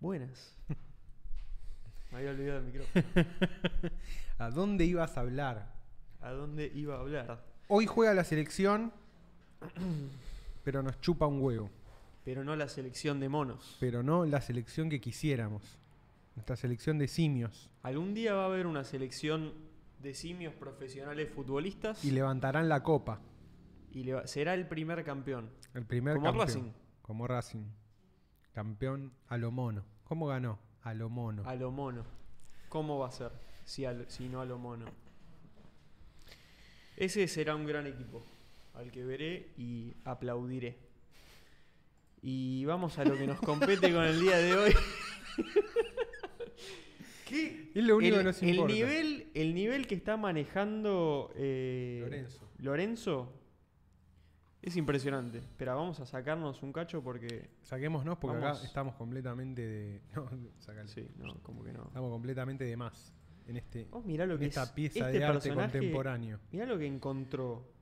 Buenas. Me había olvidado el micrófono. ¿A dónde ibas a hablar? ¿A dónde iba a hablar? Hoy juega la selección, pero nos chupa un huevo. Pero no la selección de monos. Pero no la selección que quisiéramos. Nuestra selección de simios. Algún día va a haber una selección de simios profesionales futbolistas Y levantarán la copa. y le va- será el primer campeón. El primer Como campeón. Racing. Como Racing. Campeón a lo mono. ¿Cómo ganó? A lo mono. A lo mono. ¿Cómo va a ser si, a lo- si no a lo mono? Ese será un gran equipo al que veré y aplaudiré. Y vamos a lo que nos compete con el día de hoy. ¿Qué? Es lo único que el, nos el importa. nivel, el nivel que está manejando eh, Lorenzo. Lorenzo es impresionante. Pero vamos a sacarnos un cacho porque... Saquémonos porque Vamos. acá estamos completamente de. No, sácalo. Sí, no, como que no. Estamos completamente de más en este Vos mirá lo en que esta es pieza este de arte personaje, contemporáneo. Mirá lo que encontró.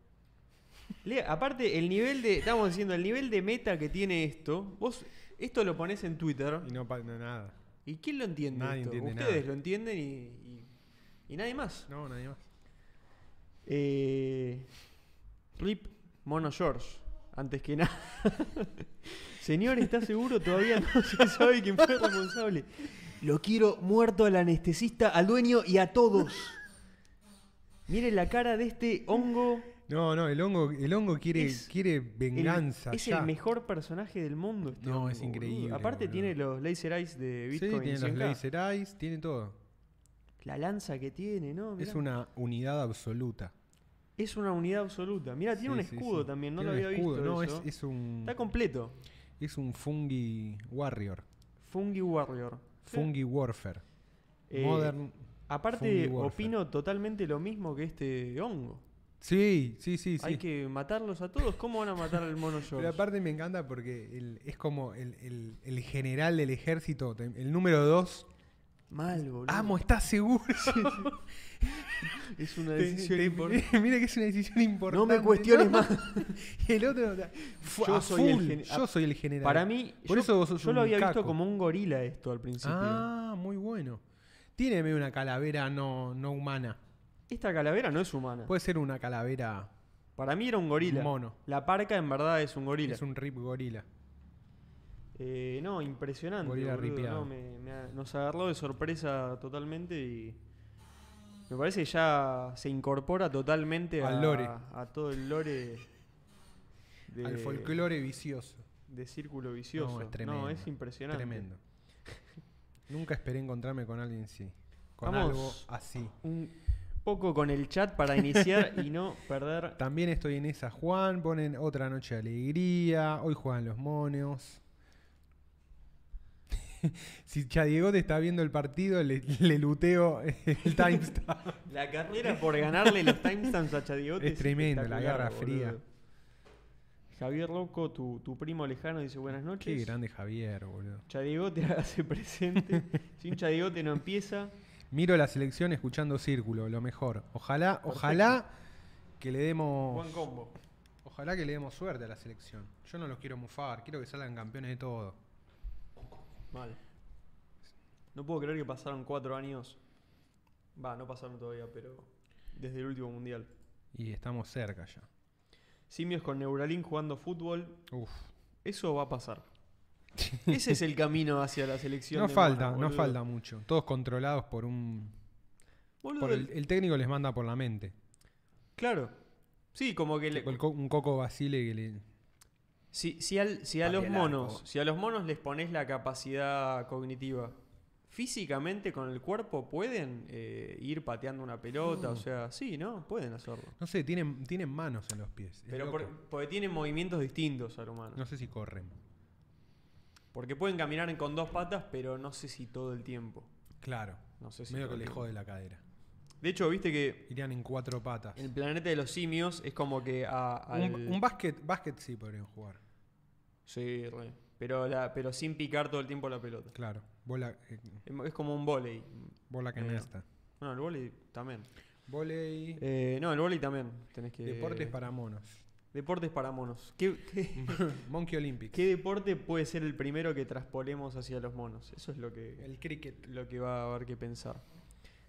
Le- aparte, el nivel de. Estamos diciendo, el nivel de meta que tiene esto. Vos, esto lo ponés en Twitter. Y no, pa- no nada. ¿Y quién lo entiende? Nadie esto? entiende Ustedes nada. lo entienden y, y- y nadie más. No, nadie más. Eh, Rip Mono George. Antes que nada. Señor, ¿está seguro? Todavía no se sabe quién fue el responsable. Lo quiero muerto al anestesista, al dueño y a todos. Mire la cara de este hongo. No, no, el hongo, el hongo quiere, Es quiere venganza. El- es ya. el mejor personaje del mundo. este No, hongo, es increíble, boludo. Aparte boludo. tiene los laser eyes de Sí, Bitcoin. tiene los 100K. laser eyes, tiene todo. La lanza que tiene, ¿no? Mirá. Es una unidad absoluta. Es una unidad absoluta. Mira, tiene un Sí, sí, escudo sí. también, no Tiene un lo había escudo, visto. No, eso. Es, es un. Está completo. Es un Fungi Warrior. Fungi Warrior. Sí. Fungi Warfare. Eh, Modern. Fungi Aparte, Warfare. opino totalmente lo mismo que este hongo. Sí, sí, sí, sí. Hay que matarlos a todos. ¿Cómo van a matar al mono George? Pero aparte me encanta porque el- es como el, el- el general del ejército, te- el número 2. Mal, boludo. Amo, ¿estás seguro? Es una Te- decisión te- importante. Mira que es una decisión importante. No me cuestiones ¿no? más. Y el otro, o sea, fu- Yo a soy el full, gen- yo soy el general. Para mí, Por yo, eso vos sos yo lo un había visto caco. como un gorila esto al principio. Ah, muy bueno. Tiene medio una calavera no, no humana. Esta calavera no es humana. Puede ser una calavera Para mí era un gorila. Pues, mono. La parca en verdad es un gorila. Es un rip gorila. Eh, no, impresionante. Gorila boludo, ripeado. no, me- me ha- nos agarró de sorpresa totalmente y me parece que ya se incorpora totalmente Al a, lore. a todo el lore de, Al folclore vicioso. de círculo vicioso. No, es tremendo, es impresionante. Tremendo. Nunca esperé encontrarme con alguien así. Con Vamos. algo así. Un poco con el chat para iniciar y no perder También estoy en esa, Juan. Ponen otra noche de alegría. Hoy juegan los monos. si Chadiego te está viendo el partido, le, le luteo el timestamp. La carrera por ganarle los timestamps a Chadigote. Es tremendo, la espectacular, Guerra boludo. Fría. Javier Loco, tu, tu primo lejano, dice buenas Qué noches. grande Javier, boludo. Chadigote hace presente. Sin Chadigote no empieza. Miro la selección escuchando círculo, lo mejor. Ojalá, ojalá que le demos. Buen combo. Ojalá que le demos suerte a la selección. Yo no los quiero mufar, quiero que salgan campeones de todo. Mal. No puedo creer que pasaron cuatro años. Va, no pasaron todavía, pero desde el último mundial. Y estamos cerca ya. Simios con Neuralink jugando fútbol. Uf. Eso va a pasar. Ese es el camino hacia la selección. No de falta, mono, no boludo. falta mucho. Todos controlados por un. Boludo, por el, el técnico les manda por la mente. Claro. Sí, como que le, Tipo el co- un coco basile que le. Si, si al- si a Patea los el arco. monos, si a los monos les pones la capacidad cognitiva, físicamente con el cuerpo pueden eh, ir pateando una pelota, o sea, sí, ¿no? Pueden hacerlo. No sé, tienen, tienen manos en los pies. es Pero loco. por- porque tienen movimientos distintos al humano. No sé si corren. Porque pueden caminar con dos patas, pero no sé si todo el tiempo. Claro. No sé si Medio todo el que le tiempo. jode la cadera. De hecho, viste que Irían en cuatro patas. el planeta de los simios es como que a, al- Un, un básquet, básquet sí podrían jugar. Sí, re. Pero, la, pero sin picar todo el tiempo la pelota. Claro. Bola, eh, Es es como un volei. bola Medio. canasta. Bueno, el volei también. Voley. Eh, no, el Eh, vóley también. Tenés que. Deportes para monos. Deportes para monos. ¿Qué, qué, Monkey Olympics. qué deporte puede ser el primero que traspolemos hacia los monos? Eso es lo que, El cricket. lo que va a haber que pensar.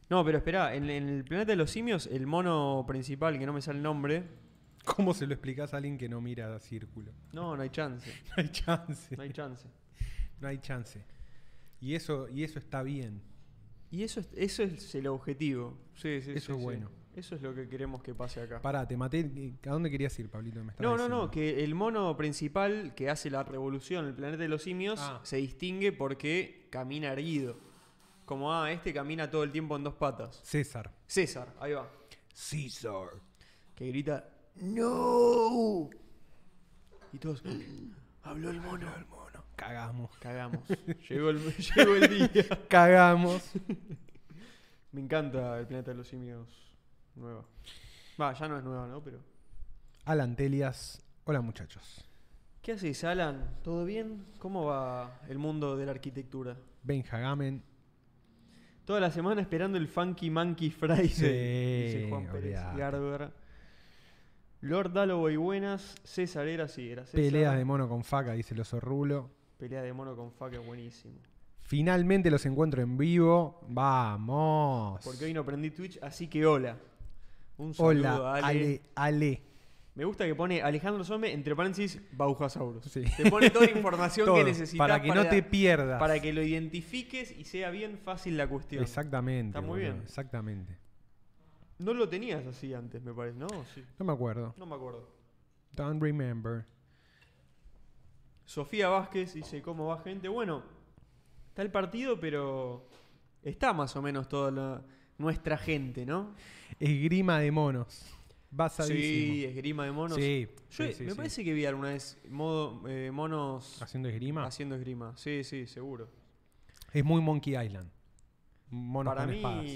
No, pero esperá, en, en el planeta de los simios, el mono principal, que no me sale el nombre, ¿Cómo se lo explicás a alguien que no mira a círculo? no, no hay chance. No hay chance. No hay chance. No hay chance. Y eso, y eso está bien. Y eso es, eso es el objetivo. Sí, sí, sí, Eso es sí. bueno. Eso es lo que queremos que pase acá. Pará, te maté. eh, ¿A dónde querías ir, Pablito? Me No, estabas no, no, diciendo. que el mono principal que hace la revolución, el planeta de los simios, Ah. se distingue porque camina erguido. Como, ah, este camina todo el tiempo en dos patas. César. César, ahí va. César. Que grita, ¡No! Y todos, "Ah, habló el mono. Mono. Cagamos. Cagamos. llegó, el, llegó el día. Cagamos. Me encanta el planeta de los simios nueva. Va, ya no es nueva, ¿no? Pero... Alan Telias. Hola, muchachos. ¿Qué haces, Alan? ¿Todo bien? ¿Cómo va el mundo de la arquitectura? Ben Hagamen. Toda la semana esperando el Funky Monkey Friday, Sí, dice Juan Pérez olvidate. Garber. Lord Dalloway, buenas. César era, sí, era César. Peleas de mono con faca, dice los Rulo. Pelea de mono con faca, buenísimo. Finalmente los encuentro en vivo. Vamos. Porque hoy no prendí Twitch, así que hola. Un saludo Hola, a Ale. Ale. Ale. Me gusta que pone Alejandro Some, entre paréntesis, Baujasaurus. Sí. Te pone toda la información Todo, que necesitas para que no te pierdas. Para que lo identifiques y sea bien fácil la cuestión. Exactamente. Está muy boludo, bien. Exactamente. No lo tenías así antes, me parece, ¿no? Sí. No me acuerdo. No me acuerdo. Don't remember. Sofía Vázquez dice cómo va gente. Bueno, está el partido, pero está más o menos toda la- nuestra gente, ¿no? Esgrima de monos. Sí, Basadísimo. esgrima de monos. Sí, Yo sí, sí, me sí. parece que vi alguna vez modo, eh, monos Haciendo esgrima. haciendo esgrima. Sí, sí, seguro. Es muy Monkey Island. Monos Para con mí, espadas.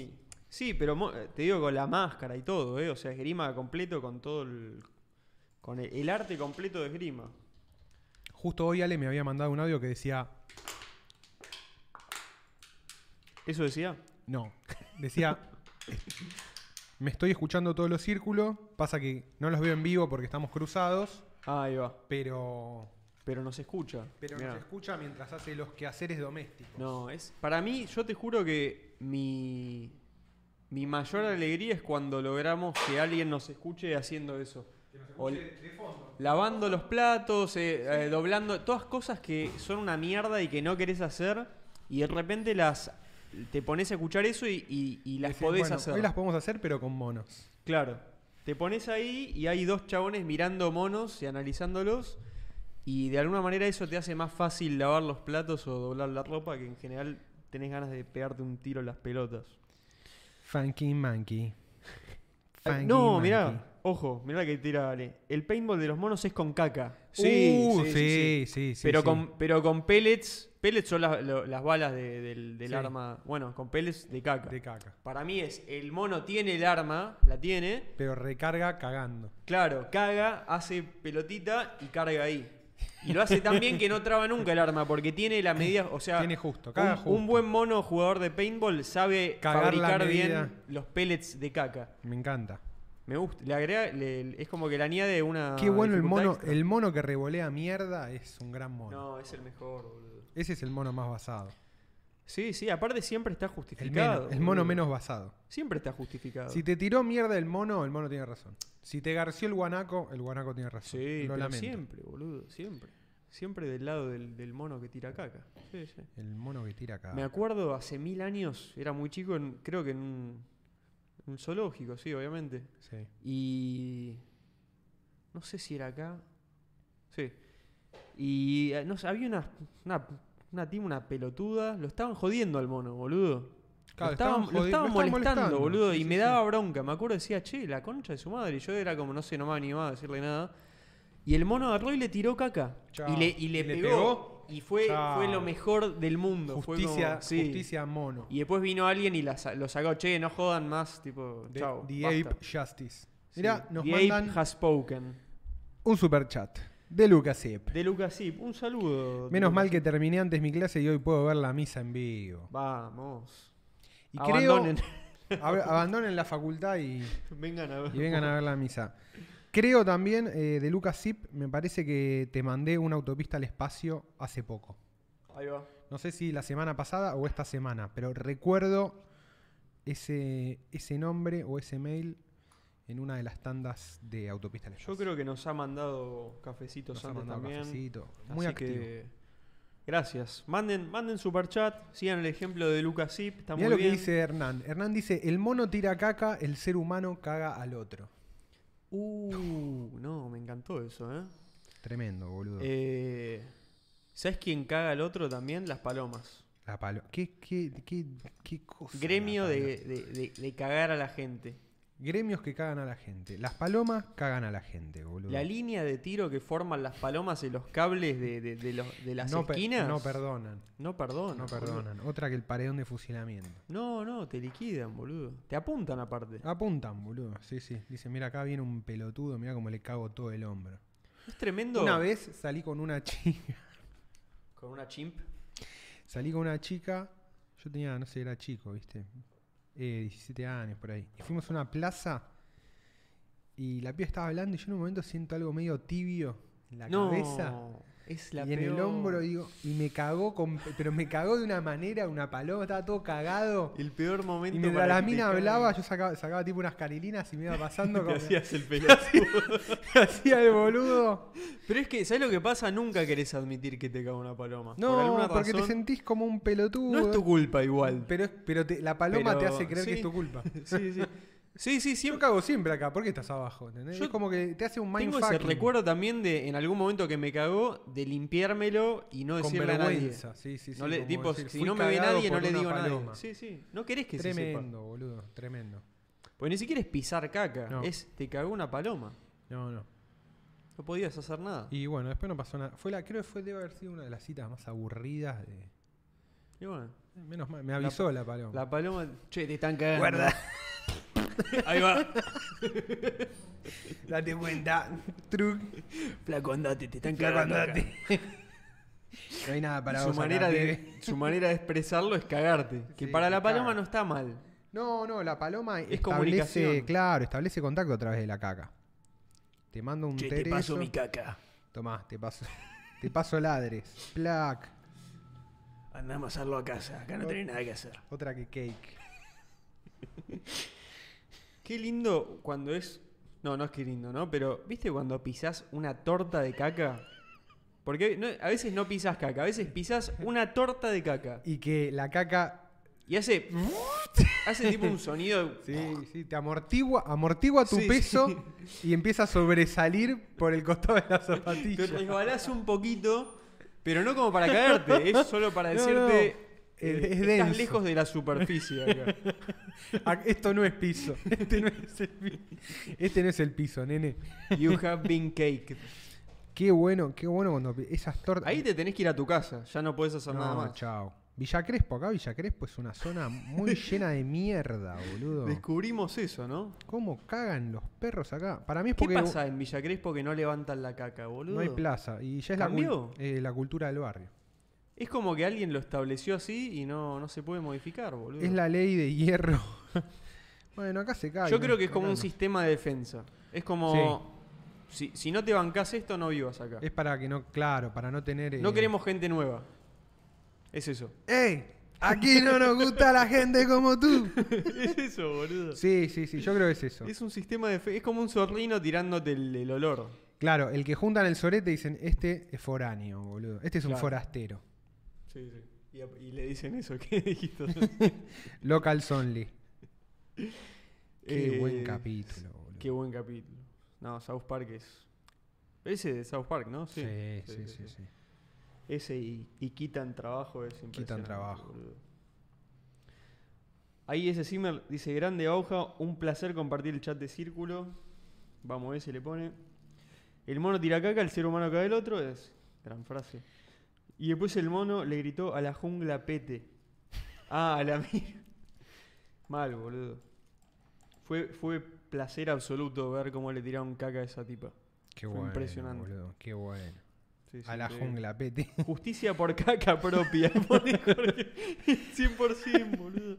sí, pero mo- te digo con la máscara y todo, ¿eh? O sea, esgrima completo con todo el... Con el, el arte completo de esgrima. Justo hoy Ale me había mandado un audio que decía. ¿Eso decía? No. Decía. me estoy escuchando todos los círculos. Pasa que no los veo en vivo porque estamos cruzados. Ah, ahí va. Pero. Pero nos escucha. Pero Mirá. nos escucha mientras hace los quehaceres domésticos. No, es. Para mí, yo te juro que mi. Mi mayor alegría es cuando logramos que alguien nos escuche haciendo eso. O l- lavando los platos, eh, eh, doblando. Todas cosas que son una mierda y que no querés hacer. Y de repente las. Te pones a escuchar eso y, y- y las Decir, podés bueno, hacer. Hoy las podemos hacer, pero con monos. Claro. Te pones ahí y hay dos chabones mirando monos y analizándolos. Y de alguna manera eso te hace más fácil lavar los platos o doblar la ropa que en general tenés ganas de pegarte un tiro en las pelotas. Funky Monkey. Funky Eh, no, Monkey. mirá, ojo, mirá la que tira Ale. El paintball de los monos es con caca. Uh, sí, sí, sí, pero, sí. Con, pero con pellets. Pellets son las, lo- las balas de- del, del Sí. arma. Bueno, con pellets de caca. De caca. Para mí es, el mono tiene el arma, la tiene, Pero recarga cagando. Claro, caga, hace pelotita y carga ahí. Y lo hace tan bien que no traba nunca el arma, porque tiene la medida, o sea, Tiene justo, caga un, justo. un buen mono jugador de paintball sabe Cagar la fabricar medida. bien los pellets de caca. Me encanta. Me gusta, le agrega, le- es como que la añade una. Qué bueno el Ah, dificultad mono. extra. El mono que revolea mierda es un gran mono. No, es el mejor, boludo. Ese es el mono más basado. Sí, sí, aparte siempre está El, justificado. menos- el mono boludo. menos basado. Siempre está justificado. Si te tiró mierda el mono, el mono tiene razón. Si te garció el guanaco, el guanaco tiene razón. sí, Lo pero lamento. siempre, boludo, siempre. Siempre del lado del, del mono que tira caca. Sí, sí. El mono que tira acá. Me acuerdo hace mil años, era muy chico, en- creo que en un, un zoológico, sí, obviamente. Sí. Y. No sé si era acá. Sí. Y eh, no sé, había una, una, una tima, una pelotuda. Lo estaban jodiendo al mono, boludo. Claro, lo, estaban, estaban lo jodi- estaban lo estaban molestando, molestando, boludo. sí, y sí, me sí. daba bronca. Me acuerdo, decía, che, la concha de su madre. Y yo era como, no sé, no me animaba a decirle nada. Y el mono agarró y le tiró caca. Chao. Y le, y le ¿Y le pegó. pegó? Y fue, Chao. fue lo mejor del mundo. Fue como- Justicia, sí. justicia mono. Y después vino alguien y la sa- lo sacó, che, no jodan más, tipo, The, chao. The basta". Ape Justice. Mirá, Sí. nos The mandan Ape has spoken. un super chat de Lucas Ape. De Lucas Zip, un saludo. Menos Lucas. mal que terminé antes mi clase y hoy puedo ver la misa en vivo. Vamos. Y Abandonen. creo. ab- abandonen la facultad y, vengan a ver. y vengan a ver la misa. Creo también, eh, de Lucas Zip, me parece que te mandé una autopista al espacio hace poco. Ahí va. No sé si la semana pasada o esta semana, pero recuerdo ese, ese nombre o ese mail en una de las tandas de Autopista al Espacio. Yo creo que nos ha mandado cafecitos Nos ha antes mandado también. cafecito. Muy Así activo. que, gracias. Manden, manden superchat, sigan el ejemplo de Lucas Zip, está Mirá muy lo bien. que dice Hernán. Hernán dice, el mono tira caca, el ser humano caga al otro. Uh, no, me encantó eso, ¿eh? Tremendo, boludo. Eh, ¿Sabes quién caga al otro también? Las palomas. la palo. ¿Qué, qué, qué, qué cosa? Gremio la palo- de, de- de- de cagar a la gente. Gremios que cagan a la gente. Las palomas cagan a la gente, boludo. La línea de tiro que forman las palomas en los cables de, de- de los- de las no, per- esquinas. no perdonan. No perdona. No boludo. perdonan. Otra que el paredón de fusilamiento. No, no, te liquidan, boludo. Te apuntan aparte. Ah. Apuntan, boludo. Sí, sí. Dicen, mira, acá viene un pelotudo, mira cómo le cago todo el hombro. Es tremendo. Una vez salí con una chica. Con una chimp. Salí con una chica. Yo tenía, no sé, era chico, ¿viste? Eh, 17 años por ahí. Y fuimos a una plaza. Y la piba estaba hablando. Y yo en un momento siento algo medio tibio en la no, cabeza. es la y en el peor. hombro digo, y me cagó, con- pero me cagó de una manera, una paloma, estaba todo cagado. El peor momento. Y mientras para la que te mina caguen. hablaba, yo sacaba, sacaba tipo unas carilinas y me iba pasando Te como hacías el pelotudo. hacía el boludo. Pero es que, ¿sabes lo que pasa? Nunca querés admitir que te caga una paloma. No, Por alguna porque te razón, sentís como un pelotudo. No es tu culpa igual. Pero, es- pero te- la paloma Pero- te hace creer que sí. es tu culpa. Sí, sí. Sí, sí, Yo siempre. cago siempre acá, ¿por qué estás abajo? ¿entendés? Yo es como que te hace un Tengo mindfucking. ese recuerdo también de en algún momento que me cagó de limpiármelo y no con decirle a nadie. vergüenza. Sí, sí, sí, No le- como tipo, decir, si fui no me ve cagado nadie, no por le una digo paloma. nada. Sí, sí. No querés que se sepa. Tremendo, boludo, tremendo. Porque ni siquiera es pisar caca, No. es te cagó una paloma. No, no. No podías hacer nada. Y, Y bueno, después no pasó nada. Fue la, creo que fue, debe haber sido una de las citas más aburridas de. bueno, Menos mal, me avisó la, paloma. la paloma. Che, te están cagando. Guarda. Ahí va. Date cuenta. Truc. Flaco, andate, te están Flaco, cagando. acá. andate. No hay nada para su, vos acá, manera pibe. de, su manera de expresarlo es cagarte. Que Sí, para la te paloma caga. no está mal. No, no, la paloma Es establece, comunicación. claro, establece contacto a través de la caca. Te mando un tereso. caca. Tomá, te paso. Te paso ladres. Plac. Andá a amasarlo a casa. Acá no tenés nada que hacer. Otra que cake. Qué lindo cuando es. No, no es que lindo, ¿no? Pero, ¿viste cuando pisás una torta de caca? Porque no- a veces no pisás caca, a veces pisás una torta de caca. Y que la caca. Y hace. hace tipo un sonido. Sí, sí, te amortigua, amortigua tu Sí, peso y empieza a sobresalir por el costado de la Te zapatilla. resbalás un poquito, pero no como para caerte, es solo para No, decirte. no, es- eh, es estás denso. lejos de la superficie acá. Ah, Esto no es piso. Este no es el piso. Este no es el piso, nene. You have been cake. Qué bueno, qué bueno cuando pi- esas tortas. Ahí te tenés que ir a tu casa, ya no puedes hacer nada No, más. chao. Villa Crespo, acá Villa Crespo es una zona muy llena de mierda, boludo. Descubrimos eso, ¿no? ¿Cómo cagan los perros acá? Para mí es ¿Qué porque pasa en Villa Crespo que no levantan la caca, boludo? no hay plaza y ya es la, cul- ¿Cambió? eh, la cultura del barrio. Es como que alguien lo estableció así y no, no se puede modificar, boludo. Es la ley de hierro. bueno, acá se cae. Yo creo que es como un sistema de defensa. Es como. Si, si no te bancás esto, no vivas acá. Es para que no, claro, para no tener. No eh, queremos gente nueva. Es eso. ¡Ey! Aquí no nos gusta la gente como tú. es eso, boludo. Sí, sí, sí, yo creo que es eso. Es un sistema de. fe- Es como un zorrino tirándote el, el olor. Claro, el que juntan el sorete dicen, este es foráneo, boludo. Este es un Claro. forastero. Sí, sí. Y, a- y le dicen eso. ¿Qué dijiste? Local Sonly. Qué Eh, buen capítulo, boludo. Qué buen capítulo. No, South Park es. Ese de South Park, ¿no? Sí, sí, sí, sí. Ese y, y quitan trabajo es impresionante. trabajo. boludo. Ahí ese Zimmer dice, grande Bauja, un placer compartir el chat de círculo. Vamos, ese le pone. El mono tira caca, el ser humano cae el otro, es gran frase. Y después el mono le gritó a la jungla pete. Ah, a la mía. Mal, boludo. Fue, fue placer absoluto ver cómo le tiraron caca a esa tipa. Qué Fue bueno, impresionante. boludo, Qué bueno. Sí, sí, A la increíble. jungla, pete. Justicia por caca propia, pone Jorge. 100%, boludo. Al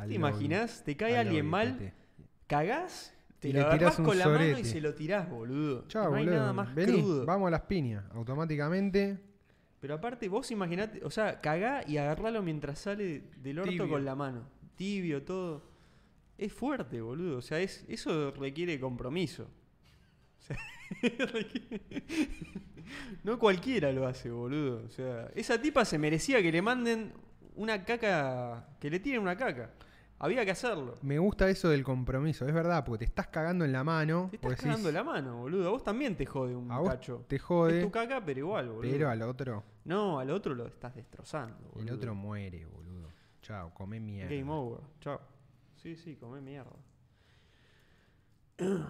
¿Te lobby. imaginas? Te cae Al alguien lobby, mal, pete. cagás, Te Y lo le tirás agarrás un con la mano y sorete. se lo tirás, boludo. Chao, no boludo. hay nada más Vení, crudo. vamos a las piñas. Automáticamente. Pero aparte, vos imaginate, o sea, cagá y agarralo mientras sale del orto Tibio. con la mano. Tibio, todo. Es fuerte, boludo. O sea, es, eso requiere compromiso. O sea, requiere- no cualquiera lo hace, boludo. O sea, esa tipa se merecía que le manden una caca, que le tiren una caca. Había que hacerlo. Me gusta eso del compromiso, es verdad, porque te estás cagando en la mano. Te estás porque decís, cagando la mano, boludo. A vos también te jode un Pues a vos cacho. te Es jode, tu caca, pero igual, boludo. pero al otro, No, al otro lo estás destrozando, boludo. el otro muere, boludo. Chao, come mierda. Game over. Chao. Sí, sí, comé mierda.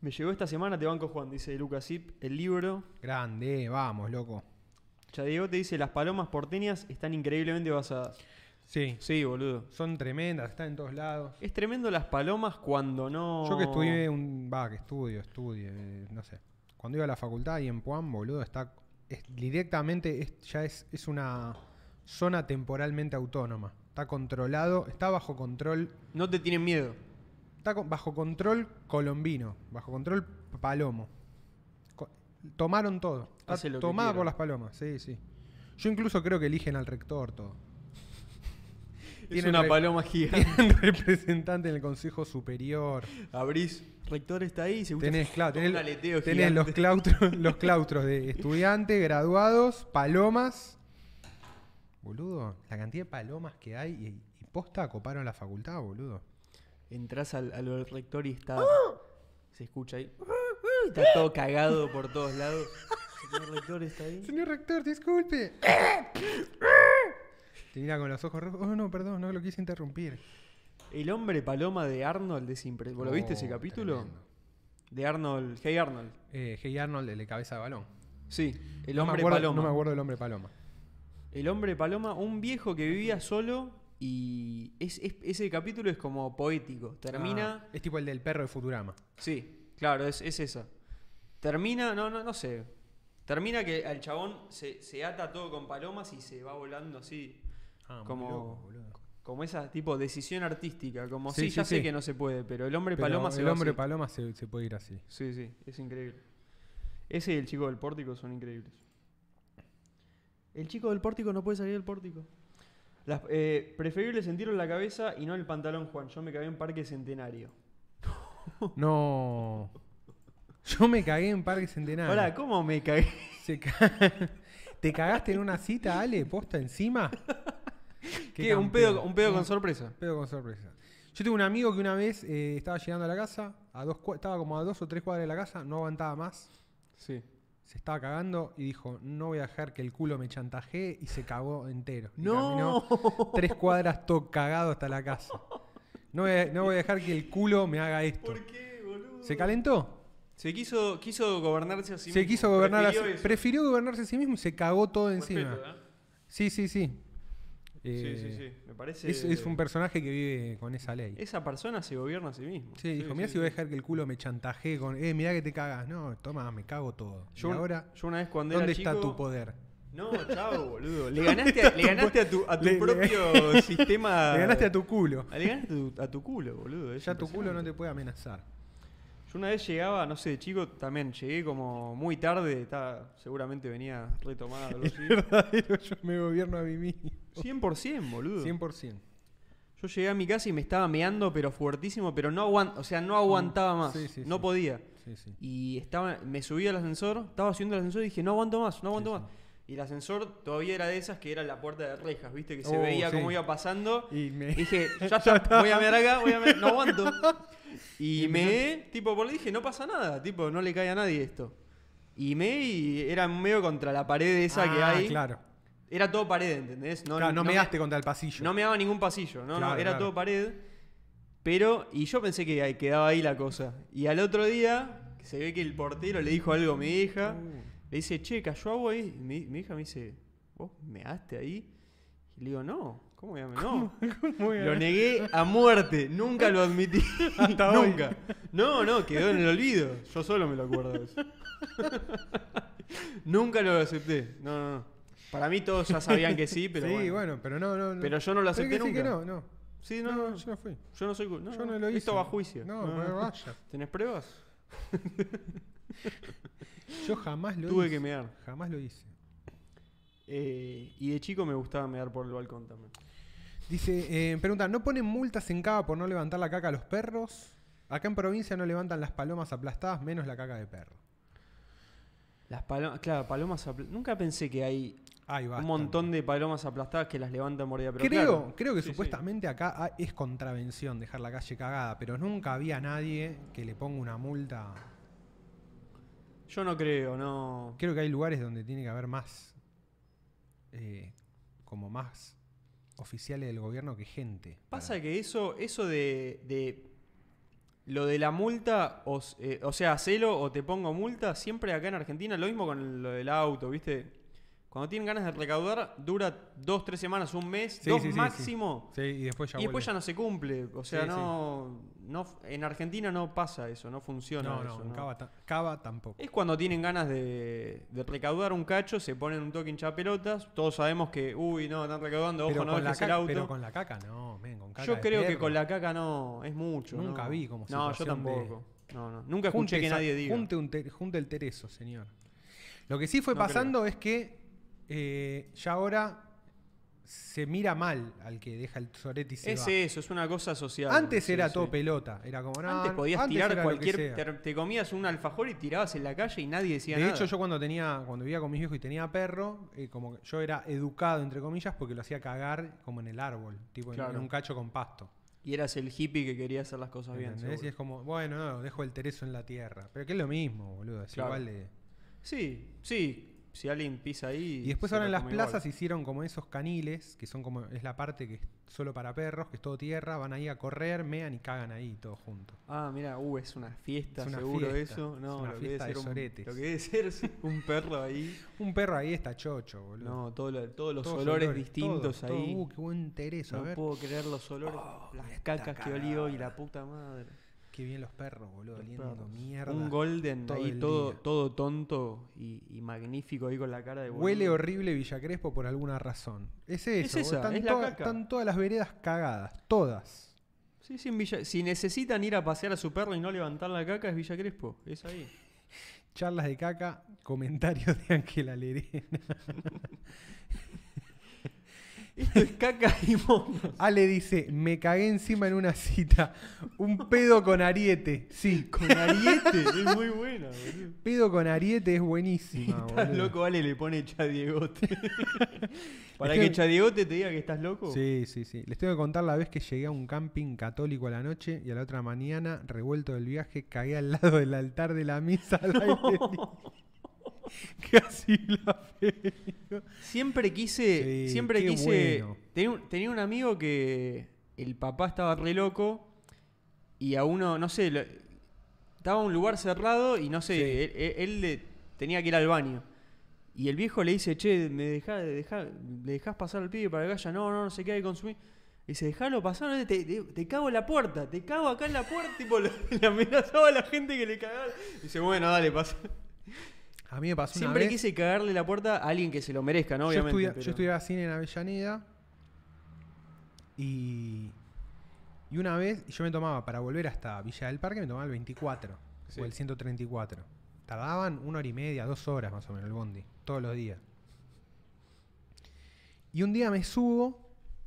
Me llegó esta semana, te banco Juan, dice Lucas Zip, el libro. Grande, eh, vamos, loco. Chadiego te dice, las palomas porteñas están increíblemente basadas. Sí, Sí, boludo. son tremendas, están en todos lados. Es tremendo las palomas cuando no... Yo que estudié un. Va, que estudio, estudio, eh, no sé. Cuando iba a la facultad y en Puan, boludo, está. es- directamente es- ya es, es una zona temporalmente autónoma. Está controlado, está bajo control No te tienen miedo. Está co- bajo control colombino, bajo control palomo. Co- tomaron todo. Está Hace lo que tomada quieran. por las palomas, sí, sí. Yo incluso creo que eligen al rector todo. Es Tienen una re- paloma gigante. Tienen representante en el Consejo Superior. Abrís, rector está ahí, se escucha Tenés, claro, un tenés- aleteo tenés los, gigante. claustros, los claustros de estudiantes, graduados, palomas. Boludo, la cantidad de palomas que hay y, y posta acoparon la facultad, boludo. Entrás al, al rector y está. ¡Ah! Se escucha ahí. Está todo cagado por todos lados. Señor rector está ahí. Señor rector, disculpe. Te mira con los ojos rojos. Oh, no, perdón, no lo quise interrumpir. El hombre paloma de Arnold es impre- ¿Vos ¿Lo viste ese Oh, capítulo? tremendo. De Arnold. Hey Arnold. Eh, hey Arnold, el de cabeza de balón. Sí, el No me hombre acuerdo- paloma. No me acuerdo del hombre paloma. El hombre paloma, un viejo que vivía solo y es- es- ese capítulo es como poético. Termina. Ah, es tipo el del perro de Futurama. Sí, claro, es, es esa. Termina, no, no, no sé. Termina que al chabón se, se ata todo con palomas y se va volando así. Ah, muy Como- loco, boludo. Como esa tipo decisión artística, como Sí, sí, sí, ya sé sí. que no se puede, pero el hombre Pero paloma se el va hombre así. paloma se, se puede ir así. Sí, sí, es increíble. Ese y el chico del pórtico son increíbles. El chico del pórtico no puede salir del pórtico. Las, eh, preferible sentirlo en la cabeza y no en el pantalón, Juan. Yo me cagué en Parque Centenario. No. Yo me cagué en Parque Centenario. Ahora, ¿cómo me cagué? Se ca- ¿Te cagaste en una cita, Ale? ¿Posta encima? ¿Qué? Un, pedo, un pedo con sorpresa. Pero con sorpresa. Yo tengo un amigo que una vez eh, estaba llegando a la casa, a dos cua- estaba como a dos o tres cuadras de la casa, no aguantaba más, Sí. se estaba cagando y dijo, no voy a dejar que el culo me chantajee y se cagó entero. Y No. caminó tres cuadras todo cagado hasta la casa. No voy, a, no voy a dejar que el culo me haga esto. ¿Por qué, boludo? ¿Se calentó? Se quiso, quiso gobernarse a sí se mismo. quiso gobernar así. Prefirió eso. Prefirió gobernarse a sí mismo y se cagó todo encima. Respeto, ¿eh? Sí, sí, sí. Sí, sí, Eh, sí. Me parece. Es, es un personaje que vive con esa ley. Esa persona se gobierna a sí mismo. Sí, dijo, mira sí, si voy a sí. dejar que el culo me chantajee con, eh, mirá que te cagas. No, toma, me cago todo. Yo, y un- ahora, yo una vez cuando ¿dónde era chico, está tu poder? No, chao, boludo. Le ganaste, a, le ganaste a tu, a tu Le- le- propio sistema. Ah, Le ganaste a tu culo. Le ganaste a tu, a tu culo, boludo. Es Ya tu culo no eh, impresionante. te puede amenazar. Yo una vez llegaba, no sé, de chico también, llegué como muy tarde, estaba, seguramente venía retomada o algo así. Verdadero, yo me gobierno a mí mismo. 100%, boludo. 100%. Yo llegué a mi casa y me estaba meando, pero fuertísimo, pero no aguant o sea, no aguantaba más. Mm, sí, sí, no sí. podía. Sí, sí. Y estaba, me subí al ascensor, estaba subiendo el ascensor y dije, no aguanto más, no aguanto Sí, más. Y el ascensor todavía era de esas que era la puerta de rejas, viste, que se Oh, veía sí. cómo iba pasando. Y me... Dije, ya está, voy a mear acá, voy a mear, no aguanto. Y me, tipo, por le dije, no pasa nada, tipo, no le cae a nadie esto. Y me, y era medio contra la pared esa que Ah, hay. claro. Era todo pared, ¿entendés? No, claro, no, me- measte contra el pasillo. no me daba ningún pasillo, no, no, Claro, era claro. todo pared. Pero, y yo pensé que ahí quedaba ahí la cosa. Y al otro día, que se ve que el portero le dijo algo a mi hija. Uh, Le dice, che, cayó agua ahí. Y mi, mi hija me dice, ¿vos measte ahí? Y le digo, no, ¿cómo voy a mear? No. muy Lo negué a muerte, nunca lo admití. Hasta hoy. nunca. No, no, quedó en el olvido. Yo solo me lo acuerdo de eso. nunca lo acepté. No, no, no. Para mí todos ya sabían que sí, pero. sí, bueno. bueno, pero no, no. no. Pero yo no lo Pero hay acepté que decir nunca. que no, no. Sí, no, No, no, yo no fui. yo no soy cul- yo no lo hice. Esto va a juicio. No, no vaya. ¿Tenés pruebas? Yo jamás lo Tuve hice. que mear. Jamás lo hice. Eh, y de chico me gustaba mear por el balcón también. Dice, eh, pregunta, ¿no ponen multas en Cava por no levantar la caca a los perros? Acá en provincia no levantan las palomas aplastadas menos la caca de perro. Las palomas, claro, palomas apl- Nunca pensé que hay Ahí va. un montón de palomas aplastadas que las levantan mordida. Pero Creo, claro, creo que Sí, sí. supuestamente acá ah, es contravención dejar la calle cagada, pero nunca había nadie que le ponga una multa. Yo no creo, no. Creo que hay lugares donde tiene que haber más, eh, como más oficiales del gobierno que gente. Pasa que eso, eso de, de lo de la multa, o, s- eh, o sea, hacelo o te pongo multa, siempre acá en Argentina, lo mismo con el- lo del auto, ¿viste? Cuando tienen ganas de recaudar, dura dos, tres semanas, un mes, Sí, dos sí, sí, sí. máximo, Sí, y después ya y después ya vuelve. no se cumple. O sea, Sí, sí. no, no. En Argentina no pasa eso, no funciona. No, no, eso, en ¿no? Cava, ta- Cava tampoco. Es cuando tienen ganas de, de recaudar un cacho, se ponen un toque hincha pelotas. Todos sabemos que, uy, no, están recaudando, ojo, pero, no con la dejes el caca, auto. pero con la caca no, men, con caca Yo de creo que perro. con la caca no, es mucho. Nunca no. vi como No, yo situación de- tampoco. No, no. Nunca Junte escuché que esa- nadie diga. Junte, un te- junte el tereso, señor. Lo que sí fue No pasando es que eh, ya ahora se mira mal al que deja el sorete y se es va. eso, es una cosa social. Antes Sí, era sí. todo pelota, era como no, Antes podías tirar era lo que cualquier. sea. Te, te comías un alfajor y tirabas en la calle y nadie decía De nada. hecho, yo cuando tenía, cuando vivía con mis viejos y tenía perro, eh, como que yo era educado entre comillas porque lo hacía cagar como en el árbol, tipo en- Claro. en, un cacho con pasto. Y eras el hippie que quería hacer las cosas bien. ¿entendés? Y seguro. es como, bueno, no, dejo el tereso en la tierra. Pero que es lo mismo, boludo. Es Claro. igual de. Sí, sí. Si alguien pisa ahí. Y después se lo ahora en las come igual. plazas hicieron como esos caniles, que son como, es la parte que es solo para perros, que es todo tierra, van ahí a correr, mean y cagan ahí todos juntos. Ah, mira, uh, es una fiesta, Es una seguro fiesta, eso. es No, una lo, fiesta que de debe ser un, soretes. lo que debe ser sí, un perro ahí. Un perro ahí está chocho, boludo. No, todo lo- todos los Todos olores, distintos todo, todo. ahí. Uh, qué buen tereso, a No ver. puedo creer los olores, Oh, las cacas que olí hoy, la puta madre. Qué bien los perros, boludo, Los oliendo perros. mierda. Un golden todo ahí el todo, día. todo tonto y, y magnífico ahí con la cara de Huele boludo. horrible Villacrespo por alguna razón. Es eso, Es esa, boludo, están, es la toda- caca. están todas las veredas cagadas, todas. Sí, sí, en Villa- Si necesitan ir a pasear a su perro y no levantar la caca, es Villa Crespo. Es ahí. Charlas de caca, comentarios de Ángela Lerena. Esto es caca y mono. Ale dice, me cagué encima en una cita. Un pedo con ariete. Sí, Con ariete. es muy buena, boludo. pedo con ariete es buenísima, Estás boludo. loco, vale, le pone Chadiegote. Para Estoy- que Chadiegote te diga que estás loco. Sí, sí, sí. Les tengo que contar la vez que llegué a un camping católico a la noche y a la otra mañana, revuelto del viaje, cagué al lado del altar de la misa al aire libre. Casi la fe. Siempre quise. Sí, siempre qué quise. bueno. Tenía, un, tenía un amigo que el papá estaba re loco y a uno, no sé, lo- estaba en un lugar cerrado y no sé, Sí. él, él- él le- tenía que ir al baño. Y el viejo le dice, che, me deja, deja- le dejás pasar al pibe para que vaya, no, no, no sé qué hay que consumir. Y dice, dejalo pasar, no, te, te- te cago en la puerta, te cago acá en la puerta, tipo, le, le amenazaba a la gente que le cagaba. Dice, bueno, dale, pasa. A mí me pasó una Siempre vez. quise cagarle la puerta a alguien que se lo merezca, ¿no? yo, Obviamente. estudia- pero- yo estudiaba cine en Avellaneda y, y una vez yo me tomaba para volver hasta Villa del Parque, me tomaba el 24 Sí. o el 134. Tardaban una hora y media, dos horas más o menos el bondi, todos los días. Y un día me subo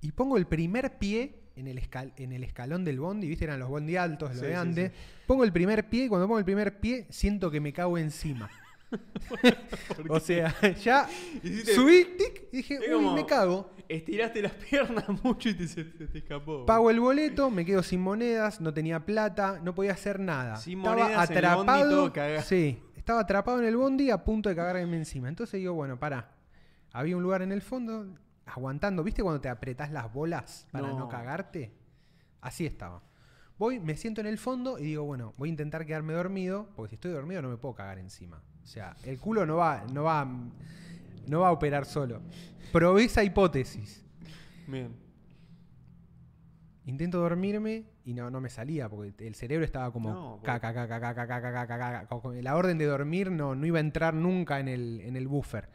y pongo el primer pie en el, escal- en el escalón del bondi, ¿viste? Eran los bondi altos, los Sí, sí, de antes. Pongo el primer pie y cuando pongo el primer pie siento que me cago encima. o sea, ya Hiciste- subí, tic, y dije, Es uy, como- me cago. Estiraste las piernas mucho y te, se- se te escapó. Pago el boleto, me quedo sin monedas, no tenía plata, no podía hacer nada. Sin estaba monedas en el bondi, atrapado. todo cagado. sí, estaba atrapado en el bondi a punto de cagarme encima. Entonces digo, bueno, pará. Había un lugar en el fondo aguantando, ¿viste cuando te apretás las bolas para No. no, cagarte? Así estaba. Voy, me siento en el fondo y digo, bueno, voy a intentar quedarme dormido, porque si estoy dormido no me puedo cagar encima. O sea, el culo no va, no va, no va a operar solo. Probé esa hipótesis. Bien. Intento dormirme y no, no me salía porque el cerebro estaba No, como porque- caca, caca, caca, caca, caca, caca, caca, como que La orden de dormir no, no iba a entrar nunca en el, en el buffer.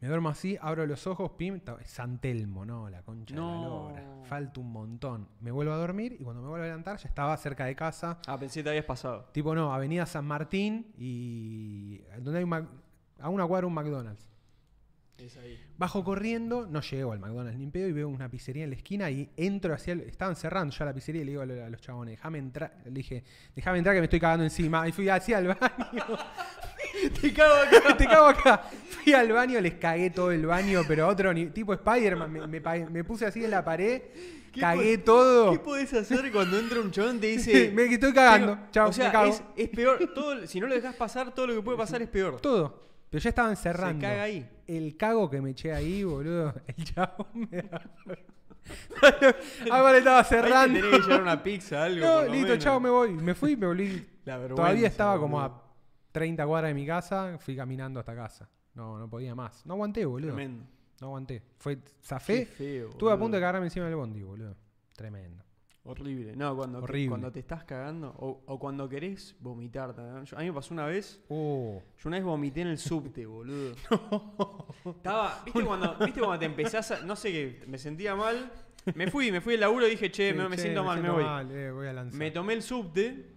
Me duermo así, abro los ojos, pim, ta- San Telmo, no, la concha de la No. lora. Falta un montón. Me vuelvo a dormir y cuando me vuelvo a levantar ya estaba cerca de casa. Ah, pensé que te habías pasado. Tipo, no, Avenida San Martín y. donde hay un Mac- a una cuadra un McDonald's. Es ahí. Bajo corriendo, no llego al McDonald's ni en pedo y veo una pizzería en la esquina y entro hacia el- Estaban cerrando ya la pizzería y le digo a lo- a los chabones, déjame entrar. Le dije, déjame entrar que me estoy cagando encima. Y fui hacia el baño. Te cago acá. Te cago acá. Fui al baño, les cagué todo el baño, pero a otro ni- tipo Spider-Man. Me, me pa- me puse así en la pared, ¿Qué cagué po- todo. ¿Qué podés hacer cuando entra un chabón y te dice. me estoy cagando. Tengo- Chao, o sea, me cago. Es, es peor. Todo, el- si no lo dejas pasar, todo lo que puede pasar es peor. Todo. Pero ya estaban Se cerrando. caga ahí. El cago que me eché ahí, boludo. El chabón me da. Ah, vale, estaba Ahí cerrando. te tenés que llevar una pizza, algo. No, por lo listo, menos. chao, me voy. Me fui, me volví. La vergüenza, Todavía estaba como boludo. a 30 cuadras de mi casa. Fui caminando hasta casa. No, no podía más. No aguanté, boludo. Tremendo. No aguanté. Fue, Qué zafé. feo. Estuve a boludo. punto de cagarme encima del bondi, boludo. Tremendo. Horrible. No, cuando, Horrible. cuando te estás cagando o, o cuando querés vomitar. ¿no? Yo- a mí me pasó una vez. Oh. Yo una vez vomité en el subte, boludo. Estaba, ¿viste, cuando, ¿viste cuando te empezás a.? No sé qué, me sentía mal. Me fui, me fui del laburo y dije, che, me, me siento mal, me voy. eh, voy a lanzar. Me tomé el subte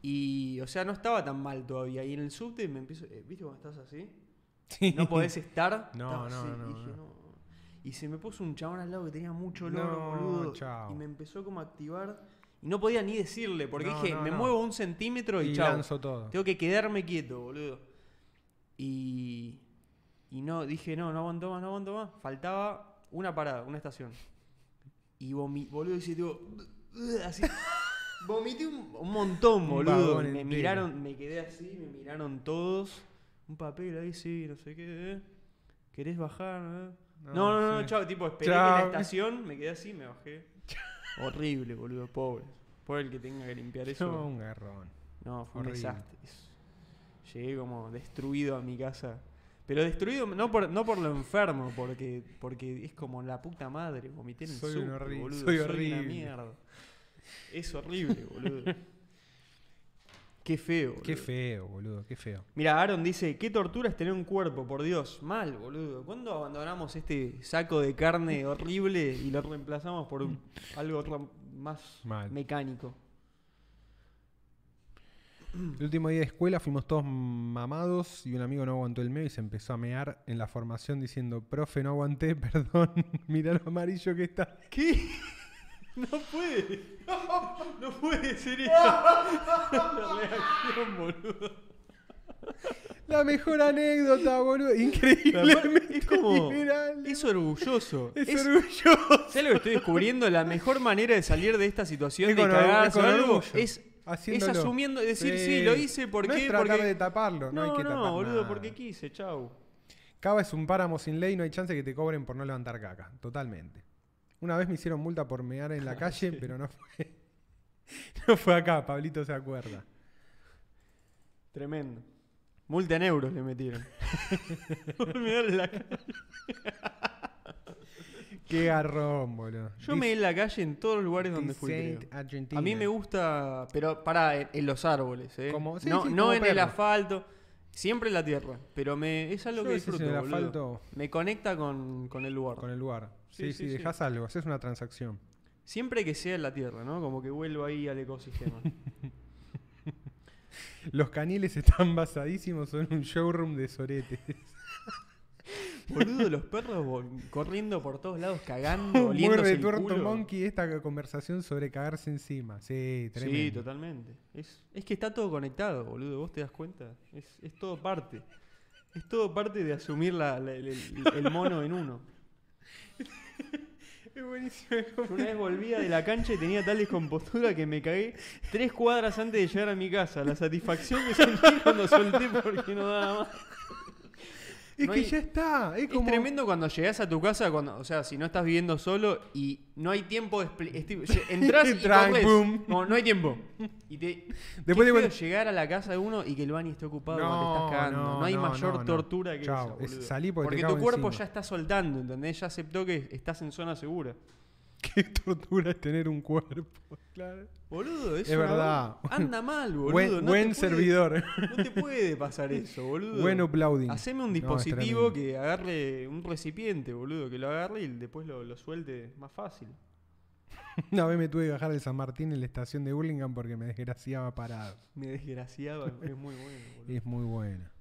y, o sea, no estaba tan mal todavía. Y en el subte me empiezo. eh, ¿Viste cuando estás así? Sí. No podés estar. No, Estaba no, así, no, y dije, no. "No". Y se me puso un chabón al lado que tenía mucho olor, No, boludo. chao. Y me empezó como a activar. Y no podía ni decirle, porque No, dije, no, me no. muevo un centímetro y, Y chao. lanzo todo. Tengo que quedarme quieto, boludo. Y. Y no, dije, no, no aguanto más, no aguanto más. Faltaba una parada, una estación. Y vomi- boludo, hice tipo. Así. Vomité un, un montón, Un boludo. vagón me entero. miraron, me quedé así, me miraron todos. Un papel ahí, sí, no sé qué. eh. ¿Querés bajar? eh? No, No, no, no, sí. chao. Tipo, esperé que Chao. la estación, me quedé así, me bajé. Horrible, boludo, pobre. Pobre el que tenga que limpiar eso. No, un garrón. No, fue un Horrible. desastre. Es- Llegué como destruido a mi casa. Pero destruido no por, no por lo enfermo, porque, porque es como la puta madre, vomité en el Soy un subte, horrible- boludo, soy una horrible. mierda. Es horrible, boludo. Qué feo, Qué boludo. feo, boludo, qué feo. Mira, Aaron dice, qué tortura es tener un cuerpo, por Dios. Mal, boludo. ¿Cuándo abandonamos este saco de carne horrible y lo reemplazamos por un- algo ram- más Mal. mecánico? El último día de escuela fuimos todos mamados y un amigo no aguantó el meo y se empezó a mear en la formación diciendo, profe, no aguanté, perdón, mirá lo amarillo que está. ¿Qué? No puede. No puede ser eso. La reacción, boludo. La mejor anécdota, boludo. Increíble. Es como. viral. Es orgulloso. Es, Es- orgulloso. ¿Sabes lo que estoy descubriendo? La mejor manera de salir de esta situación Es de con or- es cagarse o con algo orgullo. es, es Haciéndolo. asumiendo, es decir, sí, lo hice, ¿por No qué? es tratar porque... de taparlo, no, hay que no, tapar boludo, nada. porque quise, chau. Cava es un páramo sin ley, no hay chance que te cobren por no levantar caca. Totalmente. Una vez me hicieron multa por mear en la calle, pero no fue. No fue acá, Pablito se acuerda. Tremendo. Multa en euros le metieron. Me da la Qué garrón, boludo. Yo me en la calle en todos los lugares Dis- donde fui. Disent creo. Argentina. A mí me gusta, pero pará, en, en los árboles, ¿eh? Como- sí, no sí, no como en el perro. asfalto, siempre en la tierra, pero me, es algo Yo que ese es disfruto. el boludo. asfalto. Me conecta con, con el lugar. Con el lugar. Sí, Sí, sí, sí, sí. dejas algo, haces una transacción. Siempre que sea en la tierra, ¿no? Como que vuelvo ahí al ecosistema. Los caniles están basadísimos en un showroom de soretes. boludo, los perros vol- corriendo por todos lados, cagando, Muy oliéndose el retuerto culo. monkey esta conversación sobre cagarse encima. Sí, tremendo. Sí, totalmente. Es, es que está todo conectado, boludo. ¿Vos te das cuenta? Es, es todo parte. Es todo parte de asumir la- la- el- el- el mono en uno. Es buenísimo. Yo una vez volvía de la cancha y tenía tal descompostura que me cagué tres cuadras antes de llegar a mi casa. La satisfacción que sentí cuando solté porque no daba más. Es No que hay- ya está. Es, Es como. tremendo cuando llegás a tu casa, cuando, o sea, si no estás viviendo solo y no hay tiempo de... expli- es tipo, lle- Entrás y Tranc, corres. boom. No, no hay tiempo. Y te, Después qué de- feo llegar a la casa de uno y que el baño esté ocupado cuando te estás cagando. No, no, hay no, mayor no, no. tortura que Chau, eso, es boludo. salí porque te tu cago cuerpo encima. ya está soltando, ¿entendés? Ya aceptó que estás en zona segura. Qué tortura es tener un cuerpo. Claro. Boludo, eso Es verdad. Anda mal, boludo. buen no te buen puede- servidor. No te puede pasar eso, boludo. buen uploading. Haceme un No, es dispositivo tremendo. que agarre un recipiente, boludo, que lo agarre y después lo, lo suelte más fácil. Una vez me tuve que bajar de San Martín en la estación de Burlingame porque me desgraciaba parado. Me desgraciaba, es muy bueno, boludo. Es muy buena.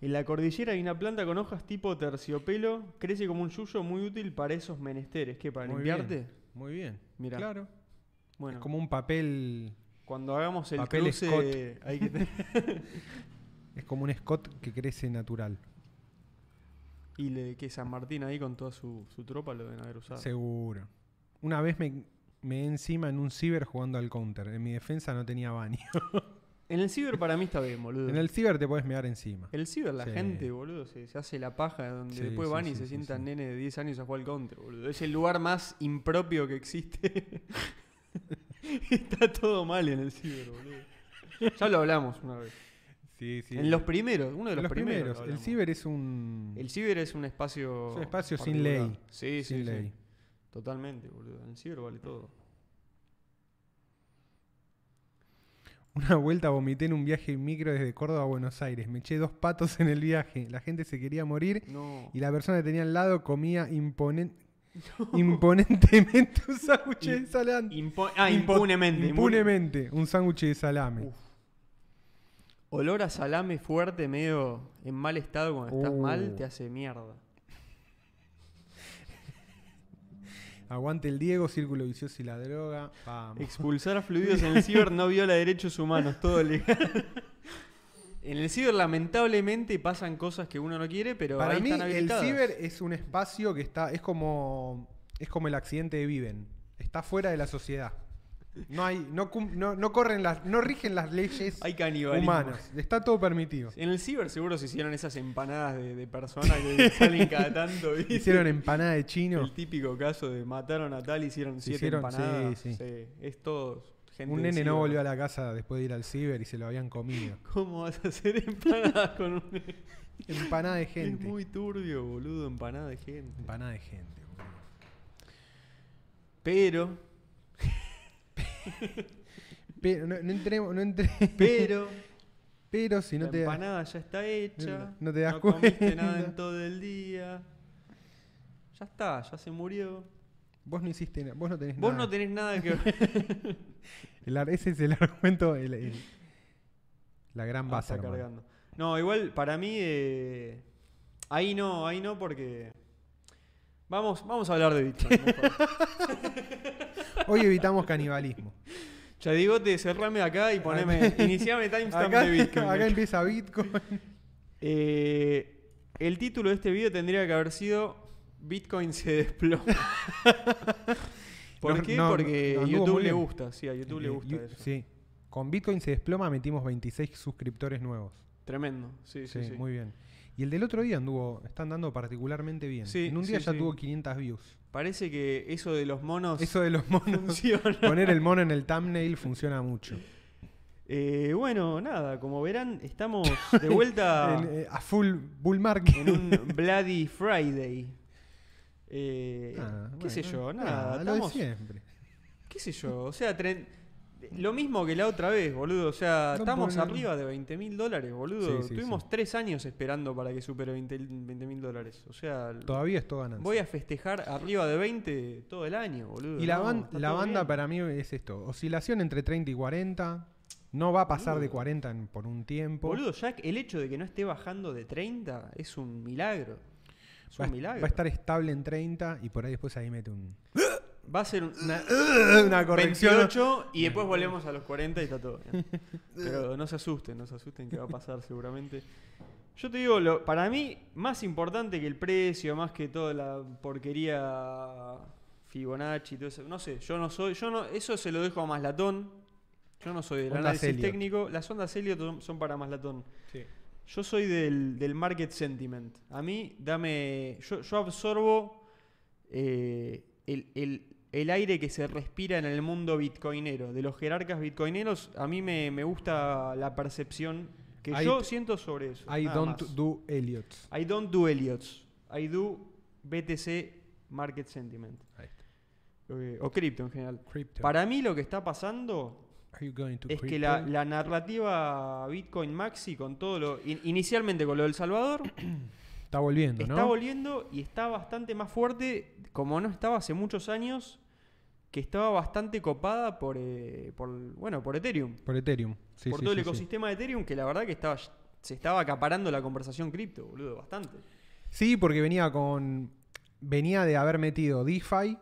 En la cordillera hay una planta con hojas tipo terciopelo, crece como un yuyo muy útil para esos menesteres. ¿Qué? ¿Para Muy limpiarte? bien. Muy bien. Mirá. Claro. Bueno, Es como un papel. cuando hagamos el Papel cruce Scott. hay que tener- Es como un Scott que crece natural. Y le- que San Martín ahí con toda su, su tropa lo deben haber usado. Seguro. Una vez me, me encima en un ciber jugando al counter. En mi defensa no tenía baño. En el ciber para mí está bien, boludo. en el ciber te puedes mear encima. El ciber, la Sí. gente, boludo, se, se hace la paja, donde Sí, después sí, van y sí, se sí, sientan sí. nenes de 10 años a jugar al counter, boludo. Es el lugar más impropio que existe. Está todo mal en el ciber, boludo. Ya lo hablamos una vez. Sí, sí. En los primeros, uno de En los, los primeros. lo el hablamos. ciber es un. El ciber es un espacio. Es un espacio sin particular. ley. Sí, sin sí, sí. ley. Totalmente, boludo. En el ciber vale todo. Una vuelta vomité en un viaje en micro desde Córdoba a Buenos Aires. Me eché dos patos en el viaje. La gente se quería morir No. y la persona que tenía al lado comía imponen- imponentemente un sándwich de salame. Impo- ah, Impo- impunemente. impune- Impunemente un sándwich de salame. Uf. Olor a salame fuerte, medio en mal estado cuando estás Uh. mal, te hace mierda. Aguante el Diego, círculo vicioso y la droga. Vamos. Expulsar a fluidos en el ciber no viola derechos humanos, todo legal. en el ciber lamentablemente pasan cosas que uno no quiere, pero Para ahí mí están el habilitadas. ciber es un espacio que está es como es como el accidente de Viven. Está fuera de la sociedad. No hay no cum- no, no corren las no rigen las leyes hay canibalismo. humanas. Está todo permitido. En el ciber seguro se hicieron esas empanadas de, de personas que salen cada tanto. ¿viste? Hicieron empanada de chino. El típico caso de mataron a tal, hicieron siete Hicieron- empanadas. sí, sí. Sí, es todo. gente Un del nene no ciber. volvió a la casa después de ir al ciber y se lo habían comido. ¿Cómo vas a hacer empanadas con un nene? Empanada de Es gente. muy turbio, boludo, empanada de gente. Empanada de gente. boludo. Pero, Pero no, no entremos, no entré. pero, Pero si no la te empanada ya está hecha. no- no te das comiste cuenta. nada en todo el día. Ya está, ya se murió. vos no hiciste nada, vos no tenés Vos nada. no tenés nada que ver. El ar- ese es el argumento, el- el- la gran Ah, está base. hermano. cargando. No, igual para mí. eh, ahí no, ahí no, porque. Vamos, vamos a hablar de Bitcoin. mejor. Hoy evitamos canibalismo. ya digo, te cerrame acá y poneme. iniciame timestamp acá, de Bitcoin. acá empieza Bitcoin. Eh, el título de este video tendría que haber sido Bitcoin se desploma. ¿Por No, qué? no, Porque no, anduvo YouTube muy le bien. gusta, sí, a YouTube le Eh, gusta Yu- eso. Sí. Con Bitcoin se desploma, metimos 26 suscriptores nuevos. Tremendo, sí, sí, Sí, sí. muy bien. Y el del otro día anduvo, están dando particularmente bien. Sí, en un día sí, ya sí. tuvo 500 views. Parece que eso de los monos Eso de los monos. funciona. Poner el mono en el thumbnail funciona mucho. Eh, bueno, nada, como verán, estamos de vuelta En, eh, a full bull market. Ah. en un Bloody Friday. Eh, Ah, qué sé bueno, Ah, yo, nada, lo de estamos, siempre. qué sé yo, o sea, tren- lo mismo que la otra vez, boludo, o sea, No, estamos no, no. arriba de 20 mil dólares, boludo. Sí, sí, Tuvimos sí. tres años esperando para que supere 20 mil dólares, o sea, Todavía es todo ganancia. voy a festejar arriba de 20 todo el año, boludo. Y la, No, ban- está la todo banda bien. para mí es esto: oscilación entre 30 y 40. No va a pasar de Boludo. 40 en- por un tiempo. Boludo, Jack, el hecho de que no esté bajando de 30 es un milagro. Es va, un a- milagro. va a estar estable en 30 y por ahí después ahí mete un, Va a ser un- una una corrección. 28 y después volvemos a los 40 y está todo bien. Pero no se asusten, no se asusten que va a pasar seguramente. Yo te digo, lo, para mí, más importante que el precio, más que toda la porquería Fibonacci y todo eso. No sé, yo no soy, yo no, eso se lo dejo a Maslatón. Yo no soy del Ondas análisis Elliot. técnico. Las ondas Elliot son- son para Maslatón. Yo soy del, del market sentiment. A mí, dame. Yo, yo absorbo eh, el, el- el aire que se respira en el mundo bitcoinero. De los jerarcas bitcoineros, a mí me, me gusta la percepción que Hay- yo siento sobre eso. I nada don't más. do Elliot. I don't do Elliots. I do BTC market sentiment. Ahí está. Eh, o cripto en general. Crypto. Para mí lo que está pasando Are you going to es que crypto? la, la narrativa Bitcoin Maxi con todo lo... in- inicialmente con lo del Salvador, está volviendo, está ¿no? volviendo y está bastante más fuerte, como no estaba hace muchos años, que estaba bastante copada por, eh, por bueno, por Ethereum. Por Ethereum. Sí, por sí, todo sí, el sí. ecosistema de Ethereum, que la verdad que estaba, se estaba acaparando la conversación cripto, boludo, bastante. Sí, porque venía con. Venía de haber metido DeFi,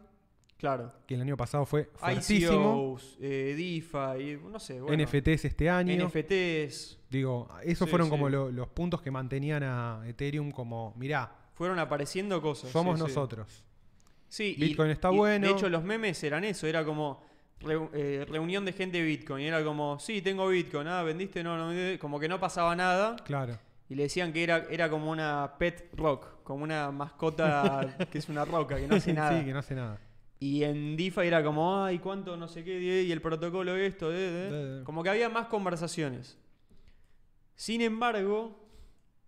Claro. que el año pasado fue fuertísimo. ICOs, eh, DeFi, no sé. Bueno, NFTs este año. NFTs. Digo, esos Sí, fueron sí. como lo- los puntos que mantenían a Ethereum como, mirá, Fueron apareciendo cosas. somos sí, sí. nosotros. Sí, y- Bitcoin está y bueno. De hecho, los memes eran eso, era como reu- eh, reunión de gente de Bitcoin. Era como, sí, tengo Bitcoin, ah, vendiste, no, no, vendiste", como que no pasaba nada. Claro. Y le decían que era, era como una pet rock, como una mascota que es una roca, que no hace nada. sí, que no hace nada. Y en DeFi era como, ay, cuánto, no sé qué, die- y el protocolo esto, de, de". De- de. como que había más conversaciones. Sin embargo,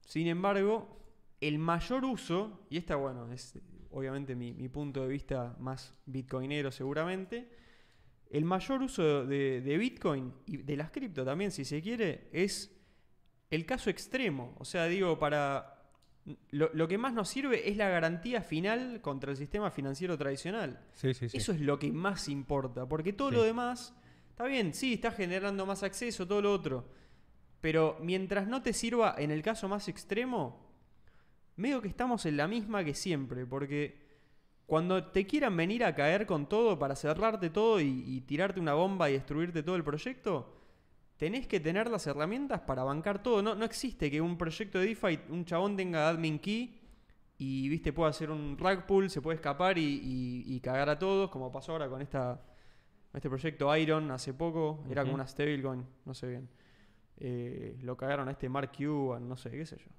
sin embargo, el mayor uso, y esta, bueno, es obviamente mi, mi punto de vista más bitcoinero seguramente, el mayor uso de, de Bitcoin y de las cripto también, si se quiere, es el caso extremo. O sea, digo, para... Lo, lo que más nos sirve es la garantía final contra el sistema financiero tradicional. Sí, sí, sí. Eso es lo que más importa, porque todo Sí. lo demás, está bien, sí, está generando más acceso, todo lo otro, pero mientras no te sirva en el caso más extremo, medio que estamos en la misma que siempre, porque cuando te quieran venir a caer con todo para cerrarte todo y, y tirarte una bomba y destruirte todo el proyecto, tenés que tener las herramientas para bancar todo. No, no existe que un proyecto de DeFi, un chabón tenga admin key y viste, puede hacer un rug pull, se puede escapar y, y- y cagar a todos, como pasó ahora con esta con este proyecto Iron hace poco, era como Ujú. una stablecoin, no sé bien. Eh, lo cagaron a este Mark Cuban, no sé, qué sé yo.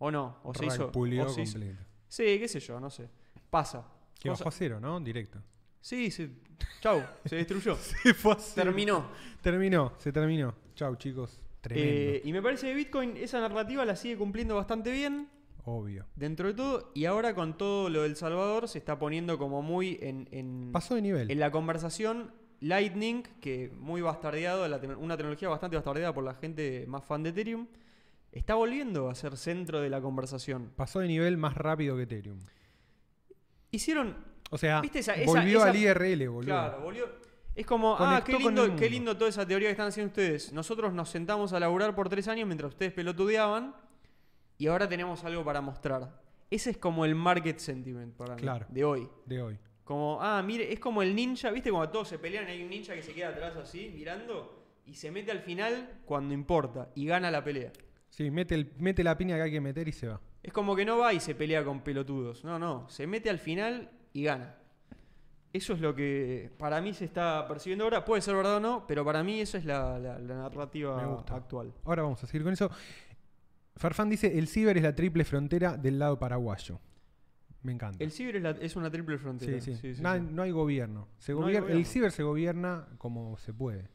O no, o se hizo. Pulió o se hizo- completo. Sí, qué sé yo, no sé. Pasa. Que Cosa- bajó a cero, ¿no? Directo. Sí, sí. Chau, se destruyó. Se fue a cero. Terminó. Terminó, se terminó. Chau, chicos. Tremendo. Eh, y me parece que Bitcoin esa narrativa la sigue cumpliendo bastante bien Obvio. dentro de todo. Y ahora con todo lo del Salvador se está poniendo como muy en, en, Pasó de nivel. mm. en la conversación Lightning, que muy bastardeado, la tecno- una tecnología bastante bastardeada por la gente más fan de Ethereum, está volviendo a ser centro de la conversación. Pasó de nivel más rápido que Ethereum. Hicieron O sea, ¿Viste esa- esa- volvió esa- al IRL, boludo. Claro, volvió. Es como, ah, Conectó qué con el lindo, mundo. qué lindo toda esa teoría que están haciendo ustedes. Nosotros nos sentamos a laburar por tres años mientras ustedes pelotudeaban y ahora tenemos algo para mostrar. Ese es como el market sentiment para mí, Claro. de hoy. De hoy. Como, ah, mire, es como el ninja, ¿viste? Cuando todos se pelean, hay un ninja que se queda atrás así, mirando, y se mete al final cuando importa y gana la pelea. Sí, mete, el- mete la piña que hay que meter y se va. Es como que no va y se pelea con pelotudos. No, no. Se mete al final y gana. Eso es lo que para mí se está percibiendo ahora. Puede ser verdad o no, pero para mí eso es la, la- la Me narrativa gusta. actual. Ahora vamos a seguir con eso. Farfán dice, el ciber es la triple frontera del lado paraguayo. Me encanta. El ciber es, la- es una triple frontera. sí, sí. Sí, sí, Na- sí. No hay gobierno. Se No hay gobier- gobierno. El ciber se gobierna como se puede.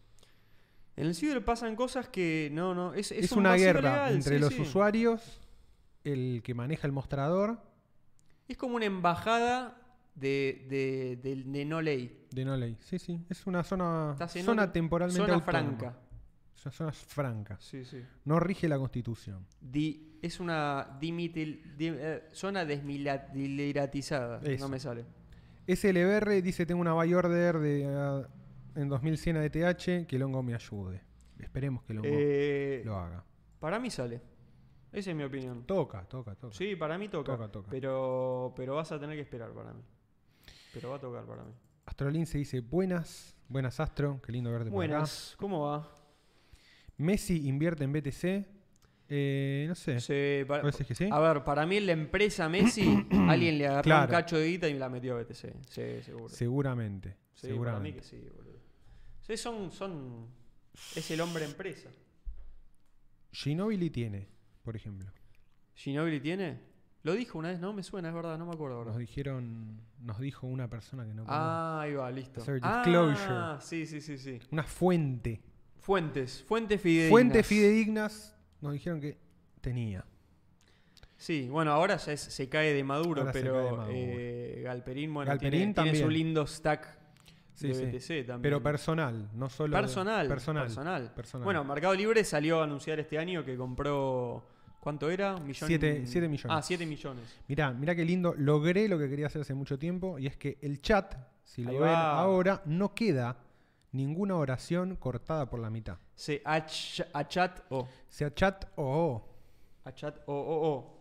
En el ciber pasan cosas que no, no. Es, es Es, un una vacío guerra legal, entre sí, los sí. usuarios, el que maneja el mostrador, Es como una embajada de, de- de- de no ley. de no ley. Sí, sí. Es una zona, Estás en zona otra- temporalmente Zona autónoma. franca. Es una zona franca. Sí, sí. No rige la constitución. Di- es una dimitil- di- eh, zona desmilitarizada. Eso. No me sale. SLBR dice, tengo una buy order de, ah, en 2100 ADTH, que Longo me ayude. Esperemos que Longo Eh, lo haga. para mí sale. Esa es mi opinión. Toca, toca, toca. Sí, para mí toca. Toca, toca. Pero, pero vas a tener que esperar para mí. Pero va a tocar para mí. Astrolin se dice, buenas, buenas Astro, qué lindo verte por acá. Buenas, ¿cómo va? Messi invierte en BTC. Eh, no sé. Se- para- ¿Vos decís que sí? A ver, para mí la empresa Messi, alguien le agarró Claro. un cacho de guita y la metió a BTC. Sí, seguro. Sí, Seguramente. para mí que seguramente. sí, boludo. Sí, son, son. Es el hombre empresa. Ginobili tiene, por ejemplo. ¿Ginobili tiene? Lo dijo una vez, ¿no? Me suena, es verdad, no me acuerdo ahora. Nos dijeron, nos dijo una persona que no conoce. Ah, ahí va, listo. Hacer Ah, disclosure. sí, sí, sí, sí. Una fuente. Fuentes, fuentes fidedignas. Fuentes fidedignas nos dijeron que tenía. Sí, bueno, ahora ya es- se cae de Maduro, Ahora se pero cae de Maduro. eh, Galperín, bueno, Galperín tiene, tiene su también. lindo stack Sí, de sí. BTC también. Pero personal, no solo. personal, Personal. personal, personal. Bueno, Mercado Libre salió a anunciar este año que compró, ¿cuánto era? ¿Un millón? Siete- siete millones. Ah, 7 millones. Mirá, mirá qué lindo. Logré lo que quería hacer hace mucho tiempo y es que el chat, si lo Ahí ven va. ahora, no queda ninguna oración cortada por la mitad. Se ach- achat o. Sea chat o oh, o. Achat o o o.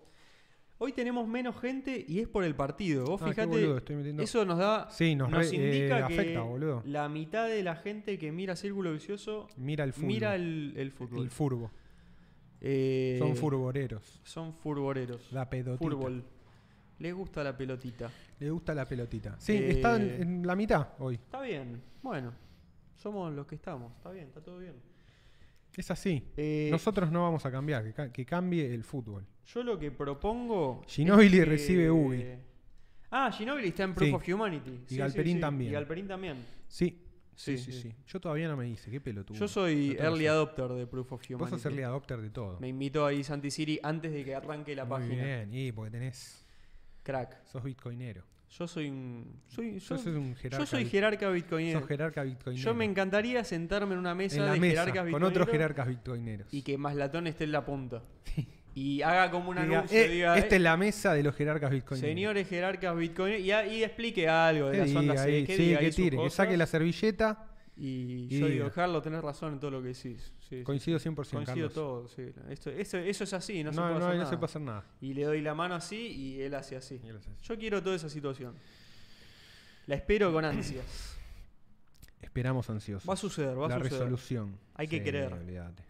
Hoy tenemos menos gente y es por el partido. Vos Ah, qué fijate, boludo, estoy metiendo- eso nos da. Sí, nos, re- indica eh, que afecta, boludo. la mitad de la gente que mira Círculo Vicioso Mira el fútbol. mira el, el fútbol. el furbo. Eh, Son furboreros. Son furboreros. La pelotita. Fútbol. Les gusta la pelotita. Le gusta la pelotita. Sí, Eh, está en, en la mitad hoy. Está bien. Bueno, somos los que estamos. Está bien, está todo bien. Es así. Eh, Nosotros no vamos a cambiar, que, ca- que cambie el fútbol. Yo lo que propongo. Ginóbili recibe Ubi. Ah, Ginobili está en Proof Sí. of Humanity. Sí, sí, Galperín sí. también. Y Galperín también. Sí. Sí, Sí, sí, sí. sí. Yo todavía no me hice, qué pelotudo. Yo soy Yo te lo early sé. adopter de Proof of Humanity. Vos sos early adopter de todo. Me invitó ahí Santi Siri antes de que arranque la Muy página. bien, y porque tenés. Crack. Sos bitcoinero. Yo soy un. Soy, yo, Yo soy un yo jerarca. soy bit- jerarca bitcoinero. sos jerarca bitcoinero. Yo me encantaría sentarme en una mesa en la de mesa, jerarcas con otros bitcoineros jerarcas bitcoineros. y que Maslatón esté en la punta. Sí. Y haga como un Que diga, anuncio, "Eh, diga, esta "Eh, es la mesa de los jerarcas bitcoineros. señores jerarcas bitcoineros, y, a- y explique algo de Que las diga ondas ahí, C, sí, que diga ahí que sus tire, que cosas. saque la servilleta. Y Y yo digo, diga. Carlos, tenés razón en todo lo que decís. Sí, sí. Coincido 100%, Coincido Carlos. todo, sí. Esto- eso, eso es así, no, no, se puede no, hacer no nada. se puede hacer nada. Y le doy la mano así y él hace así. Y él hace así. Yo quiero toda esa situación. La espero con ansias. Esperamos ansiosos. Va a suceder, va a la suceder. resolución. Hay que querer. olvídate.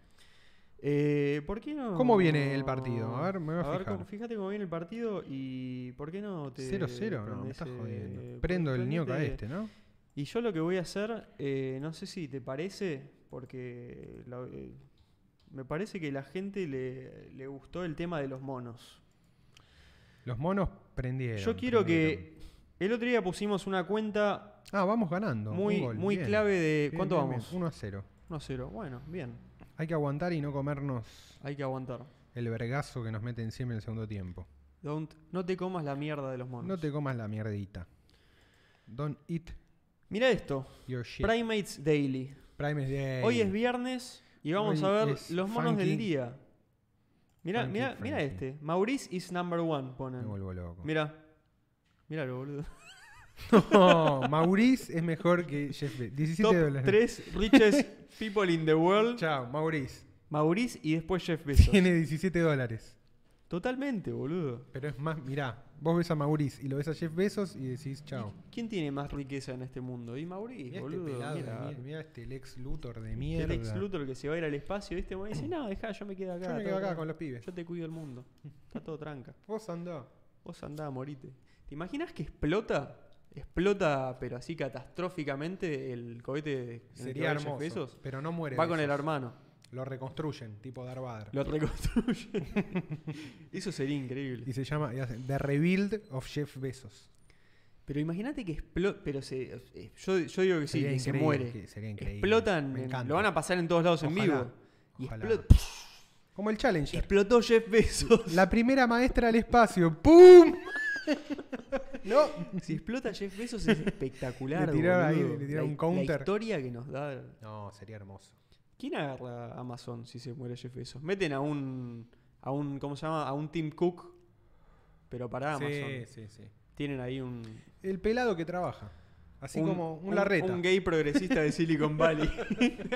Eh, ¿Por qué no? ¿Cómo viene el partido? A ver, me voy a fijar. cómo- fíjate cómo viene el partido y ¿por qué no te 0-0, no, me prendés, estás eh, jodiendo. eh, Prendo el prendete- ñoca este, ¿no? Y yo lo que voy a hacer, eh, no sé si te parece, porque la- eh, me parece que la gente le, le gustó el tema de los monos. Los monos prendieron. Yo quiero prendieron. que. El otro día pusimos una cuenta Ah, vamos ganando. un muy, gol, muy bien. clave de. Bien, ¿Cuánto bien, vamos? bien. 1 a 0. 1 a 0. Bueno, bien. Hay que aguantar y no comernos Hay que aguantar. el vergazo que nos meten siempre en el segundo tiempo. Don't- no te comas la mierda de los monos. No te comas la mierdita. Don't eat Mira esto: your shit. Primates Daily. Prime is day. Hoy es viernes y vamos Hoy a ver es los monos funky. del día. Mira, Funky, mira, mira funky. este. Maurice is number one, Me ponen. vuelvo loco. Mira. Míralo, boludo. No, Maurice es mejor que Jeff Bezos. 17 Top dólares. 3 richest people in the world. Chao, Maurice. Maurice y después Jeff Bezos. Tiene 17 dólares. Totalmente, boludo. Pero es más, mirá, vos ves a Maurice y lo ves a Jeff Bezos y decís chao. ¿Quién tiene más riqueza en este mundo? Y Maurice, Mirá este boludo. pelado, de mirá. mier- mirá este Lex Luthor de El mierda. ex Luthor que se va a ir al espacio, ¿viste? Me dice, no, dejá, yo me quedo acá. Yo me todo quedo acá tranca. con los pibes. Yo te cuido el mundo. Está todo tranca. Vos andá. Vos andá, morite. ¿Te imaginas que explota? Explota, pero así catastróficamente, el cohete de Sería hermoso. Bezos. Pero no muere. Va con Bezos. el hermano. Lo reconstruyen, tipo Darth Vader. Lo reconstruye. Eso sería increíble. Y se llama y hacen The Rebuild of Jeff Bezos. Pero imagínate que explota. Pero se, eh, yo, yo digo que sí, Sería que se increíble, muere. que sería increíble. Explotan. Me en- encanta. lo van a pasar en todos lados en Ojalá, vivo. Y ojalá. explot- Como el Challenger. explotó Jeff Bezos. La primera maestra del espacio. ¡Pum! no. Si explota Jeff Bezos es espectacular. Le tiraron ahí, boludo. le tiraron La- un counter. La historia que nos da. No, sería hermoso. ¿Quién agarra a Amazon si se muere Jeff Bezos? Meten a un. a un. ¿Cómo se llama? A un Tim Cook. Pero para Amazon. sí, sí. Tienen ahí un. El pelado que trabaja. Así un- como un, larreta. Un gay progresista de Silicon Valley.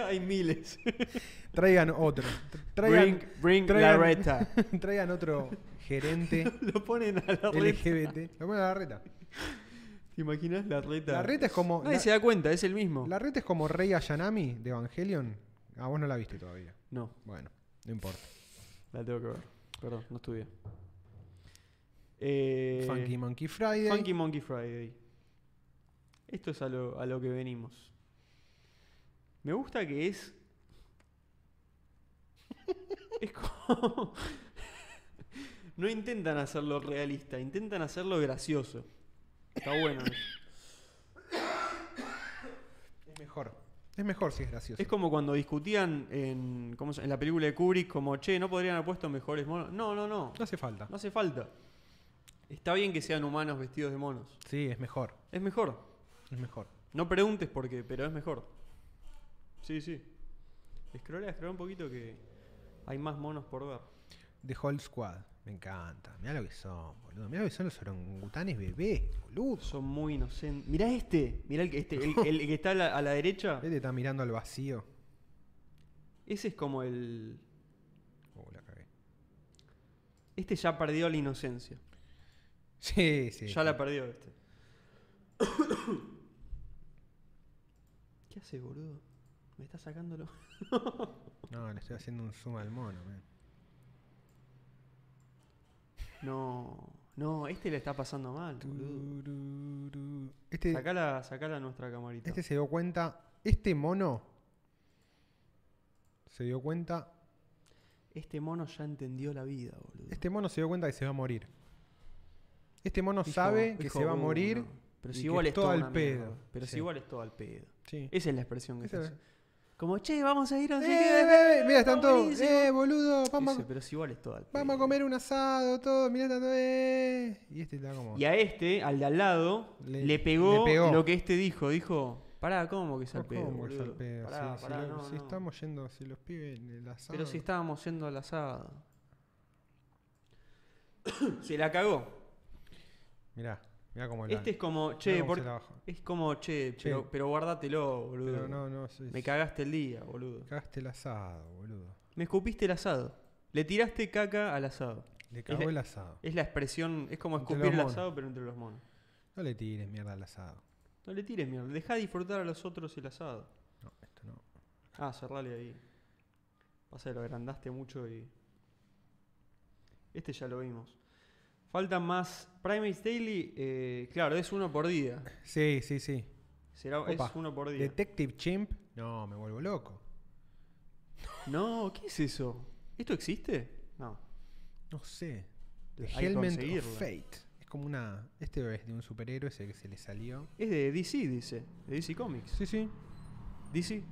Hay miles. Traigan otro. Tr- Traigan, bring bring traigan- Larreta. traigan otro gerente Lo ponen a la reta. LGBT. Lo ponen a la reta. ¿Te imaginas la reta? La reta es como. Nadie la- se da cuenta, es el mismo. La reta es como Rey Ayanami de Evangelion. A vos no la viste todavía. No, Bueno, no importa. la tengo que ver. Perdón, no estudié. Eh, Funky Monkey Friday. Funky Monkey Friday. Esto es a lo, a lo que venimos. Me gusta que es. Es como. No intentan hacerlo realista, intentan hacerlo gracioso. Está bueno. eso. Es mejor. Es mejor si es gracioso. Es como cuando discutían en, ¿cómo se- en la película de Kubrick, como, che, no podrían haber puesto mejores monos. No, no, no. No hace falta. No hace falta. Está bien que sean humanos vestidos de monos. Sí, es mejor. Es mejor. Es mejor. No preguntes por qué, pero es mejor. Sí, sí. Escrola, escrola un poquito que hay más monos por ver. The Whole Squad. Me encanta. Mirá lo que son, boludo. Mirá lo que son los orangutanes bebés, boludo. Son muy inocentes. Mirá este. Mirá el que, este, el, el que está a la, a la derecha. Este está mirando al vacío. Ese es como el... Oh, la cagué. Este ya perdió la inocencia. Sí, sí. Ya la perdió este. ¿Qué hace, boludo? Me está sacándolo. No, le estoy haciendo un zoom al mono, man. No, no, este le está pasando mal, boludo. Tururú. Este, Sacala, sacala a nuestra camarita. este se dio cuenta. Este mono se dio cuenta. Este mono ya entendió la vida, boludo. Este mono se dio cuenta que se va a morir. Este mono Dijo- sabe que dijo, se va a "Uh, morir. no, Pero y si que igual es es todo todo al al pedo. pedo". Pero Sí. si igual es todo al pedo. Sí. Esa es la expresión que Esa está es. haciendo. Como, che, vamos a ir a... no sé qué, Eh, bebé, eh, mira, está están todos. buenísimo". Eh, boludo, vamos, Ese, eh. pero si igual es todo al pedo. vamos a comer un asado, todo. Mira, tanto. Eh. Y este está como. Y a este, al de al lado, Le- le, pegó, le pegó. lo que este dijo. Dijo, pará, ¿cómo que es "No, al pedo? ¿cómo que es al boludo? pedo? Pará, Si- si pará, lo- no, si no. estamos yendo, si los pibes en el asado. Pero si estábamos yendo al asado. se la cagó. Mirá, mirá cómo la- Este es como, mirá che, cómo por- se la bajó. es como, che, Che. Pero, pero guárdatelo, boludo. Pero no, no, sí, Me sí. cagaste el día, boludo. Cagaste el asado, boludo. Me escupiste el asado. Le tiraste caca al asado. Le la- cagó el asado. Es la expresión, es como Entre escupir el los monos. asado, pero entre los monos. No le tires mierda al asado. No le tires mierda, deja disfrutar a los otros el asado. No, esto no. Ah, cerrale ahí. Pasa que lo agrandaste mucho y. Este ya lo vimos. Faltan más. Primates Daily, eh, claro, es uno por día. Sí, sí, sí. Será, Opa, es uno por día. Detective Chimp. No, me vuelvo loco. No, ¿qué es eso? ¿Esto existe? No. No sé. The Hay que Helmet of conseguirlo. Fate. Es como una. Este es de un superhéroe ese que se le salió. Es de DC, dice. De DC Comics. Sí, sí. DC.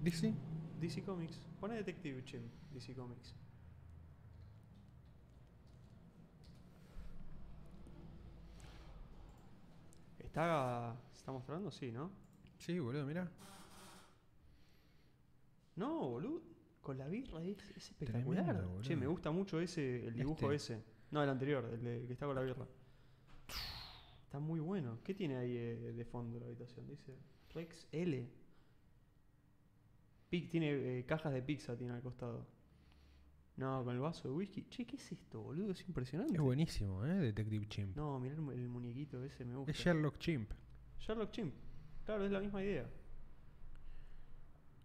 Dixie. DC Comics. Pone Detective Chimp, DC Comics. ¿Está, ¿Se está mostrando? Sí, ¿no? Sí, boludo, mirá. No, boludo. Con la birra es, es espectacular. Tremendo, boludo. che, me gusta mucho ese, el dibujo Este. ese. No, el anterior, el de- que está con la birra. Está muy bueno. ¿Qué tiene ahí eh, de fondo la habitación? Dice Rex L. Pi- tiene eh, cajas de pizza tiene al costado. No, con el vaso de whisky. Che, ¿qué es esto, boludo? Es impresionante. Es buenísimo, ¿eh? Detective Chimp. No, mirá el, mu- el muñequito ese, me gusta. es Sherlock Chimp. Sherlock Chimp. Claro, es la misma idea.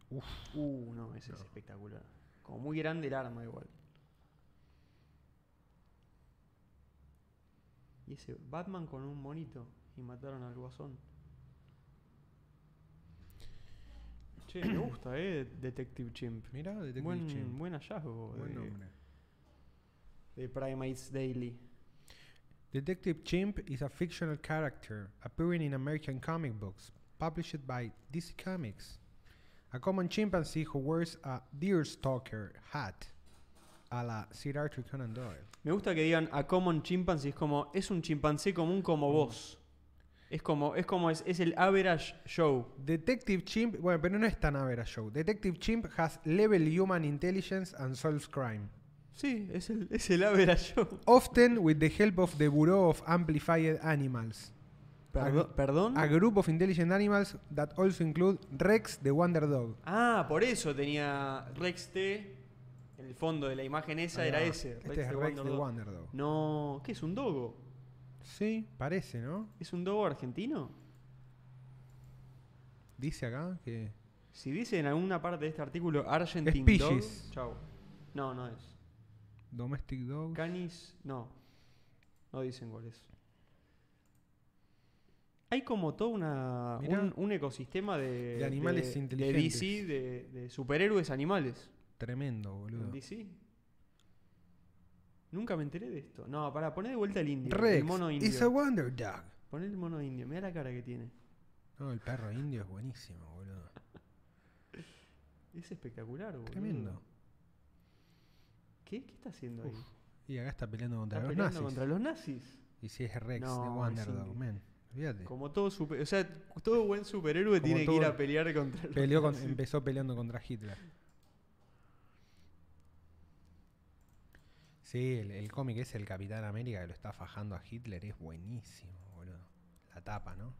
Uf. Uh, no, ese es espectacular. Como muy grande el arma igual. Y ese Batman con un monito y mataron al guasón. Che, me gusta, eh, Detective Chimp. Mirá, Detective Buen, Chimp. buen hallazgo Buen de, nombre. de Primates Daily. Detective Chimp is a fictional character appearing in American comic books published by DC Comics. A common chimpanzee who wears a deerstalker hat a la Sir Arthur Conan Doyle. Me gusta que digan a common chimpanzee, es como, es un chimpancé común Mm. como vos. Es como, es como, es, es el average show. Detective Chimp, bueno, pero no es tan a show. Detective Chimp has level human intelligence and solves crime. Sí, es el, es el average show. Often with the help of the Bureau of Amplified Animals. Perdo- ¿Perdón? A group of intelligent animals that also include Rex the Wonder Dog. ah, por eso tenía Rex T. El fondo de la imagen esa Ahí era va. ese. Este es the Rex the Wonder Dog. Wonder Dog. No, ¿qué es un dogo? Sí, parece, ¿no? ¿Es un dogo argentino? Dice acá que. Si dice en alguna parte de este artículo Argentine Es dog, Pidgeys. chau. No, no es. Domestic Dog. Canis, no. No dicen cuál es. Hay como todo una, Mirá. un, un ecosistema de, De animales de- inteligentes. De DC, de, de superhéroes animales. Tremendo, ¿En boludo. DC? Nunca me enteré de esto. No, pará, poné de vuelta el indio. Rex el mono is a indio. Wonder Dog. Poné el mono indio, mirá la cara que tiene. No, el perro indio es buenísimo, boludo. Es espectacular, boludo. Tremendo. ¿Qué, qué está haciendo ahí? Uf, y acá está peleando contra Está los peleando nazis. contra los nazis. Y si es Rex No, de es Wonderdog, increíble. man. Fíjate. Como todo super, o sea, todo buen superhéroe Como tiene que ir todo- a pelear contra los Peleó con- nazis. empezó peleando contra Hitler. Sí, el, el cómic es el Capitán América que lo está fajando a Hitler. Es buenísimo, boludo. La tapa, ¿no?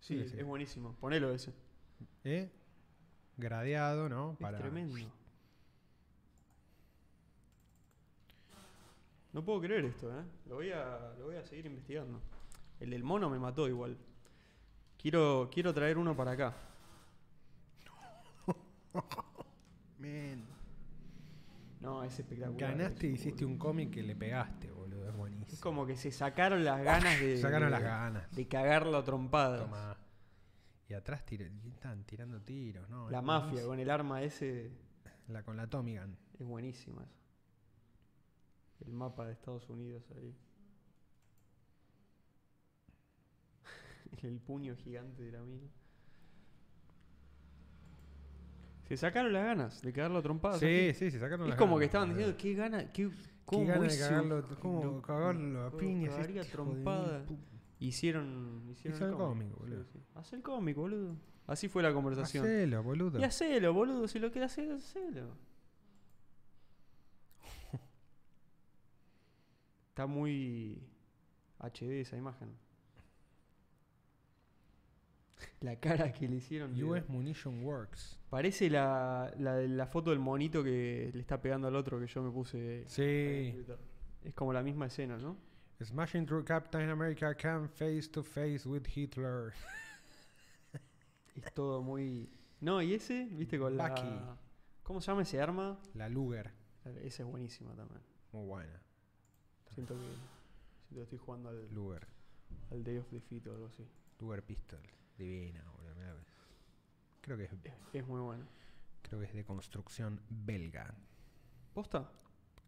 Sí, Sí, sí. es buenísimo. Ponelo ese. ¿Eh? Gradeado, ¿no? Es tremendo. No puedo creer esto, ¿eh? Lo voy a, lo voy a seguir investigando. El del mono me mató igual. Quiero, quiero traer uno para acá. Man. No, es espectacular. Ganaste y eso, hiciste boludo. un cómic que le pegaste, boludo. Es Es buenísimo. como que se sacaron las ganas de. Sacaron de- las ganas. De cagarlo a trompadas. Tomá. Y atrás tira- y están tirando tiros, ¿no? La Es mafia buenísimo. con el arma ese La con la Tommy Gun. es buenísima. esa. El mapa de Estados Unidos ahí. el puño gigante de la mina. Se sacaron las ganas de cagarlo a trompadas. Sí, aquí. sí, se sacaron Ah, es las como ganas, que estaban boludo. diciendo, qué gana, qué, Qué cómo ganas de hizo- cagarlo, cómo lo- cagarlo a lo piñas. cagaría este hijo de mil trompada. pu- Hicieron, hicieron Hizo el cómic. cómic, boludo. Sí, sí. Haz el cómic, boludo. Así fue la conversación. Hacelo, boludo. Y hacelo, boludo, si lo quieres hacer, hacelo. Está muy HD esa imagen. La cara que le hicieron. de- US Munition Works. Parece la, la, de la foto del monito que le está pegando al otro que yo me puse. en Sí. Twitter. Es como la misma escena, ¿no? Smashing through Captain America can face to face with Hitler. Es todo muy. No, y ese, viste, con la. Bucky. ¿Cómo se llama ese arma? La Luger. Esa es buenísima también. Muy buena. Siento que, siento que estoy jugando al, Luger. al Day of Defeat o algo así. Luger Pistol. Divina, boludo. mirá. Creo que es, Es, es muy bueno. creo que es de construcción belga. ¿Posta?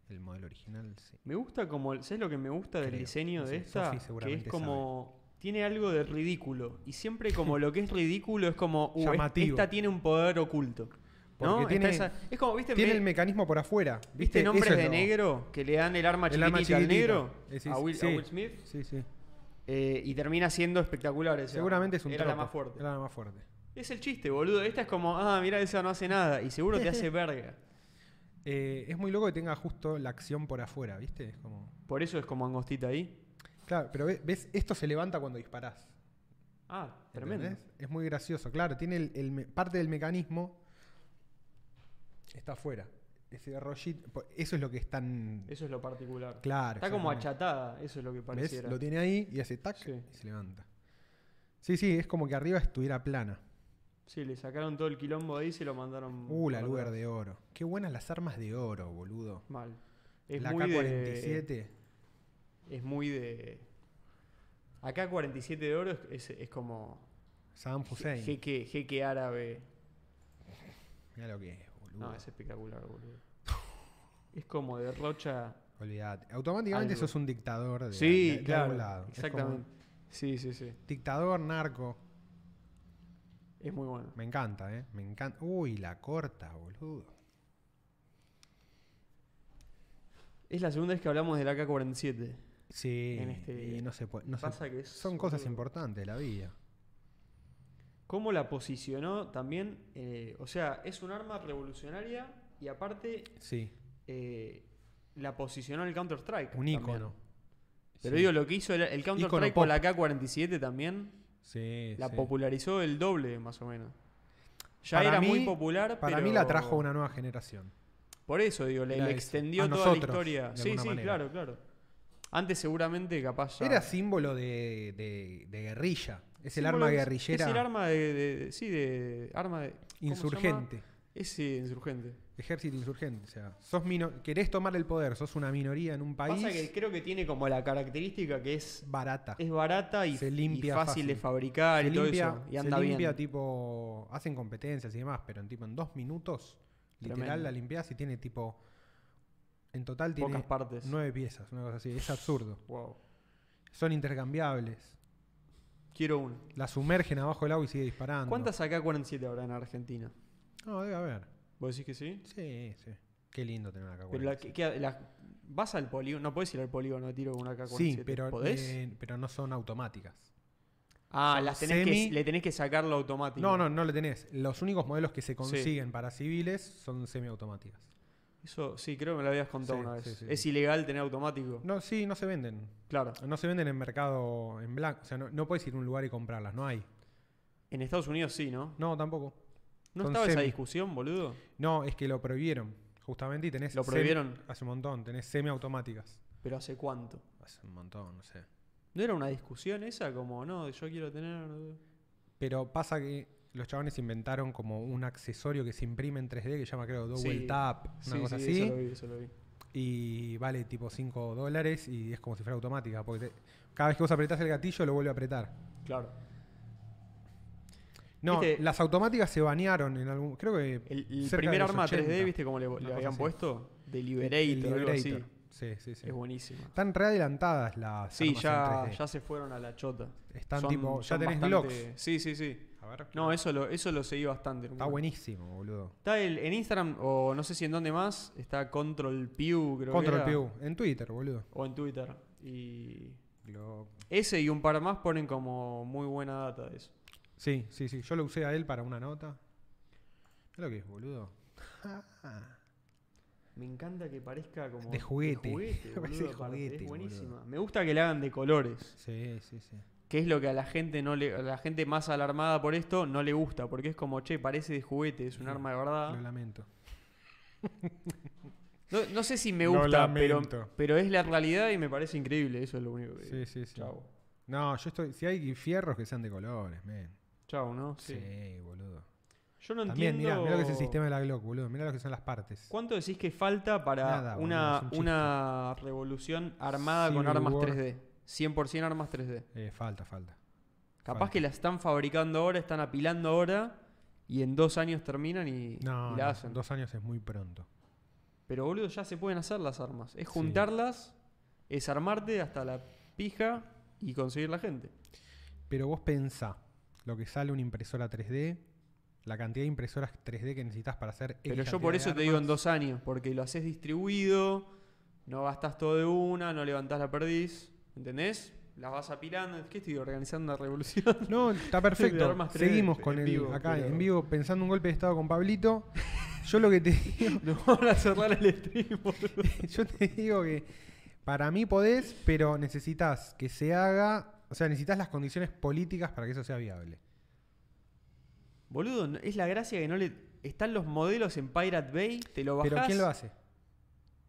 El modelo original, sí. Me gusta como... el- ¿Sabes lo que me gusta del Creo. diseño No de sé, esta? Sofi que es seguramente como... Tiene algo de ridículo. Y siempre como lo que es ridículo es como... "Uh, es- Llamativo. esta tiene un poder oculto. ¿No? Porque Está tiene- esa- es como, ¿viste? Tiene Este me- el mecanismo por afuera. ¿Viste ¿Viste? Eso nombres es de lo- negro que le dan el arma El arma chiquitita al chiquitita. negro? Decís, a, Will, a sí. Will Smith. Sí, sí. eh, y termina siendo espectacular. ese arma. Seguramente es un Era la tropo. más fuerte. Era la más fuerte. Es el chiste, boludo. Esta es como, ah, mira, esa no hace nada. Y seguro te hace verga. Eh, es muy loco que tenga justo la acción por afuera, ¿viste? Es como. Por eso es como angostita ahí. Claro, pero ve- ves, esto se levanta cuando disparás. Ah, ¿entendés? tremendo. Es muy gracioso, claro. Tiene el, el me- parte del mecanismo. Está afuera. Ese rollito. po- Eso es lo que es tan. Eso es lo particular. claro. Está como exactamente. achatada, eso es lo que ¿Ves? pareciera. Lo tiene ahí y hace tac Sí. y se levanta. Sí, sí, es como que arriba estuviera plana. Sí, le sacaron todo el quilombo ahí y se lo mandaron. Uh, la para lugar atrás. de oro. Qué buenas las armas de oro, boludo. Mal. Es la muy K-47. de. Es muy de. Acá 47 de oro es, es- es como. Saddam Hussein. Jeque, jeque árabe. Mira lo que es, boludo. No, es espectacular, boludo. es como derrocha. Olvídate. Automáticamente Algo. sos un dictador de, de- sí, de claro. algún lado. Es como Exactamente. Sí, sí, sí. un dictador, narco. Es muy bueno. Me encanta, ¿eh? Me encanta. Uy, la corta, boludo. Es la segunda vez que hablamos del AK-47. Sí. En este- y no se puede. no se- Pasa que es, son cosas boludo. importantes de la vida. cómo la posicionó también. eh, o sea, es un arma revolucionaria y aparte Sí. eh, la posicionó el Counter-Strike. Un también. ícono. Pero Sí. digo, lo que hizo el, el Ícono Counter-Strike pop. con la K-47 también, Sí, la sí. popularizó el doble, más o menos. Ya Para era mí- muy popular, Para pero- mí la trajo una nueva generación. Por eso, digo, le, Era le eso. extendió A toda nosotros, la historia. de Sí, alguna sí, manera. claro, claro. Antes seguramente capaz ya... Era símbolo de, de- de guerrilla. Es el Sí, arma boludo, es- guerrillera Es el arma de... de- sí, de... Arma de... ¿cómo se llama? insurgente. Ese insurgente. Ejército insurgente. O sea, sos mino- querés tomar el poder, sos una minoría en un país Pasa que creo que tiene como la característica que es, barata. es barata y, Se y limpia fácil, fácil. de fabricar se y todo limpia, eso. Y se anda limpia, bien. tipo, hacen competencias y demás, pero en tipo en dos minutos, literal, Tremendo. la limpias y tiene tipo, en total tiene Pocas partes. nueve piezas, una cosa así, es absurdo. Wow. Son intercambiables, Quiero uno. la sumergen abajo del agua y sigue disparando. ¿Cuántas AK-47 habrá en Argentina? No, debe haber. ¿Vos decís que sí? Sí, sí. Qué lindo tener una K47. Pero la, que- que- la- vas al polígono, no podés ir al polígono de tiro con una K47. sí, pero, ¿Podés? eh, pero no son automáticas. ah, son las tenés semi- que, le tenés que sacar lo automático. No, no, no lo tenés. Los únicos modelos que se consiguen para civiles son semiautomáticas. Eso sí, creo que me lo habías contado Sí, una vez. sí, sí, es sí. ilegal tener automático. No, sí, no se venden. Claro. No se venden en mercado en blanco. O sea, no, no puedes ir a un lugar y comprarlas, no hay. En Estados Unidos sí, ¿no? No, tampoco. ¿No Son estaba esa semi. discusión, boludo? No, es que lo prohibieron, justamente, y tenés. ¿Lo semi- prohibieron? hace un montón, tenés semiautomáticas. Pero ¿hace cuánto? Hace un montón, no sé. ¿No era una discusión esa? Como, no, yo quiero tener... Pero pasa que los chabones inventaron como un accesorio que se imprime en 3D que se llama, creo, Double Sí. Tap, una Sí, cosa sí, así. Eso lo vi, eso lo vi. Y vale tipo 5 dólares y es como si fuera automática. Porque te- cada vez que vos apretás el gatillo lo vuelve a apretar. Claro. No, Viste- las automáticas se banearon en algún. Creo que. Este El, el cerca de primer los arma 80. 3D, ¿viste cómo le, le cosa habían así. puesto? De El- Liberator, el algo así. Liberator. Sí, sí, sí. Es buenísima. Están re adelantadas las. Sí, armas en ya, 3D. ya se fueron a la chota. Están Son- tipo. Ya son tenés bastante- Glocks. Sí, sí, sí. A ver. No, eso lo, eso lo seguí bastante. Está hermano. buenísimo, boludo. Está el, en Instagram, o no sé si en dónde más, está Control Pew, creo Control que era, PU. En Twitter, boludo. O en Twitter. Y Glock. ese y un par más ponen como muy buena data de eso. Sí, sí, sí. Yo lo usé a él para una nota. ¿Qué lo que es, boludo? Me encanta que parezca como... De juguete. De juguete, Parece boludo, de aparte, juguete, Es buenísima. boludo. Me gusta que la hagan de colores. Sí, sí, sí. Que es lo que a la gente no le, a la gente más alarmada por esto no le gusta, porque es como, che, parece de juguete, es un Sí, arma de verdad. Lo lamento. No, no sé si me Lo gusta, pero, lamento. pero es la realidad y me parece increíble, eso es lo único que digo. Sí, sí, sí. Chau. No, yo estoy. Si hay fierros que sean de colores, men. Chau, ¿no? Sí, Sí. boludo. Yo no También, mira, entiendo. mira lo que es el sistema de la Glock, boludo. Mira lo que son las partes. ¿Cuánto decís que falta para Nada, boludo, una, es un chiste. una revolución armada con Civil armas War. 3D? 100% armas 3D. Eh, falta, falta. Capaz Falta. que la están fabricando ahora, están apilando ahora y en dos años terminan y, No, y la no, hacen. dos años es muy pronto. Pero boludo, ya se pueden hacer las armas. Es juntarlas, es armarte hasta la pija y conseguir la gente. Pero vos pensá lo que sale una impresora 3D, la cantidad de impresoras 3D que necesitas para hacer. X Pero yo cantidad por de eso te digo en armas. dos años, porque lo haces distribuido, no gastás todo de una, no levantás la perdiz, ¿entendés? Las vas apilando, ¿qué estoy organizando la revolución? No, está De perfecto. armas 3D Seguimos en con el. vivo, acá pero- en vivo pensando un golpe de estado con Pablito. Yo lo que te digo. no van a cerrar el stream, boludo. yo te digo que para mí podés, pero necesitas que se haga. O sea, necesitas las condiciones políticas para que eso sea viable. Boludo, no- es la gracia que no le... Están los modelos en Pirate Bay, te lo bajás. Pero ¿quién lo hace?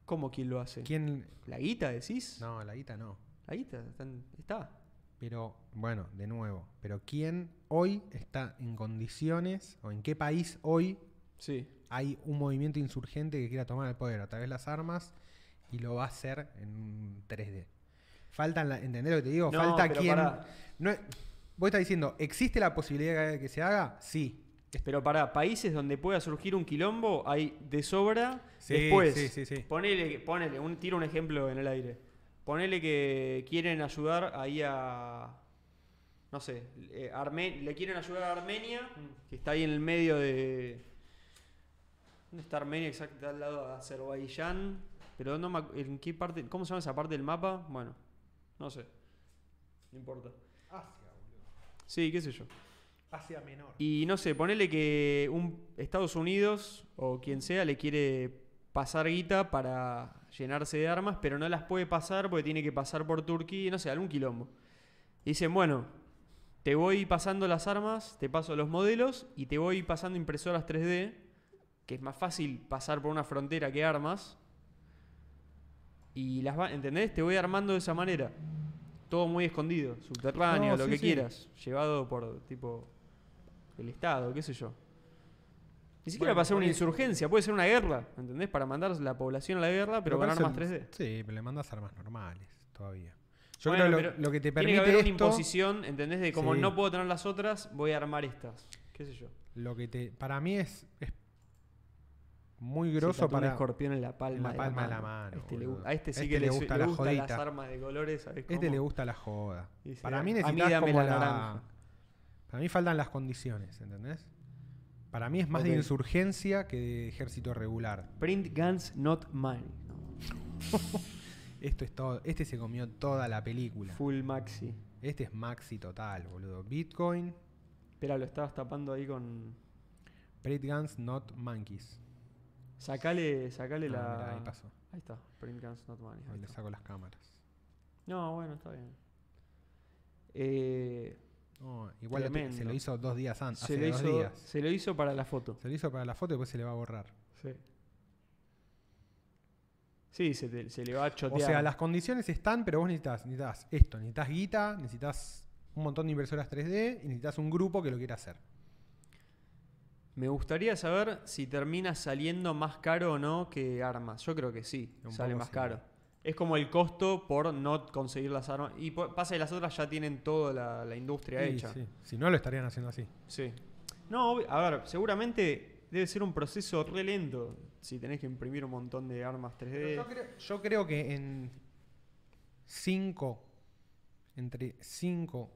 ¿Cómo quién lo hace? ¿Quién? ¿La guita decís? No, la guita no. La guita están- está. Pero, bueno, de nuevo, pero ¿quién hoy está en condiciones o en qué país hoy Sí. hay un movimiento insurgente que quiera tomar el poder a través de las armas y lo va a hacer en 3D? Faltan, la, ¿entendés lo que te digo? No, Falta pero quien... pará. No, es- vos estás diciendo, ¿existe la posibilidad de que se haga? Sí. Pero para países donde pueda surgir un quilombo, hay de sobra. Sí, Después, sí, sí, sí. ponele, que- ponele un, tiro un ejemplo en el aire. Ponele que quieren ayudar ahí a. No sé, eh, Arme- le quieren ayudar a Armenia, que está ahí en el medio de. ¿Dónde está Armenia? Exacto, al lado de Azerbaiyán. Pero no me ac- ¿en qué parte? ¿Cómo se llama esa parte del mapa? Bueno, no sé. No importa. Asia, boludo. Sí, qué sé yo. Asia menor. Y no sé, ponele que un Estados Unidos o quien sea le quiere pasar guita para llenarse de armas, pero no las puede pasar porque tiene que pasar por Turquía, no sé, algún quilombo. Y dicen, bueno, te voy pasando las armas, te paso los modelos y te voy pasando impresoras 3D, que es más fácil pasar por una frontera que armas. Y las va, ¿entendés? Te voy armando de esa manera. Todo muy escondido, subterráneo, No, lo sí, que sí. quieras, llevado por tipo el Estado, qué sé yo. Ni siquiera Bueno, va a ser por una eso. insurgencia, puede ser una guerra, ¿entendés? Para mandar la población a la guerra, pero, con parece- armas 3D. Sí, pero le mandas armas normales todavía. Yo Bueno, creo pero que lo, lo que te Tiene permite que haber una esto- imposición, ¿entendés? De como Sí. no puedo tener las otras, voy a armar estas. ¿Qué sé yo? Lo que te. Para mí es. es muy Se grosso tatuó un para. escorpión en la palma, en la de, palma la de la mano. mano, Este le boludo. gu- a este sí Este que le le, gusta gusta la las jodita. armas de colores, ¿sabés Este le cómo? gusta la joda. Y se Para da- mí a mí necesitas dame como la la- naranja. Para mí faltan las condiciones, ¿entendés? Para mí es más Ok. de insurgencia que de ejército regular. Print Guns Not Mine. Esto es todo, este se comió toda la película. Full Maxi. Este es maxi total, boludo. Bitcoin, Espera, lo estabas tapando ahí con. Print Guns, Not Monkeys. Sacale, sacale Ah, la. mirá, ahí pasó. Ahí está, Print Guns Not Mine. ahí Ahí le está. saco las cámaras. No, bueno, está bien. Eh, No, igual lo te- se Tremendo. lo hizo dos días antes. se, hace lo dos hizo, días. se lo hizo para la foto. Se lo hizo para la foto y después se le va a borrar. Sí. Sí, se, te- se le va a O chotear. sea, las condiciones están, pero vos necesitas, necesitas esto, necesitas guita, necesitas un montón de impresoras 3D y necesitas un grupo que lo quiera hacer. Me gustaría saber si termina saliendo más caro o no que armas. Yo creo que sí, Un sale poco más sí. caro. Es como el costo por no conseguir las armas. Y po- pasa que las otras ya tienen toda la, la industria Y hecha. sí, Si no, lo estarían haciendo así. Sí. No, obvi- a ver, seguramente debe ser un proceso re lento si tenés que imprimir un montón de armas 3D. Yo creo, yo creo que en 5, entre 5,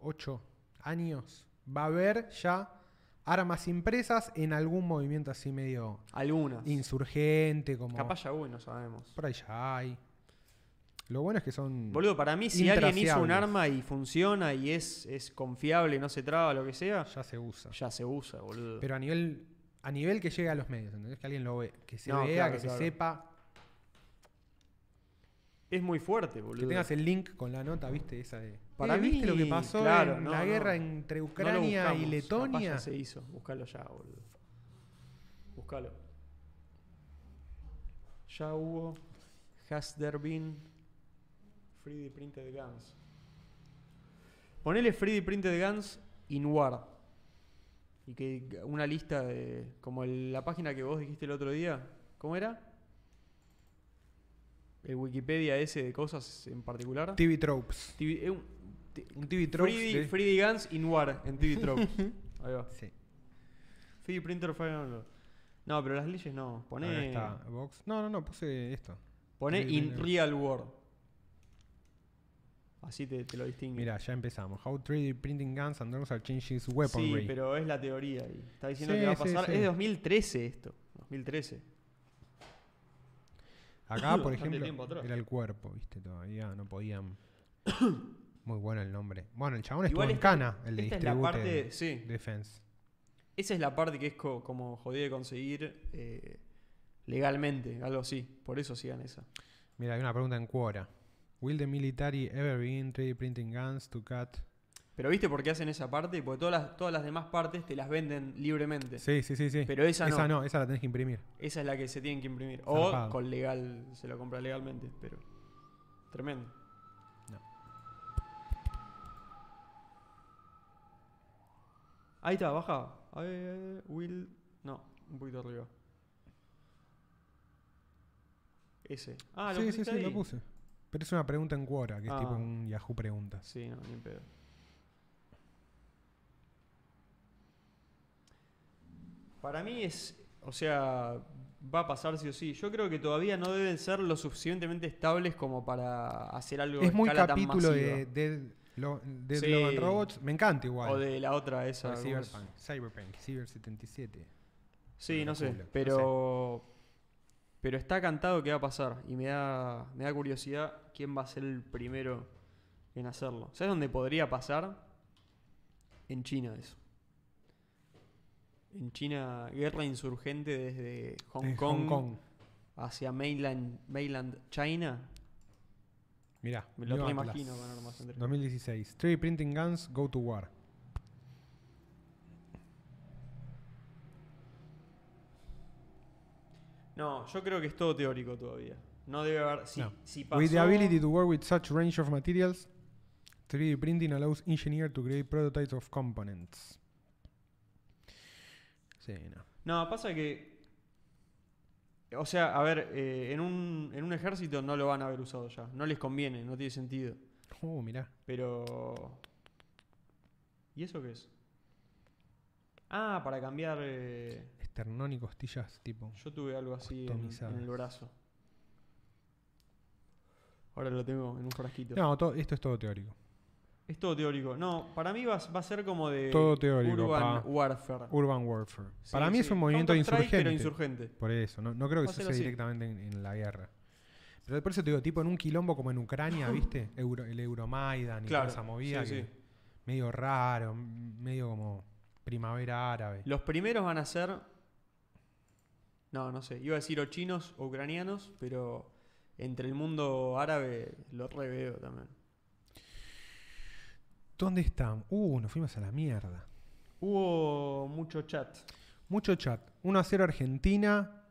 8 años, va a haber ya armas impresas en algún movimiento así medio Algunas. insurgente, como... Capaz ya uy, no sabemos. Por ahí ya hay. Lo bueno es que son... Boludo, para mí, si alguien hizo un Intraseables. arma y funciona y es, es confiable, no se traba, lo que sea, Ya se usa. ya se usa, boludo. Pero a nivel, a nivel que llegue a los medios, ¿entendés? Que alguien lo ve, que se No, vea, claro, que claro. se sepa, es muy fuerte, que boludo. tengas el link con la nota, ¿viste? Esa de... Para "Eh, mí, ¿viste lo que pasó claro, en no, la no. guerra entre No lo Ucrania y buscamos, capaz Letonia? ya se hizo. Búscalo ya, boludo. Búscalo. Ya hubo. Has there been. 3D printed guns. Ponele 3D printed guns in war. Y que una lista de. Como el- la página que vos dijiste el otro día. ¿Cómo era? El Wikipedia ese de cosas en particular. TV Tropes. Tibi- eh, un- ti- Un TV Tropes. Freedy, de- Freedy Guns in War en TV Tropes. Ahí va. Sí. Freedy Printer Fire and Love. No, pero las leyes no. Ahora Pone, está Vox. No, no, no, puse esto. pone Freedy in Printer. real world. Así te, te lo distingue. Mira, ya empezamos. How 3D printing guns and drones are changing sí, weaponry. pero es la teoría. y Está diciendo Sí, que va a sí, pasar. sí. Es 2013 esto. 2013. Acá, por Bastante tiempo ejemplo, atrás. era el cuerpo, ¿viste? Todavía no podían. Muy bueno el nombre. Bueno, el chabón Igual estuvo esta- en Cana, el de Esta es la Distributed parte. Sí. Defense. Esa es la parte que es co- como jodida de conseguir eh, legalmente. Algo así. Por eso sigan esa. Mira, hay una pregunta en Quora. Will the military ever begin 3D printing guns to cut? Pero viste por qué hacen esa parte. Porque todas las, todas las demás partes te las venden libremente. Sí, sí, sí, sí. Pero esa no. esa no. esa la tenés que imprimir. Esa es la que se tienen que imprimir. O Zarpado. con legal, se lo compra legalmente, pero. Tremendo. No. Ahí está, baja. A ver, Will. No, un poquito arriba. Ese. Ah, lo sí, sí, pusiste sí, ahí? lo puse. Pero es una pregunta en Quora, que Ah. es tipo un Yahoo Preguntas. Sí, no, ni en pedo. Para mí es, o sea, va a pasar sí o sí. Yo creo que todavía no deben ser lo suficientemente estables como para hacer algo de Es muy escala capítulo tan de masiva. Dead, Lo- Dead Sí. Love and Robots. Me encanta igual. o de la otra O esa. de ¿cómo es? Cyberpunk. Cyberpunk, Cyber 77. Sí, no sé, Locura, no pero pero está cantado que va a pasar y me da me da curiosidad quién va a ser el primero en hacerlo. ¿Sabes dónde podría pasar? En China eso. En China guerra insurgente desde Hong, De Kong, hacia mainland mainland China. Mirá. Me lo New Atlas. imagino con armas en 3D. 2016. 3D Printing Guns Go to War. No, yo creo que es todo teórico todavía. No debe haber si, No. si pasó- With the ability to work with such range of materials, 3D printing allows engineers to create prototypes of components. Sí, no. No, pasa que. O sea, a ver, eh, en, un, en un ejército no lo van a haber usado ya. No les conviene, no tiene sentido. Oh, mirá. Pero. ¿Y eso qué es? Ah, para cambiar. eh, Esternón y costillas, tipo. yo tuve algo así en, Customizadas. en el brazo. Ahora lo tengo en un frasquito. No, todo- esto es todo teórico. Es todo teórico. No, para mí va, va a ser como de Todo teórico, Eh, Urban pa. Warfare. Urban Warfare. Sí, Para mí es sí. un movimiento Counter-Strike, insurgente. Pero insurgente. Por eso, no, no creo que Va a eso ser sea así. directamente en, en la guerra. Pero por eso te digo, tipo en un quilombo como en Ucrania, ¿viste? Euro- el Euromaidan y Claro, toda esa movida sí, que sí. medio raro, m- medio como primavera árabe. Los primeros van a ser. No, no sé. Iba a decir o chinos o ucranianos, pero entre el mundo árabe lo reveo también. ¿Dónde están? Uh, nos fuimos a la mierda. Hubo mucho chat. Mucho chat. 1 a 0 Argentina.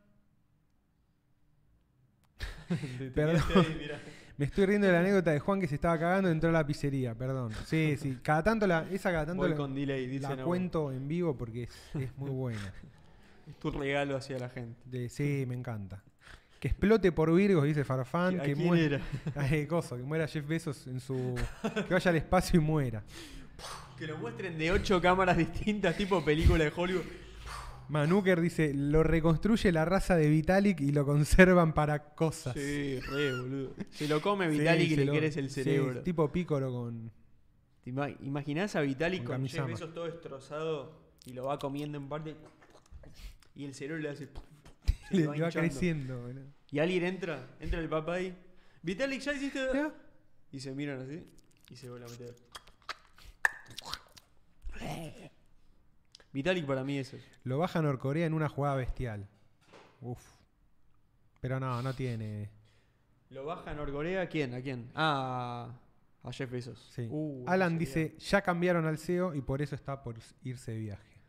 Te Perdón. tiraste ahí, mirá. Me estoy riendo de la anécdota de Juan que se estaba cagando y entró a la pizzería, perdón. Sí, sí. Cada tanto la, esa cada tanto Voy la, con delay, dice la Nahuel. cuento en vivo porque es, es muy buena. Es tu regalo hacia la gente. De, sí, me encanta. Que explote por Virgos, dice ¿A Farfán. Que quién muera. era? Ay, coso, que muera Jeff Bezos en su. Que vaya al espacio y muera. Que lo muestren de ocho cámaras distintas, tipo película de Hollywood. Manuker dice: Lo reconstruye la raza de Vitalik y lo conservan para cosas. Sí, re, boludo. Se lo come Sí, Vitalik y se le lo- quieres el sí, cerebro. tipo pícoro con. ¿Te ima- imaginás a Vitalik Con con Jeff Kamisama. Bezos todo destrozado y lo va comiendo en parte y el cerebro le hace se Le, lo va le va hinchando. creciendo, boludo. Y alguien entra, entra el papá ahí. Vitalik, ya hiciste. Ya. Y se miran así y se vuelve a meter. Vitalik para mí es eso. Lo baja Norcorea en una jugada bestial. Uf. Pero no, no tiene. ¿Lo baja a Norcorea? ¿Quién? ¿A quién? Ah, a Jeff Bezos. Sí. Uh, Alan sería- dice: Ya cambiaron al CEO y por eso está por irse de viaje.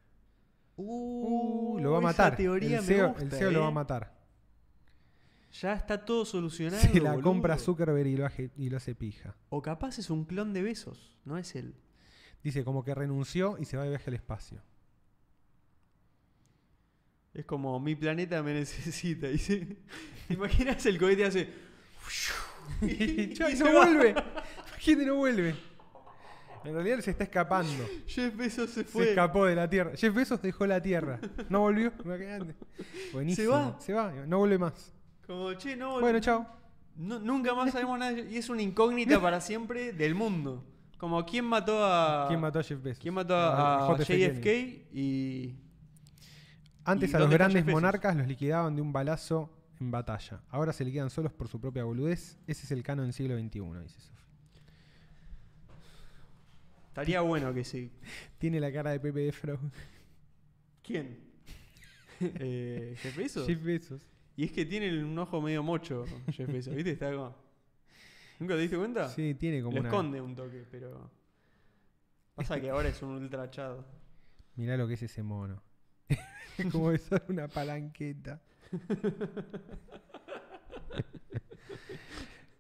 Uh, Uh, lo va a esa matar. teoría el me CEO, el gusta, CEO lo va a eh. matar. Ya está todo solucionado. Se la boludo. compra Zuckerberg y lo hace- y lo hace pija. O capaz es un clon de Besos, no es él. Dice como que renunció y se va de viaje al espacio. Es como mi planeta me necesita. Y se- ¿Te imaginas el cohete hace. y se no va. vuelve. Gente no vuelve. En realidad se está escapando. Jeff Bezos se Se fue. escapó de la Tierra. Jeff Bezos dejó la Tierra. No volvió. Imagínate. Buenísimo. va. Se va. No vuelve más. como, che, no, Bueno, chao. no- nunca más sabemos nada. de- Y es una incógnita para siempre del mundo. Como, ¿quién mató a. ¿Quién mató a Jeff Bezos? quién mató a, a JFK? JFK? Y. Antes ¿Y a dónde los está grandes Jeff Bezos? monarcas los liquidaban de un balazo en batalla. Ahora se liquidan solos por su propia boludez. Ese es el canon del siglo XXI, dice Sofi. Estaría bueno que sí. Tiene la cara de Pepe de Frog. ¿Quién? eh, ¿Jeff Bezos? Jeff Bezos. Y es que tiene un ojo medio mocho, Jeff Bezos, ¿viste? Está como... ¿Nunca te diste cuenta? Sí, tiene como Lo una... esconde un toque, pero... Pasa que ahora es un ultrachado. Mirá lo que es ese mono. Es como besar una palanqueta.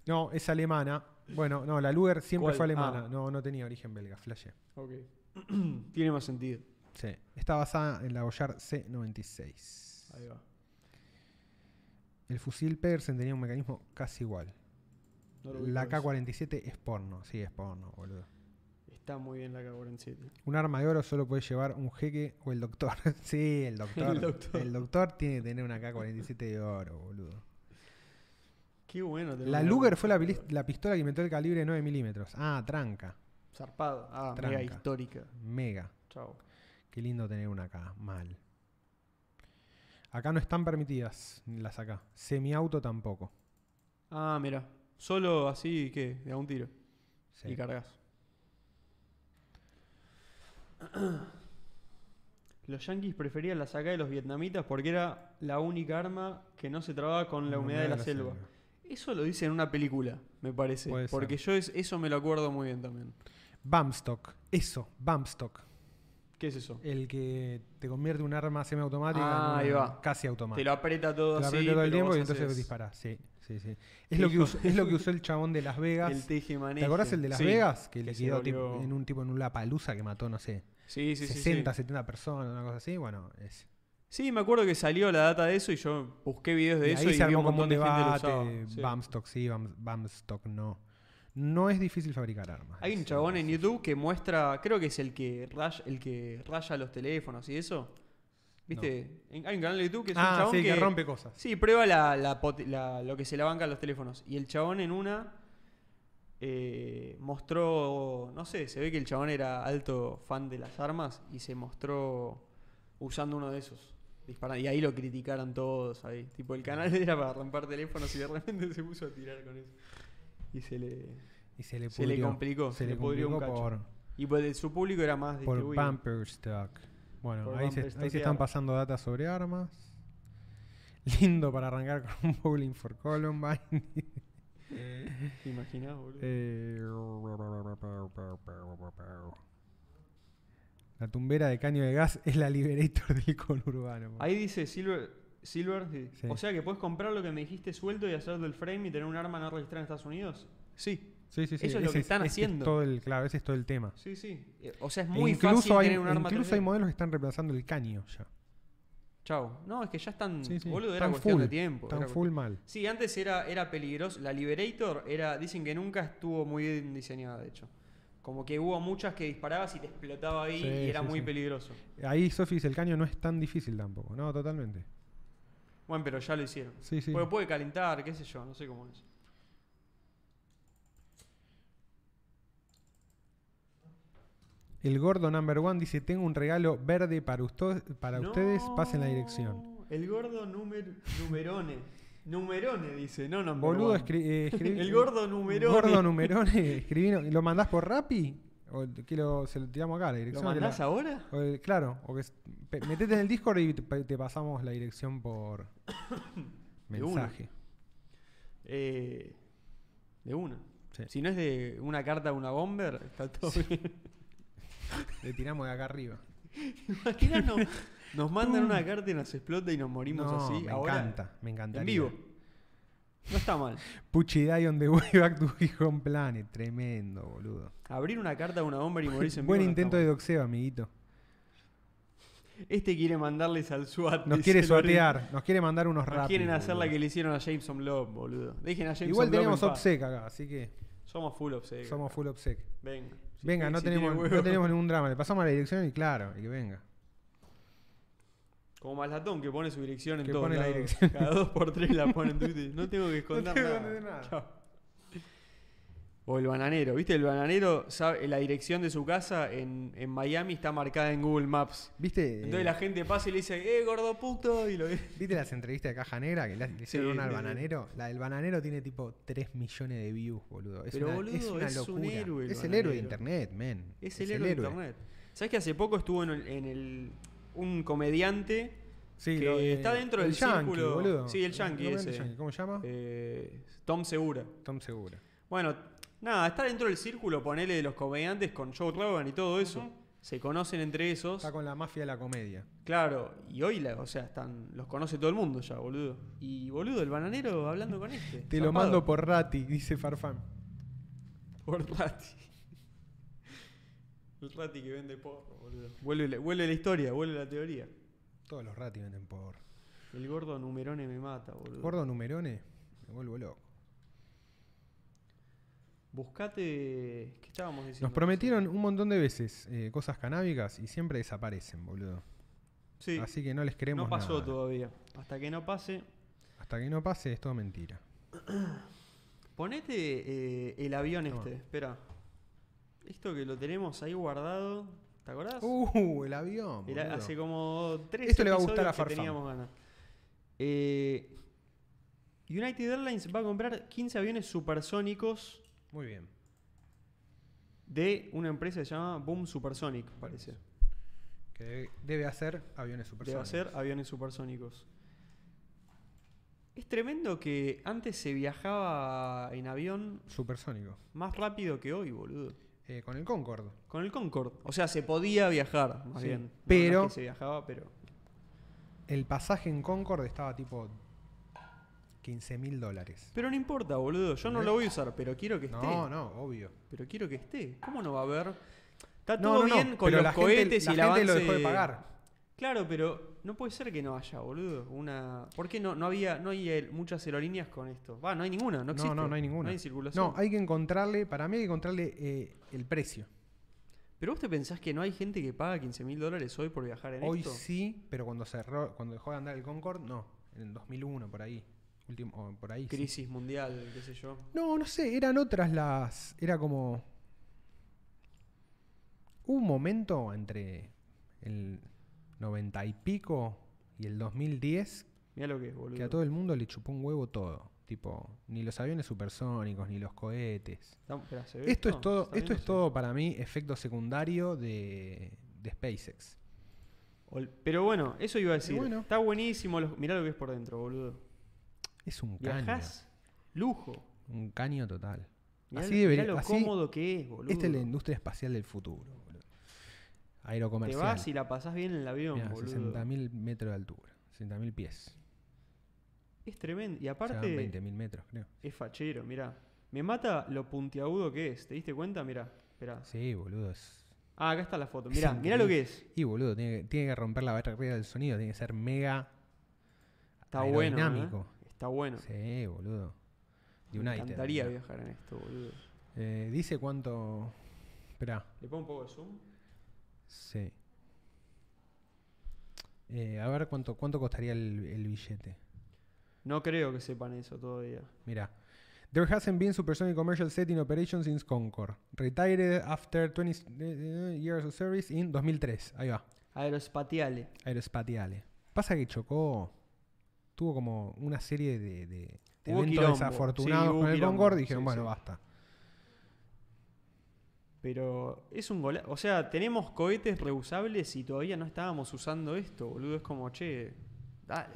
No, es alemana. Bueno, no, la Luger siempre ¿Cuál? fue alemana. Ah. No, no tenía origen belga, flashé. Ok. tiene más sentido. Sí. Está basada en la Boyar C96. Ahí va. El fusil Pedersen tenía un mecanismo casi igual. No lo la ubico eso. K47 es porno, sí, es porno, boludo. Está muy bien la K47. Un arma de oro solo puede llevar un jeque o el doctor. sí, el doctor. El doctor. el doctor tiene que tener una K47 de oro, boludo. Qué bueno. tener La una Luger arma fue la, pilis- la pistola que inventó el calibre 9 milímetros. Ah, tranca. Zarpada. Ah, mega Tranca. histórica. Mega. Chao. Qué lindo tener una acá. Mal. Acá no están permitidas las acá. Semiauto tampoco. Ah, mira. Solo así, ¿qué? De a un tiro. Sí. Y cargas. Los yanquis preferían la saca de los vietnamitas porque era la única arma que no se trababa con la humedad de la, selva. Eso lo dice en una película, me parece. Puede ser. porque yo es, eso me lo acuerdo muy bien también. Bamstock. Eso, Bamstock. ¿Qué es eso? El que te convierte un arma semiautomática Ah, ahí en una va. casi automática. Te lo aprieta todo Te la así. aprieta todo el pero tiempo vos y entonces haces disparás. Sí, sí, sí. ¿Qué Es lo, que hijo usó, es lo que usó el chabón de Las Vegas. El tejemaneje. ¿Te acordás el de Las Sí. Vegas? Que, que le se quedó tipo, volvió- en un tipo en una palusa que mató, no sé, Sí, sí, sí, 60, sí. 70 personas, una cosa así. Bueno, es. Sí, me acuerdo que salió la data de eso y yo busqué videos de y eso ahí y se vi armó un como montón un de gente debate: lo usaba. Sí. Bamstock sí, Bam- Bamstock no. No es difícil fabricar armas. Hay un es chabón una en cosa. YouTube que muestra, creo que es el que raya, el que raya los teléfonos y eso. ¿Viste? En- Hay un canal de YouTube que es un Ah, chabón sí, que, que rompe cosas. Sí, prueba la, la pot- la- lo que se la banca a los teléfonos. Y el chabón en una eh, mostró, no sé, se ve que el chabón era alto fan de las armas y se mostró usando uno de esos. disparando. Y ahí lo criticaron todos ahí. Tipo, el canal era para romper teléfonos y de repente se puso a tirar con eso. Y se le. Y se le, Se le pudrió. complicó, se le pudrió un cacho. por, Y pues de su público era más por distribuido. Bumperstock. Bueno, Por ahí, se, bumper ahí se están stockeado. pasando datas sobre armas. Lindo para arrancar con un Bowling for Columbine. ¿Te imaginás, boludo? Eh, La tumbera de caño de gas es la liberator del conurbano. po. Ahí dice Silver. Silver sí. Sí. O sea que puedes comprar lo que me dijiste suelto y hacerlo el frame y tener un arma no registrada en Estados Unidos. Sí, Sí, sí, sí, eso es lo ese que están ese haciendo. todo el, claro, ese es todo el tema. sí, sí. Eh, O sea, es E muy incluso fácil hay, tener un arma incluso 3D. hay modelos que están reemplazando el caño ya. Chao. No, es que ya están. Sí, sí, Mm, Boludo, era están cuestión de full, tiempo. Están era full mal. cuestión- Sí, antes era, era peligroso. La Liberator era. Dicen que nunca estuvo muy bien diseñada, de hecho. Como que hubo muchas que disparabas y te explotaba ahí Sí, y era sí, muy sí. peligroso. Ahí, Sofi dice, el caño no es tan difícil tampoco. No, totalmente. Bueno, pero ya lo hicieron. Sí, sí. Porque puede calentar, qué sé yo, no sé cómo es. El gordo number one dice, tengo un regalo verde para, usto- para ustedes, pasen la dirección. No, El gordo número numerone. Numerone dice, no number Boludo, one. escri- eh, escribí- El gordo numerone. Gordo numerone, escribino. ¿Lo mandás por Rappi? ¿O que lo, se lo tiramos acá la ¿Lo dirección? que la- mandás ahora? o el- claro, o que s- pe- metete en el Discord y te, te pasamos la dirección por De una. mensaje. Eh, de una. Sí. Si no es de una carta a una bomber, está todo bien. Le tiramos de acá arriba. Imagina, no- nos mandan una carta y nos explota y nos morimos No, así. me ahora, encanta, me encantaría. En vivo. No está mal. Pucci Die on the way back to his home planet. Tremendo, boludo. Abrir una carta a una bomber y morirse en vivo. Buen no está intento de mal. doxeo, amiguito. Este quiere mandarles al SWAT. Nos dice quiere el Lorenzo. suatear, nos quiere mandar unos Nos rápidos. quieren hacer la que le hicieron a Jameson Love, boludo. Dejen a Jameson Igual Love en tenemos paz. OPSEC acá, así que Somos full obsec. somos full OPSEC. Venga. Si venga, tiene- no, si tiene tenemos, huevo. no tenemos ningún drama. Le pasamos la dirección y claro, y que venga. Como Malatón que pone su dirección en Que todos pone la lados. dirección. Cada dos por tres la pone en Twitter. No tengo que esconder tengo que nada. esconder nada. Chao. O el bananero, ¿viste? El bananero, sabe, la dirección de su casa en, en Miami está marcada en Google Maps. ¿Viste, eh, Entonces la gente pasa y le dice, ¡eh, gordo puto! Y lo ¿Viste las entrevistas de Caja Negra que le le hicieron Sí, una al sí, sí. bananero? La del bananero tiene tipo 3 millones de views, boludo. Es Pero, una, es boludo, una es un locura. héroe el es el héroe de bananero. internet, men. Es el héroe de internet. ¿Sabes que hace poco estuvo en el- en el un comediante Sí, Que lo de- está dentro el del Yankee, círculo- boludo. Sí, el Yankee comediante ese. ¿Cómo se llama? Eh, Tom Segura. Tom Segura. Bueno, nada, está dentro del círculo, ponele de los comediantes con Joe Rogan y todo eso. Se conocen entre esos. Está con la mafia de la comedia. Claro, y hoy, la- o sea, están, los conoce todo el mundo ya, boludo. Y boludo, el bananero hablando con este. Te lo zarpado. mando por Rati, dice Farfán. por Rati. El Rati que vende porro, boludo. Vuelve la, vuelve la historia, vuelve la teoría. Todos los Rati venden por. El gordo numerone me mata, boludo. Gordo Numerone, me vuelvo loco. Buscate. ¿Qué estábamos diciendo? Nos prometieron un montón de veces eh, cosas canábicas y siempre desaparecen, boludo. Sí, Así que no les creemos no pasó nada. todavía. Hasta que no pase. Hasta que no pase es todo mentira. Ponete eh, el avión Toma. este, espera. Esto que lo tenemos ahí guardado, ¿te acordás? Uh, el avión. Era boludo. hace como tres Esto le va a gustar episodios a que Farfán. teníamos ganas. Eh, United Airlines va a comprar 15 aviones supersónicos Muy bien. de una empresa que se llama Boom Supersonic, parece. Que debe, debe hacer aviones Debe supersónicos. hacer aviones supersónicos. Es tremendo que antes se viajaba en avión Supersónico. más rápido que hoy, boludo. Eh, con el Concorde. Con el Concorde. O sea, se podía viajar, más Sí, bien. No- pero- no es que se viajaba, pero. El pasaje en Concorde estaba tipo 15 mil dólares. Pero no importa, boludo. Yo no lo voy a usar, pero quiero que esté. No, no, obvio. Pero quiero que esté. ¿Cómo no va a haber? Está No, Ah, todo no, no, bien con pero los la gente- cohetes la y el gente lo avance- dejó de pagar. Claro, pero no puede ser que no haya, boludo. Una. ¿Por qué no, no había, no hay eh, muchas aerolíneas con esto? Va, no hay ninguna, no No, existe. no, no, hay ninguna. No hay en circulación. No, hay que encontrarle, para mí hay que encontrarle eh, el precio. Pero vos te pensás que no hay gente que paga 15 mil dólares hoy por viajar en Hoy esto. sí, pero cuando cerró, cuando dejó de andar el Concorde, no. En el 2001, por ahí. Último, o por ahí. sí. Crisis mundial, qué sé yo. No, no sé, eran otras las. Era como. Hubo un momento entre el 90 y pico y el 2010 Mira lo que es, boludo. que a todo el mundo le chupó un huevo todo. Tipo, ni los aviones supersónicos, ni los cohetes. Estamos- esperá, ¿se ve Esto es todo, ¿Está esto bien? es todo para mí efecto secundario de, de SpaceX. Ol- Pero bueno, eso iba a decir. bueno. Está buenísimo. Los... Mirá lo que es por dentro, boludo. Es un caño. Viajás, lujo. Un caño total. Mirá, Así lo- debería- mirá lo así- cómodo que es, boludo. Esta es la industria espacial del futuro, boludo. Te Aerocomercial. vas y la pasás bien en el avión, Mirá, boludo. 60.000 metros de altura. 60.000 pies. Es tremendo. Y O sea, aparte, 20.000 metros, creo. es fachero, mirá. Me mata lo puntiagudo que es. ¿Te diste cuenta? Mirá. Esperá. Sí, boludo. es- Ah, acá está la foto. Es Mirá, mirá lo que es. Y, boludo, tiene que, tiene que romper la barrera del sonido. Tiene que ser mega Está bueno. Aerodinámico. ¿eh? Está bueno. Sí, boludo. Me United, encantaría boludo. viajar en esto, boludo. Eh, dice cuánto. Espera. ¿Le pongo un poco de zoom? Sí. Eh, a ver cuánto, cuánto costaría el, el billete. No creo que sepan eso todavía. Mira. There hasn't been supersonic commercial set in operation since Concord. Retired after 20 eh, years of service in 2003. Ahí va. Aerospatiale. Aerospatiale. Pasa que chocó. Tuvo como una serie de, de- de Hubo eventos quilombo. desafortunados Sí, hubo con el quilombo. Concorde. Dijeron, Sí, bueno, sí. basta. Pero es un golazo. O sea, tenemos cohetes reusables y todavía no estábamos usando esto, boludo. Es como, che, dale.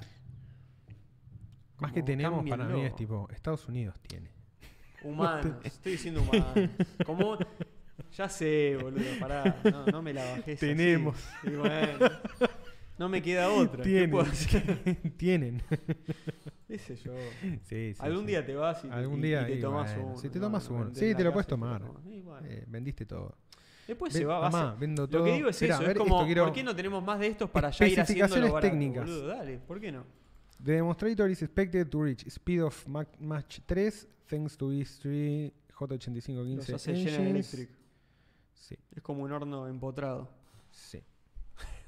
Más que Como tenemos para mí cámbienlo. es tipo, Estados Unidos tiene. Humanos, estoy diciendo humanos. Como ya sé, boludo, pará, no, no me la bajes. así. Tenemos. Y bueno, no me queda otra. ¿Qué Tienen. puedo hacer? Tienen. Qué sé yo. Sí, sí, Algún sí. día te vas y, te- Algún y- día, y te y tomás bueno, uno. si te tomas uno. desde Sí, la te lo puedes casa te tomar. tomas. Y bueno. Eh, vendiste todo. Después Pues Ven- se va, va a mamá, ser- vendo Lo todo. que digo es Esperá, eso, a es ver, como, esto quiero- ¿por qué no tenemos más de estos para ya ir haciéndolo Especificaciones barato, técnicas. boludo? Dale, ¿por qué no? The demonstrator is expected to reach speed of Mach Mach 3 thanks to E these 3 Los J8515 hace General engines. Electric. Sí, Es como un horno empotrado. sí.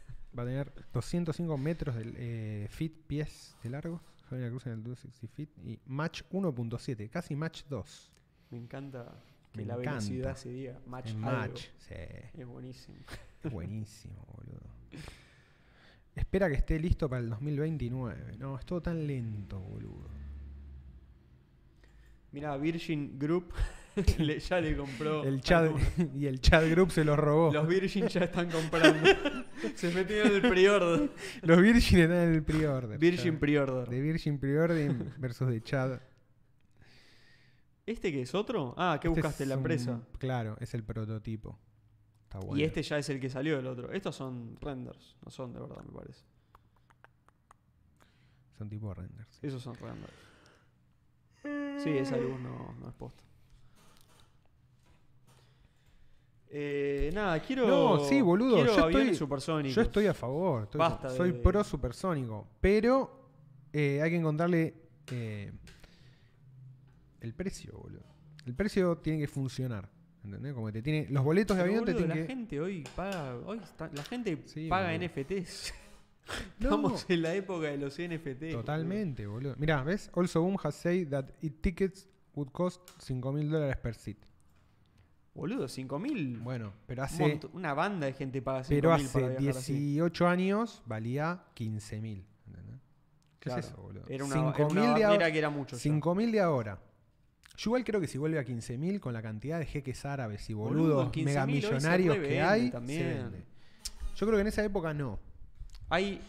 Va a tener 205 metros de eh, feet, pies de largo. Javier Cruz en el 260 feet. Y Mach 1.7, casi Mach 2. Me encanta que Me la encanta. velocidad se diga match en algo. Mach. Sí. Es buenísimo. Es buenísimo, boludo. Espera que esté listo para el 2029. No, es todo tan lento, boludo. Mirá, Virgin Group le- ya le compró. El chat algunos. y el chat group se los robó. Los Virgin ya están comprando. Se metieron en el pre-order. Los Virgin están en el pre-order. Virgin pre De pre-order. Virgin pre-order versus de Chad. ¿Este que es otro? Ah, ¿qué Este buscaste? es La un- empresa. claro, es el prototipo. Está bueno. Y este ya es el que salió del otro. Estos son renders, no son de verdad, me parece. Son tipo renders. sí. Esos son renders. Sí, esa luz no, no es posta. Eh, nada, quiero. No, sí, boludo, Quiero yo aviones estoy- supersónicos. Yo estoy a favor. estoy- Basta soy de- pro supersónico. Pero eh, hay que encontrarle eh, el precio, boludo. El precio tiene que funcionar. ¿Entendés? Como te tiene. Los boletos de Pero, avión te boludo, tienen la que. gente hoy paga. Hoy está- la gente Sí, paga boludo. NFTs. No, Estamos en la época de los NFTs. totalmente, boludo. Mirá, ¿ves? Also Boom has said that it tickets would cost 5 mil dólares per seat. Boludo, 5000. Bueno, pero Un hace. monto- una banda de gente paga 5000 pero hace para viajar así. 18 años valía 15 mil. ¿Qué Claro. es eso, boludo? Era una, 5.000 era una de barrera ahora- que era mucho. ya. 5.000 de ahora. Yo igual creo que si vuelve a 15.000 con la cantidad de jeques árabes y Boludo, boludos 15.000 megamillonarios hoy se que revende hay, también. se vende. Yo creo que en esa época no. Hay.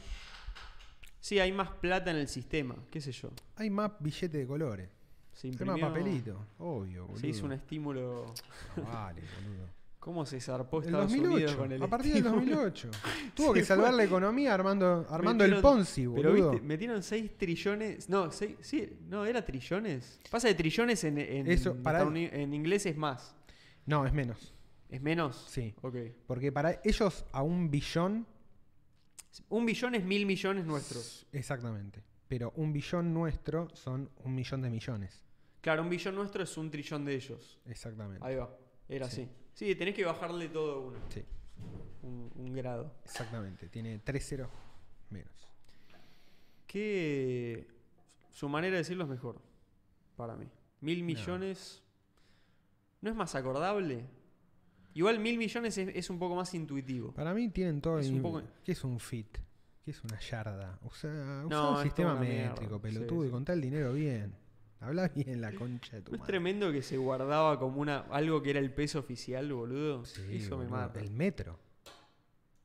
Sí, hay más plata en el sistema, qué sé yo. Hay más billetes de colores. Se Hay más imprimió. papelito. Obvio, boludo. Se hizo un estímulo. No vale, boludo. ¿Cómo se zarpó El Estados Unidos 2008. con el a partir del estímulo? 2008. Tuvo Sí, que salvar fue. la economía armando, armando el Metieron- Ponzi, boludo. Pero viste, metieron 6 trillones. No, seis- sí, no, era trillones. Pasa de trillones en, en, Eso, pará. estadouni- en inglés es más. No, es menos. ¿Es menos? Sí. Ok. Porque para ellos a un billón Un billón es mil millones nuestros. Exactamente. Pero un billón nuestro son un millón de millones. Claro, un billón nuestro es un trillón de ellos. Exactamente. Ahí va. Era Sí. así. Sí, tenés que bajarle todo uno. Sí, Un, un grado. exactamente. Tiene tres ceros menos. ¿Qué. su manera de decirlo es mejor. Para mí. Mil millones. ¿No, es más acordable? Igual mil millones es, es un poco más intuitivo. Para mí tienen todo Es el un mismo. poco- ¿Qué es un fit? ¿Qué es una yarda? O sea, usa No, un es sistema toda una mierda. métrico, Sí, pelotudo, sí. y contá el dinero bien. Habla bien la concha de tu ¿No es madre. tremendo que se guardaba como una algo que era el peso oficial, boludo? Sí, Eso me boludo, mata. El metro.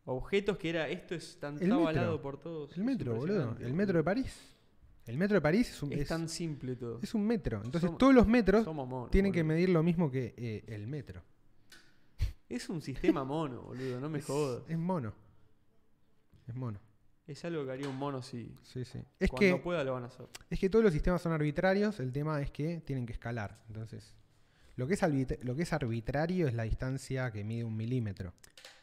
Objetos que era esto es tan El metro. avalado por todos. El Es metro, boludo. impresionante, El metro de París. El metro de París es un, Es es, tan simple todo. es un metro. Entonces Somos- todos los metros Somos monos. tienen que boludo. medir lo mismo que eh, el metro. Es un sistema mono, boludo, no me es, jodas. es mono. Es mono. Es algo que haría un mono si Sí, sí. Es cuando que, pueda lo van a hacer. es que todos los sistemas son arbitrarios. El tema es que tienen que escalar. Entonces, lo que es, arbit- lo que es arbitrario es la distancia que mide un milímetro.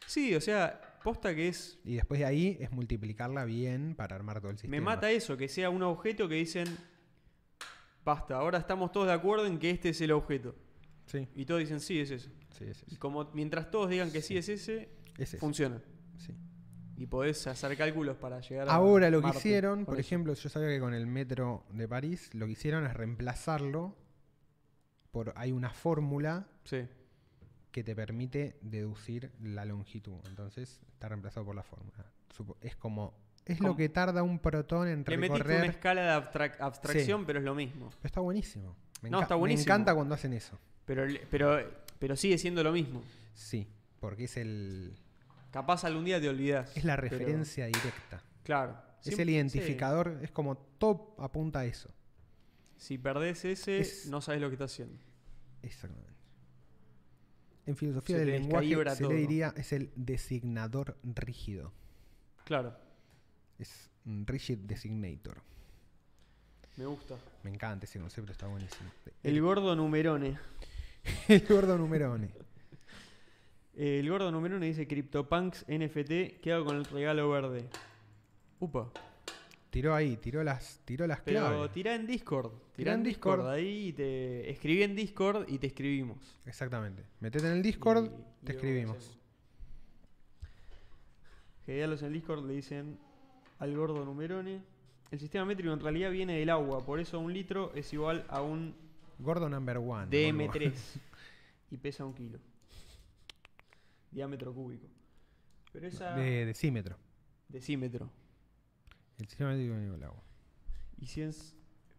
Sí, o sea, posta que es. Y después de ahí es multiplicarla bien para armar todo el sistema. Me mata eso, que sea un objeto que dicen. Basta, ahora estamos todos de acuerdo en que este es el objeto. Sí, Y todos dicen sí, es ese. sí, es Y ese. como mientras todos digan que sí es ese, Es ese, funciona. sí. Y podés hacer cálculos para llegar a. Ahora lo que Marte hicieron, con por eso. ejemplo, yo sabía que con el metro de París lo que hicieron es reemplazarlo por hay una fórmula Sí. que te permite deducir la longitud. Entonces está reemplazado por la fórmula. Supo- Es como es lo Como- que tarda un protón en Le metiste una recorrer. escala de abstrac- abstracción, pero es lo mismo. Pero está buenísimo. Me, No, enca- está me buenísimo. encanta cuando hacen eso. Pero, pero, pero sigue siendo lo mismo. Sí, porque es el Capaz algún día te olvidás. es la pero- referencia directa. claro. Es Siempre- el sí. identificador, es como todo apunta a eso. Si perdés ese, Es- no sabes lo que estás haciendo. Exactamente. En filosofía Se del te lenguaje descalibra se todo. le diría es el designador rígido. Claro, Es un rigid designator. me gusta. Me encanta ese concepto, está buenísimo. El gordo numerone. el gordo numerone. Eh, El gordo numerone dice CryptoPunks NFT, ¿qué hago con el regalo verde? Upa. Tiró ahí, tiró las, tiró las Pero claves. tirá en Discord. Tirá Tirá en en Discord. Discord. ahí y te. Escribí en Discord y te escribimos. Exactamente. Metete en el Discord, Y- y te vemos qué escribimos. hacemos. Genialos en Discord le dicen al gordo numerone. El sistema métrico en realidad viene del agua, por eso un litro es igual a un Gordo number one. gordo. DM3 y pesa un kilo. Diámetro cúbico. Pero esa. De decímetro. Decímetro. El sistema métrico del agua. Y 100 s-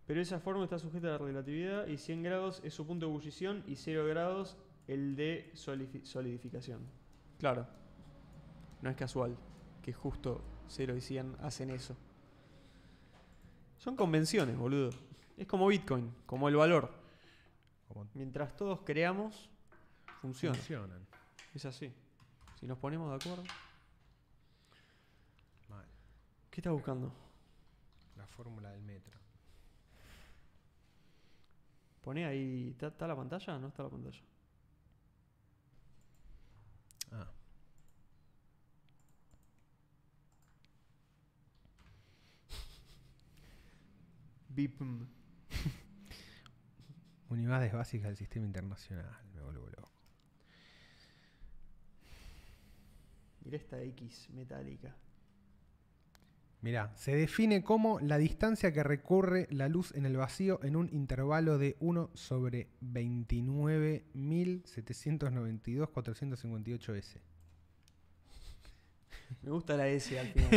pero esa forma está sujeta a la relatividad y 100 grados es su punto de ebullición y 0 grados el de solifi- solidificación. Claro. No es casual que justo 0 y 100 hacen eso. Son convenciones, boludo. Es como Bitcoin, como el valor. Como Mientras todos creamos, funciona. funcionan. Es así. Si nos ponemos de acuerdo. Mal. ¿Qué estás buscando? La fórmula del metro. Poné ahí. ¿Está está la pantalla? No está la pantalla. Ah. Bipm. Unidades básicas del sistema internacional. Me vuelvo loco. Mirá esta X metálica. Mirá, se define como la distancia que recorre la luz en el vacío en un intervalo de 1 sobre 29.792.458 S. Me gusta la S al final.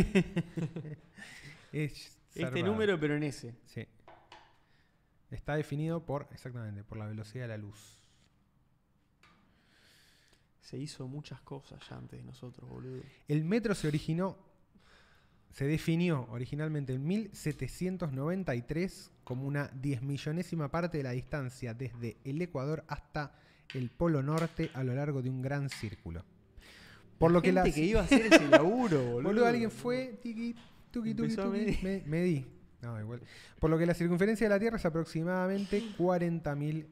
Es este zarpado. número, pero en S. Sí. Está definido por, exactamente, por la velocidad de la luz. Se hizo muchas cosas ya antes de nosotros, boludo. El metro se originó, se definió originalmente en 1793 como una diezmillonésima parte de la distancia desde el Ecuador hasta el Polo Norte a lo largo de un gran círculo. Por lo que gente la que iba a hacer ese laburo, boludo. Boludo, alguien fue, tiqui, tuqui, tuqui, Empezó a tuqui, medir. me, medí. No, igual. Por lo que la circunferencia de la Tierra es aproximadamente 40.000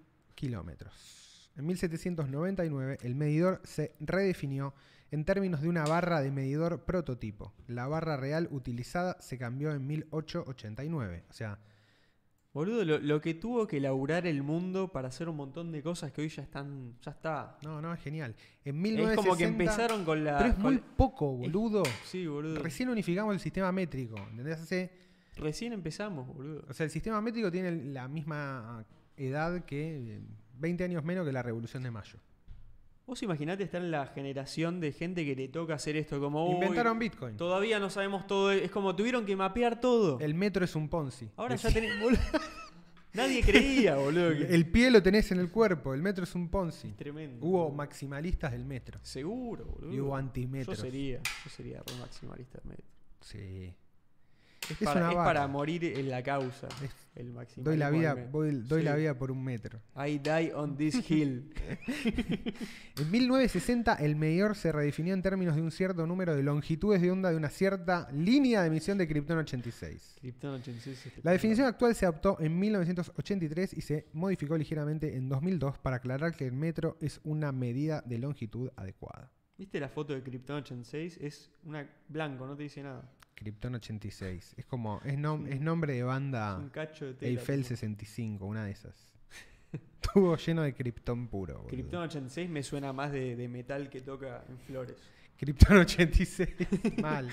kilómetros. En 1799, el medidor se redefinió en términos de una barra de medidor prototipo. La barra real utilizada se cambió en 1889. O sea, Boludo, lo, lo que tuvo que laburar el mundo para hacer un montón de cosas que hoy ya están. Ya está. no, no, es genial. En Es 1960, como que empezaron con la. Pero es con- muy poco, boludo. Sí, boludo. Recién unificamos el sistema métrico. ¿Entendés? Hace Recién empezamos, boludo. O sea, el sistema métrico tiene la misma edad que eh, 20 años menos que la Revolución de Mayo. Vos imaginate estar en la generación de gente que le toca hacer esto como... "Uy, Inventaron Bitcoin. Todavía no sabemos todo. e-". Es como tuvieron que mapear todo. El metro es un Ponzi. Ahora ya Decí- tenés... boludo. Nadie creía, boludo. que- El pie lo tenés en el cuerpo, el metro es un Ponzi. Tremendo. Hubo boludo. maximalistas del metro. Seguro, boludo. Y hubo yo antimetros. sería, yo sería re maximalista del metro. Sí. Es, Es para, una es vaca. para morir en la causa. Es- el maximalismo Doy la vida, del metro. voy- doy Sí. la vida por un metro. I die on this hill. En 1960 el medidor se redefinió en términos de un cierto número de longitudes de onda de una cierta línea de emisión de Krypton 86. Krypton 86 es La definición actual se adoptó en 1983 y se modificó ligeramente en 2002 para aclarar que el metro es una medida de longitud adecuada. ¿Viste la foto de Krypton 86? Es una blanco, no te dice nada. Krypton 86. Es como, es, nom- es nombre de es un banda cacho de tela. Eiffel tipo. 65, una de esas. Estuvo lleno de Krypton puro. boludo. Krypton 86 me suena más de, de metal que toca en flores. Krypton 86. Mal.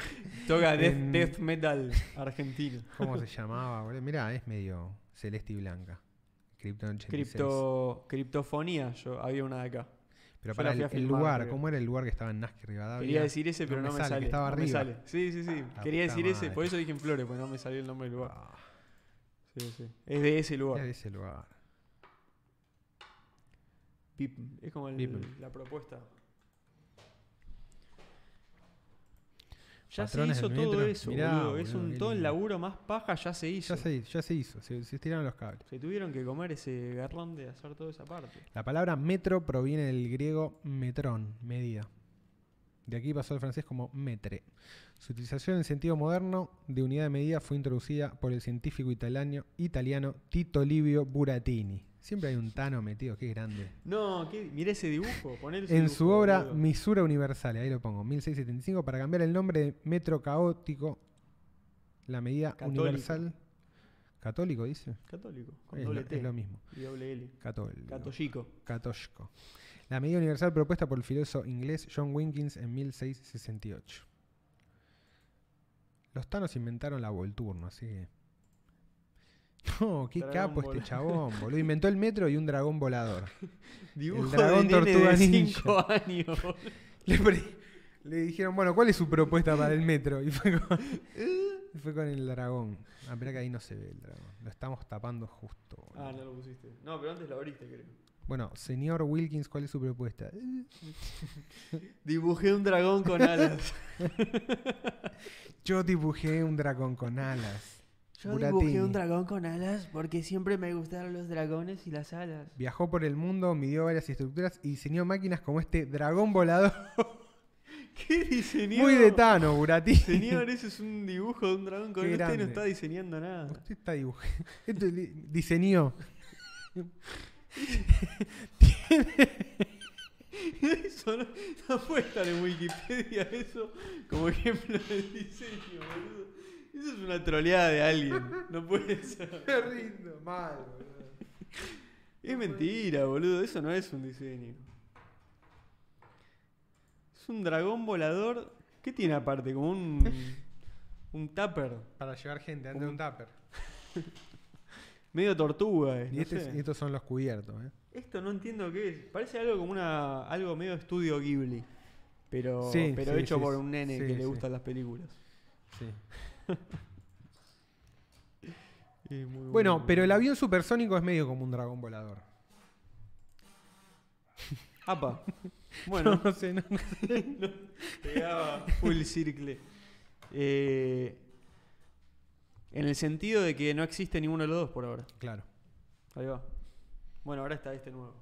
Toca death, En- death metal argentino. ¿Cómo se llamaba, boludo? Mirá, es medio celeste y blanca. Krypton 86. Cripto, criptofonía, yo había una de acá. yo Pero para la el, fui a el filmar, lugar, creo. ¿cómo era el lugar que estaba en Nazca Rivadavia? Quería decir ese, pero no, me, sale. que estaba no me arriba. Ah, sale. Sí, sí, sí. La Quería puta decir ese, madre. por eso dije en flores, porque no me salió el nombre del lugar. Ah, Sí, sí. Es de ese era lugar. de ese lugar. Pippen. Es como el- Pippen. la propuesta. Ya Patrones se hizo del todo metro. eso, Mirá, boludo. Es boludo, un, qué todo el lindo. laburo más paja ya se hizo. Ya se, ya se hizo, se, se estiraron los cables. Se tuvieron que comer ese garrón de hacer toda esa parte. La palabra metro proviene del griego metrón, medida. De aquí pasó al francés como metre. Su utilización en sentido moderno de unidad de medida fue introducida por el científico italiano, italiano Tito Livio Buratini. Siempre hay un Tano metido, qué grande. No, ¿qué? mirá ese dibujo. poner ese En su dibujo, obra boludo. Misura Universal, ahí lo pongo, 1675, para cambiar el nombre de metro caótico, la medida Católico. universal. Católico, dice. Católico, con Es lo, doble T es lo mismo. y doble L. Católico. Catollico. Catoshko. La medida universal propuesta por el filósofo inglés John Wilkins en 1668. Los tanos inventaron la Volturno, así que. No, qué Dragón capo volador. este chabón, boludo. Inventó el metro y un dragón volador. Dibujo dragón de nene tortuga de ninja. 5 años. boludo. Le, pre- le dijeron, bueno, ¿cuál es su propuesta para el metro? Y fue con, y fue con el dragón. Ah, pero que ahí no se ve el dragón. Lo estamos tapando justo. boludo. Ah, no lo pusiste. No, pero antes lo abriste, creo. Bueno, señor Wilkins, ¿cuál es su propuesta? "Eh, Dibujé un dragón con alas. Yo dibujé un dragón con alas. Yo Buratini. dibujé un dragón con alas porque siempre me gustaron los dragones y las alas. Viajó por el mundo, midió varias estructuras y diseñó máquinas como este dragón volador. ¿Qué diseñó? Muy de Tano, Buratini. Señor, ese es un dibujo de un dragón con Qué Usted grande. no está diseñando nada. Usted está dibujando. Esto es di- diseñó. Eso no, no puede estar en Wikipedia eso como ejemplo de diseño, boludo. Eso es una troleada de alguien. No puede ser. Me rindo, mal, Es mentira, boludo. Eso no es un diseño. Es un dragón volador. ¿Qué tiene aparte? Como un. Un tupper. Para llevar gente, anda un tupper. Medio tortuga, eh, Y no este es- sé. y estos son los cubiertos, ¿eh? Esto no entiendo qué es. Parece algo como una. algo medio estudio Ghibli. Pero, Sí, pero sí, hecho sí, por sí. un nene Sí, que sí. le gustan las películas. Es muy Bueno, pero el avión supersónico es medio como un dragón volador. Apa. Bueno, no sé, no- pegaba full circle. Eh, en el sentido de que no existe ninguno de los dos por ahora. Claro. Ahí va. Bueno, ahora está este nuevo.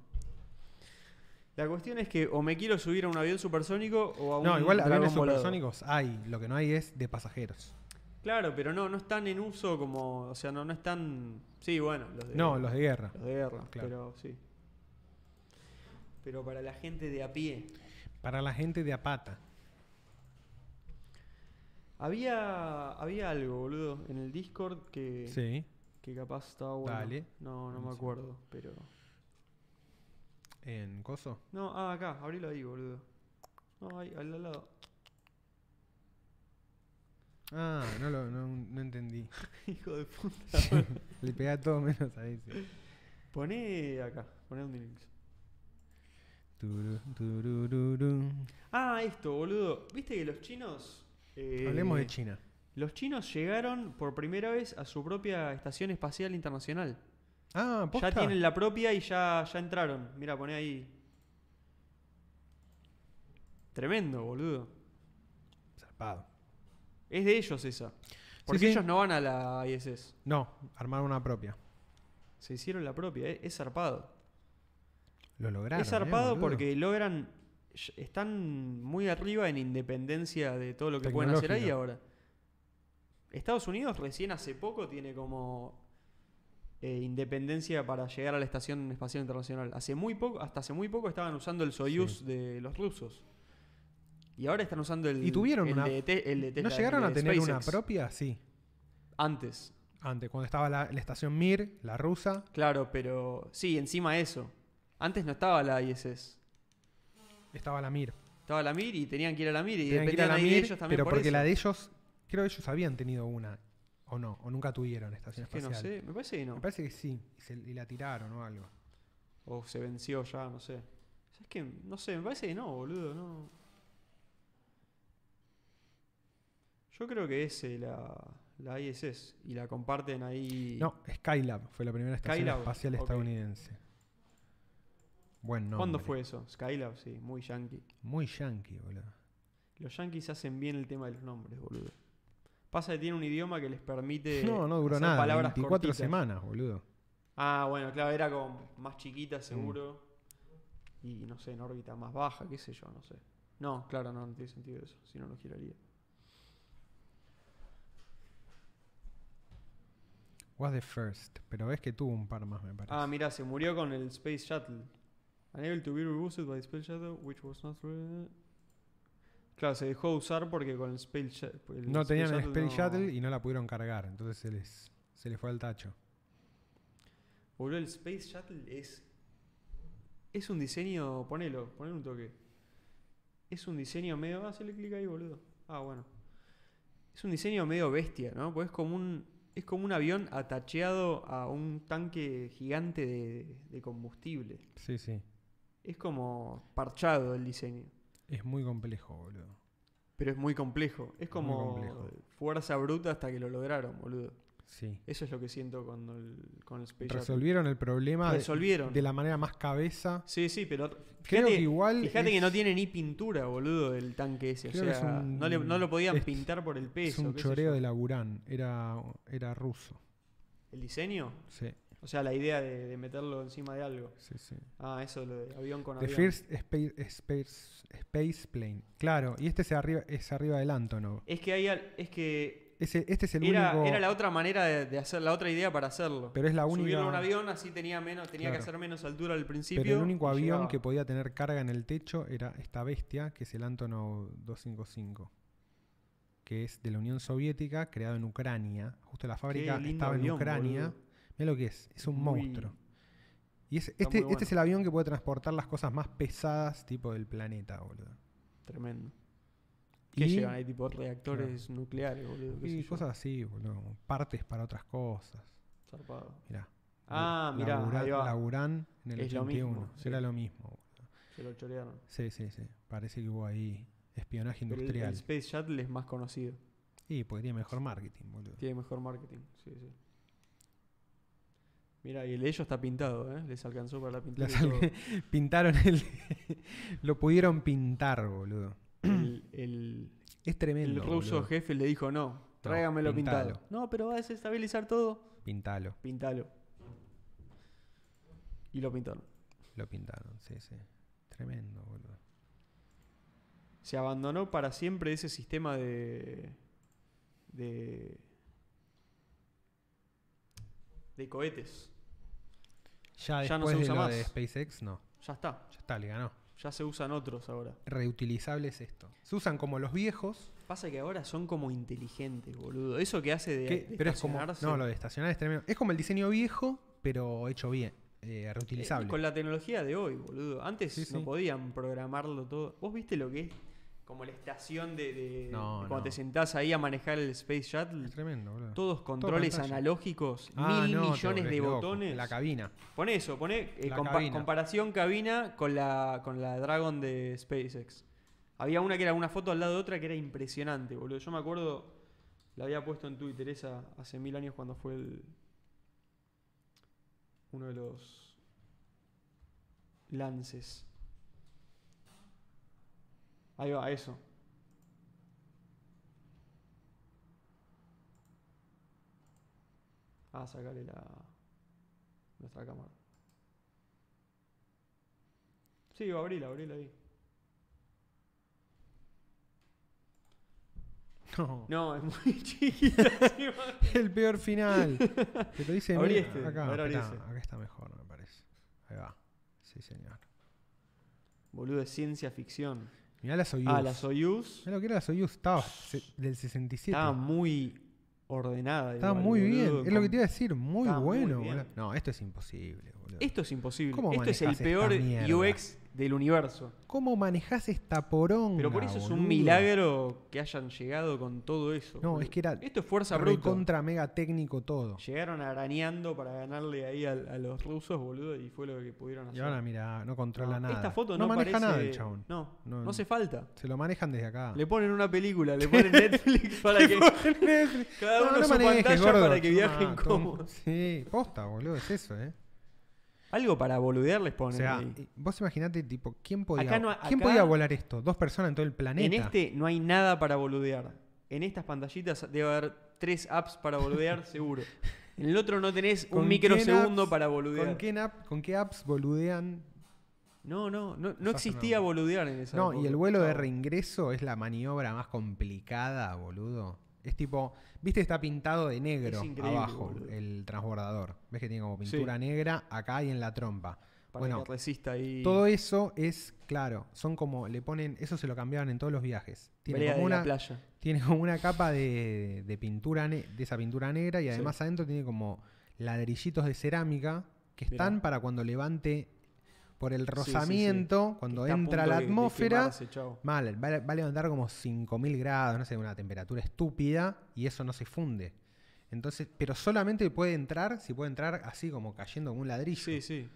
La cuestión es que o me quiero subir a un avión supersónico o a un No, igual dragón aviones volador. supersónicos hay. Lo que no hay es de pasajeros. Claro, pero no, no están en uso como. O sea, no, no están. Sí, bueno, los de No, los de guerra. los de guerra, Claro. pero sí. Pero para la gente de a pie. Para la gente de apata. Había, había algo, boludo, en el Discord que, Sí. que capaz estaba bueno. Dale. No, no me Buenísimo. acuerdo, pero. En coso. No, ah, acá, abrilo ahí, boludo. No, ahí, al lado. Ah, no, lo, no, no entendí. Hijo de puta. Le pegué a todo menos a ese. Poné acá, poné un links. Turu, turururu. Ah, esto, boludo. ¿Viste que los chinos. eh, Hablemos de China. Los chinos llegaron por primera vez a su propia Estación Espacial Internacional. Ah, posta. Ya tienen la propia y ya, ya entraron. Mira, poné ahí. Tremendo, boludo. Zarpado. Es de ellos esa. Porque sí. ellos no van a la ISS. No, armaron una propia. Se hicieron la propia, eh. es zarpado. Lo lograron. es zarpado eh, boludo. porque logran. ll- Están muy arriba en independencia de todo lo que pueden hacer ahí Tecnológica. ahora. Estados Unidos recién hace poco tiene como eh, independencia para llegar a la Estación Espacial Internacional. Hace muy poco, hasta hace muy poco estaban usando el Soyuz de los rusos. Y ahora están usando el, Y tuvieron el una- de Te- el de ¿No Tesla, el llegaron a de tener una SpaceX. propia? Sí. Antes, Antes, cuando estaba la, la estación Mir, la rusa. claro, pero sí, encima eso. Antes no estaba la ISS. Estaba la Mir. Estaba la MIR y tenían que ir a la MIR y Tenían que ir a dependían la ahí de Mir, ellos también. pero por porque eso. la de ellos, creo que ellos habían tenido una. O no, o nunca tuvieron estación Es que espacial. no sé, me parece que no. Me parece que sí. Y, se- y la tiraron o algo. O se venció ya, no sé. Es que, no sé, me parece que no, boludo, no. Yo creo que es eh, la, la ISS y la comparten ahí. No, Skylab fue la primera estación Skylab, espacial ok. estadounidense. Buen nombre. ¿Cuándo fue eso? Skylab, sí, muy yankee. Muy yankee, boludo. Los yankees hacen bien el tema de los nombres, boludo. Pasa que tiene un idioma que les permite. no, no duró hacer nada. Palabras 24 cortitas. semanas, boludo. Ah, bueno, claro, era como más chiquita, Mm. seguro. Y no sé, en órbita más baja, qué sé yo, no sé. No, claro, no, no tiene sentido eso. Si no, lo giraría. Was the first. Pero ves que tuvo un par más, me parece. Ah, mira, se murió con el Space Shuttle. Unable to be reboosted by Space Shuttle, which was not. re- Claro, se dejó usar porque con el Space Shuttle. no tenían el Space Shuttle y no la pudieron cargar. Entonces se les, se les fue al tacho. Boludo, el Space Shuttle es. Es un diseño. Ponelo, ponelo un toque. Es un diseño medio. Ah, se le clic ahí, boludo. Ah, bueno. Es un diseño medio bestia, ¿no? Porque es como un. Es como un avión atacheado a un tanque gigante de, de combustible. Sí, sí. Es como parchado el diseño. Es muy complejo, boludo. Pero es muy complejo. Es Muy como complejo. fuerza bruta hasta que lo lograron, boludo. Sí. Eso es lo que siento con el, con el Space Shuttle. Resolvieron el problema Ah, de- Resolvieron. De, la manera más cabeza. Sí, sí, pero Creo fíjate, que igual. fíjate que es- no tiene ni pintura, boludo, el tanque ese. O Creo que sea, es un- no, le- no lo podían es- pintar por el Es peso. qué un sé yo. choreo de Laburán. Era, era ruso. ¿El diseño? Sí, O sea, la idea de, de meterlo encima de algo. sí, sí. Ah, eso, lo de avión con The avión. First space, space, Space Plane. Claro, y este es arriba, es arriba del Antonov. Es que hay al- es que Ese, este es el era, único. era la otra manera de, de hacer, la otra idea para hacerlo. pero es la única. Subirlo a un avión, así tenía menos, tenía Claro. que hacer menos altura al principio. pero el único y avión llegaba. que podía tener carga en el techo era esta bestia, que es el Antonov 255. Que es de la Unión Soviética, creado en Ucrania. Justo la Qué fábrica lindo estaba en avión, Ucrania. boludo. Mira lo que es, es un Muy- monstruo. Y es, este, muy este es el avión que puede transportar las cosas más pesadas tipo del planeta, boludo. Tremendo. Que Y- llevan ahí tipo reactores nucleares, boludo. qué sé Y yo. cosas así, boludo. Partes para otras cosas. Zarpado. Mirá. Ah, La- mirá, Laburá- ahí va. Laburán en el Es lo 81. mismo, sí. Era lo mismo. boludo. Se lo chorearon. Sí, sí, sí. Parece que hubo ahí espionaje Pero el, el industrial. Space Shuttle es más conocido. Y porque tiene mejor marketing, boludo. Tiene mejor marketing. Sí, sí. Mira, y el de ellos está pintado, ¿eh? Les alcanzó para la pintura. Las y todo. Pintaron el. lo pudieron pintar, boludo. El, el- Es el tremendo. ruso boludo. jefe le dijo, no, tráigamelo pintalo. pintado. No, pero va a desestabilizar todo. Pintalo. Pintalo. Y lo pintaron. Lo pintaron, sí, sí. Tremendo, boludo. se abandonó para siempre ese sistema de. de. de cohetes. Ya, Ya no después se de usa lo más. de SpaceX, no. Ya está, Ya está, le ganó. ya se usan otros ahora. Reutilizable es esto. Se usan como los viejos, Pasa que ahora son como inteligentes, boludo. Eso que hace de. eh, que- de pero es como. estacionarse, No, lo de estacionar es tremendo. Es como el diseño viejo, pero hecho bien. eh, eh, reutilizable. Con la tecnología de hoy, boludo. Antes Sí, no sí. podían programarlo todo. ¿Vos viste lo que es? como la estación de, de- No, cuando no. te sentás ahí a manejar el Space Shuttle. Es tremendo, boludo. Todos controles pantalla. analógicos, Ah, mil no, te millones de volvés loco. botones. La cabina. Pon eso, pone eh, La compa- cabina. comparación cabina con la, con la Dragon de SpaceX. Había una que era una foto al lado de otra que era impresionante, boludo. Yo me acuerdo, la había puesto en Twitter esa hace mil años cuando fue el. Uno de los. Lances. Ahí va, eso. Ah, sacale la. nuestra cámara. Sí, abrila, abrila ahí. No. No, es muy chiquita. encima. El peor final. Te lo dice Abrí mira, este, acá. ahora abrí esperá, ese. acá está mejor, me parece. Ahí va. Sí, señor. Boludo, es ciencia ficción. Mirá la Soyuz. Ah, la Soyuz Mirá lo que era la Soyuz. Estaba se- del 67. estaba muy ordenada. Estaba igual, muy boludo, bien. Es lo que con- te iba a decir. Muy Estaba muy bueno, bien. boludo. No, esto es imposible, boludo. Esto es imposible. ¿Cómo Esto es el manejás esta peor mierda? UX del universo. ¿Cómo manejás esta poronga? Pero por eso es un boludo? milagro que hayan llegado con todo eso. No, boludo. es que era Esto es fuerza bruta. Recontra mega técnico todo. Llegaron arañando para ganarle ahí al- a, los rusos, boludo, y fue lo que pudieron hacer. Y ahora mira, no controla No, nada. Esta foto no, no, maneja parece- nada el chabón. No, No, Ah. no, no. hace falta. Se lo manejan desde acá. Le ponen una película, le ponen Netflix para que cada uno su manejes, pantalla gordo. Ah, para que No, viajen todo- cómodos. Sí, posta, boludo, es eso, ¿eh? Algo para boludear les O ponen sea, ahí. y- vos imaginate, tipo, ¿quién podía, Acá no- ¿quién acá- podía volar esto? Dos personas en todo el planeta. En este no hay nada para boludear. En estas pantallitas debe haber tres apps para boludear, seguro. En el otro no tenés ¿Con un microsegundo quién apps? para ¿Con boludear. qué, app- ¿Con qué apps boludean? No, no, no, no Zafra, existía no. boludear en esa No, y época. el vuelo de No. reingreso es la maniobra más complicada, boludo. Es tipo, viste, está pintado de negro Es increíble, abajo boludo. el transbordador. Ves que tiene como Sí. pintura negra acá y en la trompa. Para bueno, que resista ahí. Todo eso es, claro, son como, le ponen, eso se lo cambiaban en todos los viajes. Tiene pelea como, de la una, playa. tiene como una capa de, de pintura, ne- de esa pintura negra y Sí. además adentro tiene como ladrillitos de cerámica que Mirá. están para cuando levante por el sí, sí. rozamiento, cuando Está a entra punto la de- de atmósfera. quemarse, chao. Mal, va, va a levantar como 5000 grados, no sé, una temperatura estúpida y eso no se funde. Entonces, pero solamente puede entrar, si puede entrar así como cayendo como un ladrillo. Sí, sí.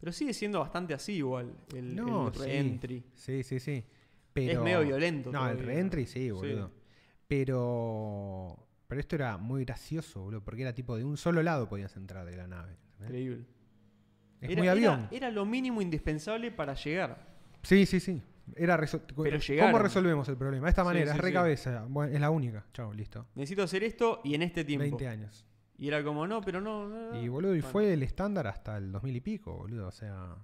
Pero sigue siendo bastante así igual el, No, el sí. Eh. reentry. Sí, sí, sí. Pero, Es medio violento No, el todavía. reentry sí, Sí. boludo. Pero. Pero esto era muy gracioso, boludo, porque era tipo de un solo lado podías entrar de la nave. ¿entendés? Increíble. Es era, muy avión. Era, era lo mínimo indispensable para llegar. Sí, sí, sí. Era resol- Pero ¿Cómo llegaron. resolvemos el problema? De esta Sí, manera, sí, es re sí. cabeza. Bueno, es la única. Chao, listo. Necesito hacer esto y en este tiempo. 20 años. Y era como, no, pero no. no, no. Y boludo, y Bueno, fue el estándar hasta el 2000 y pico, boludo. O sea,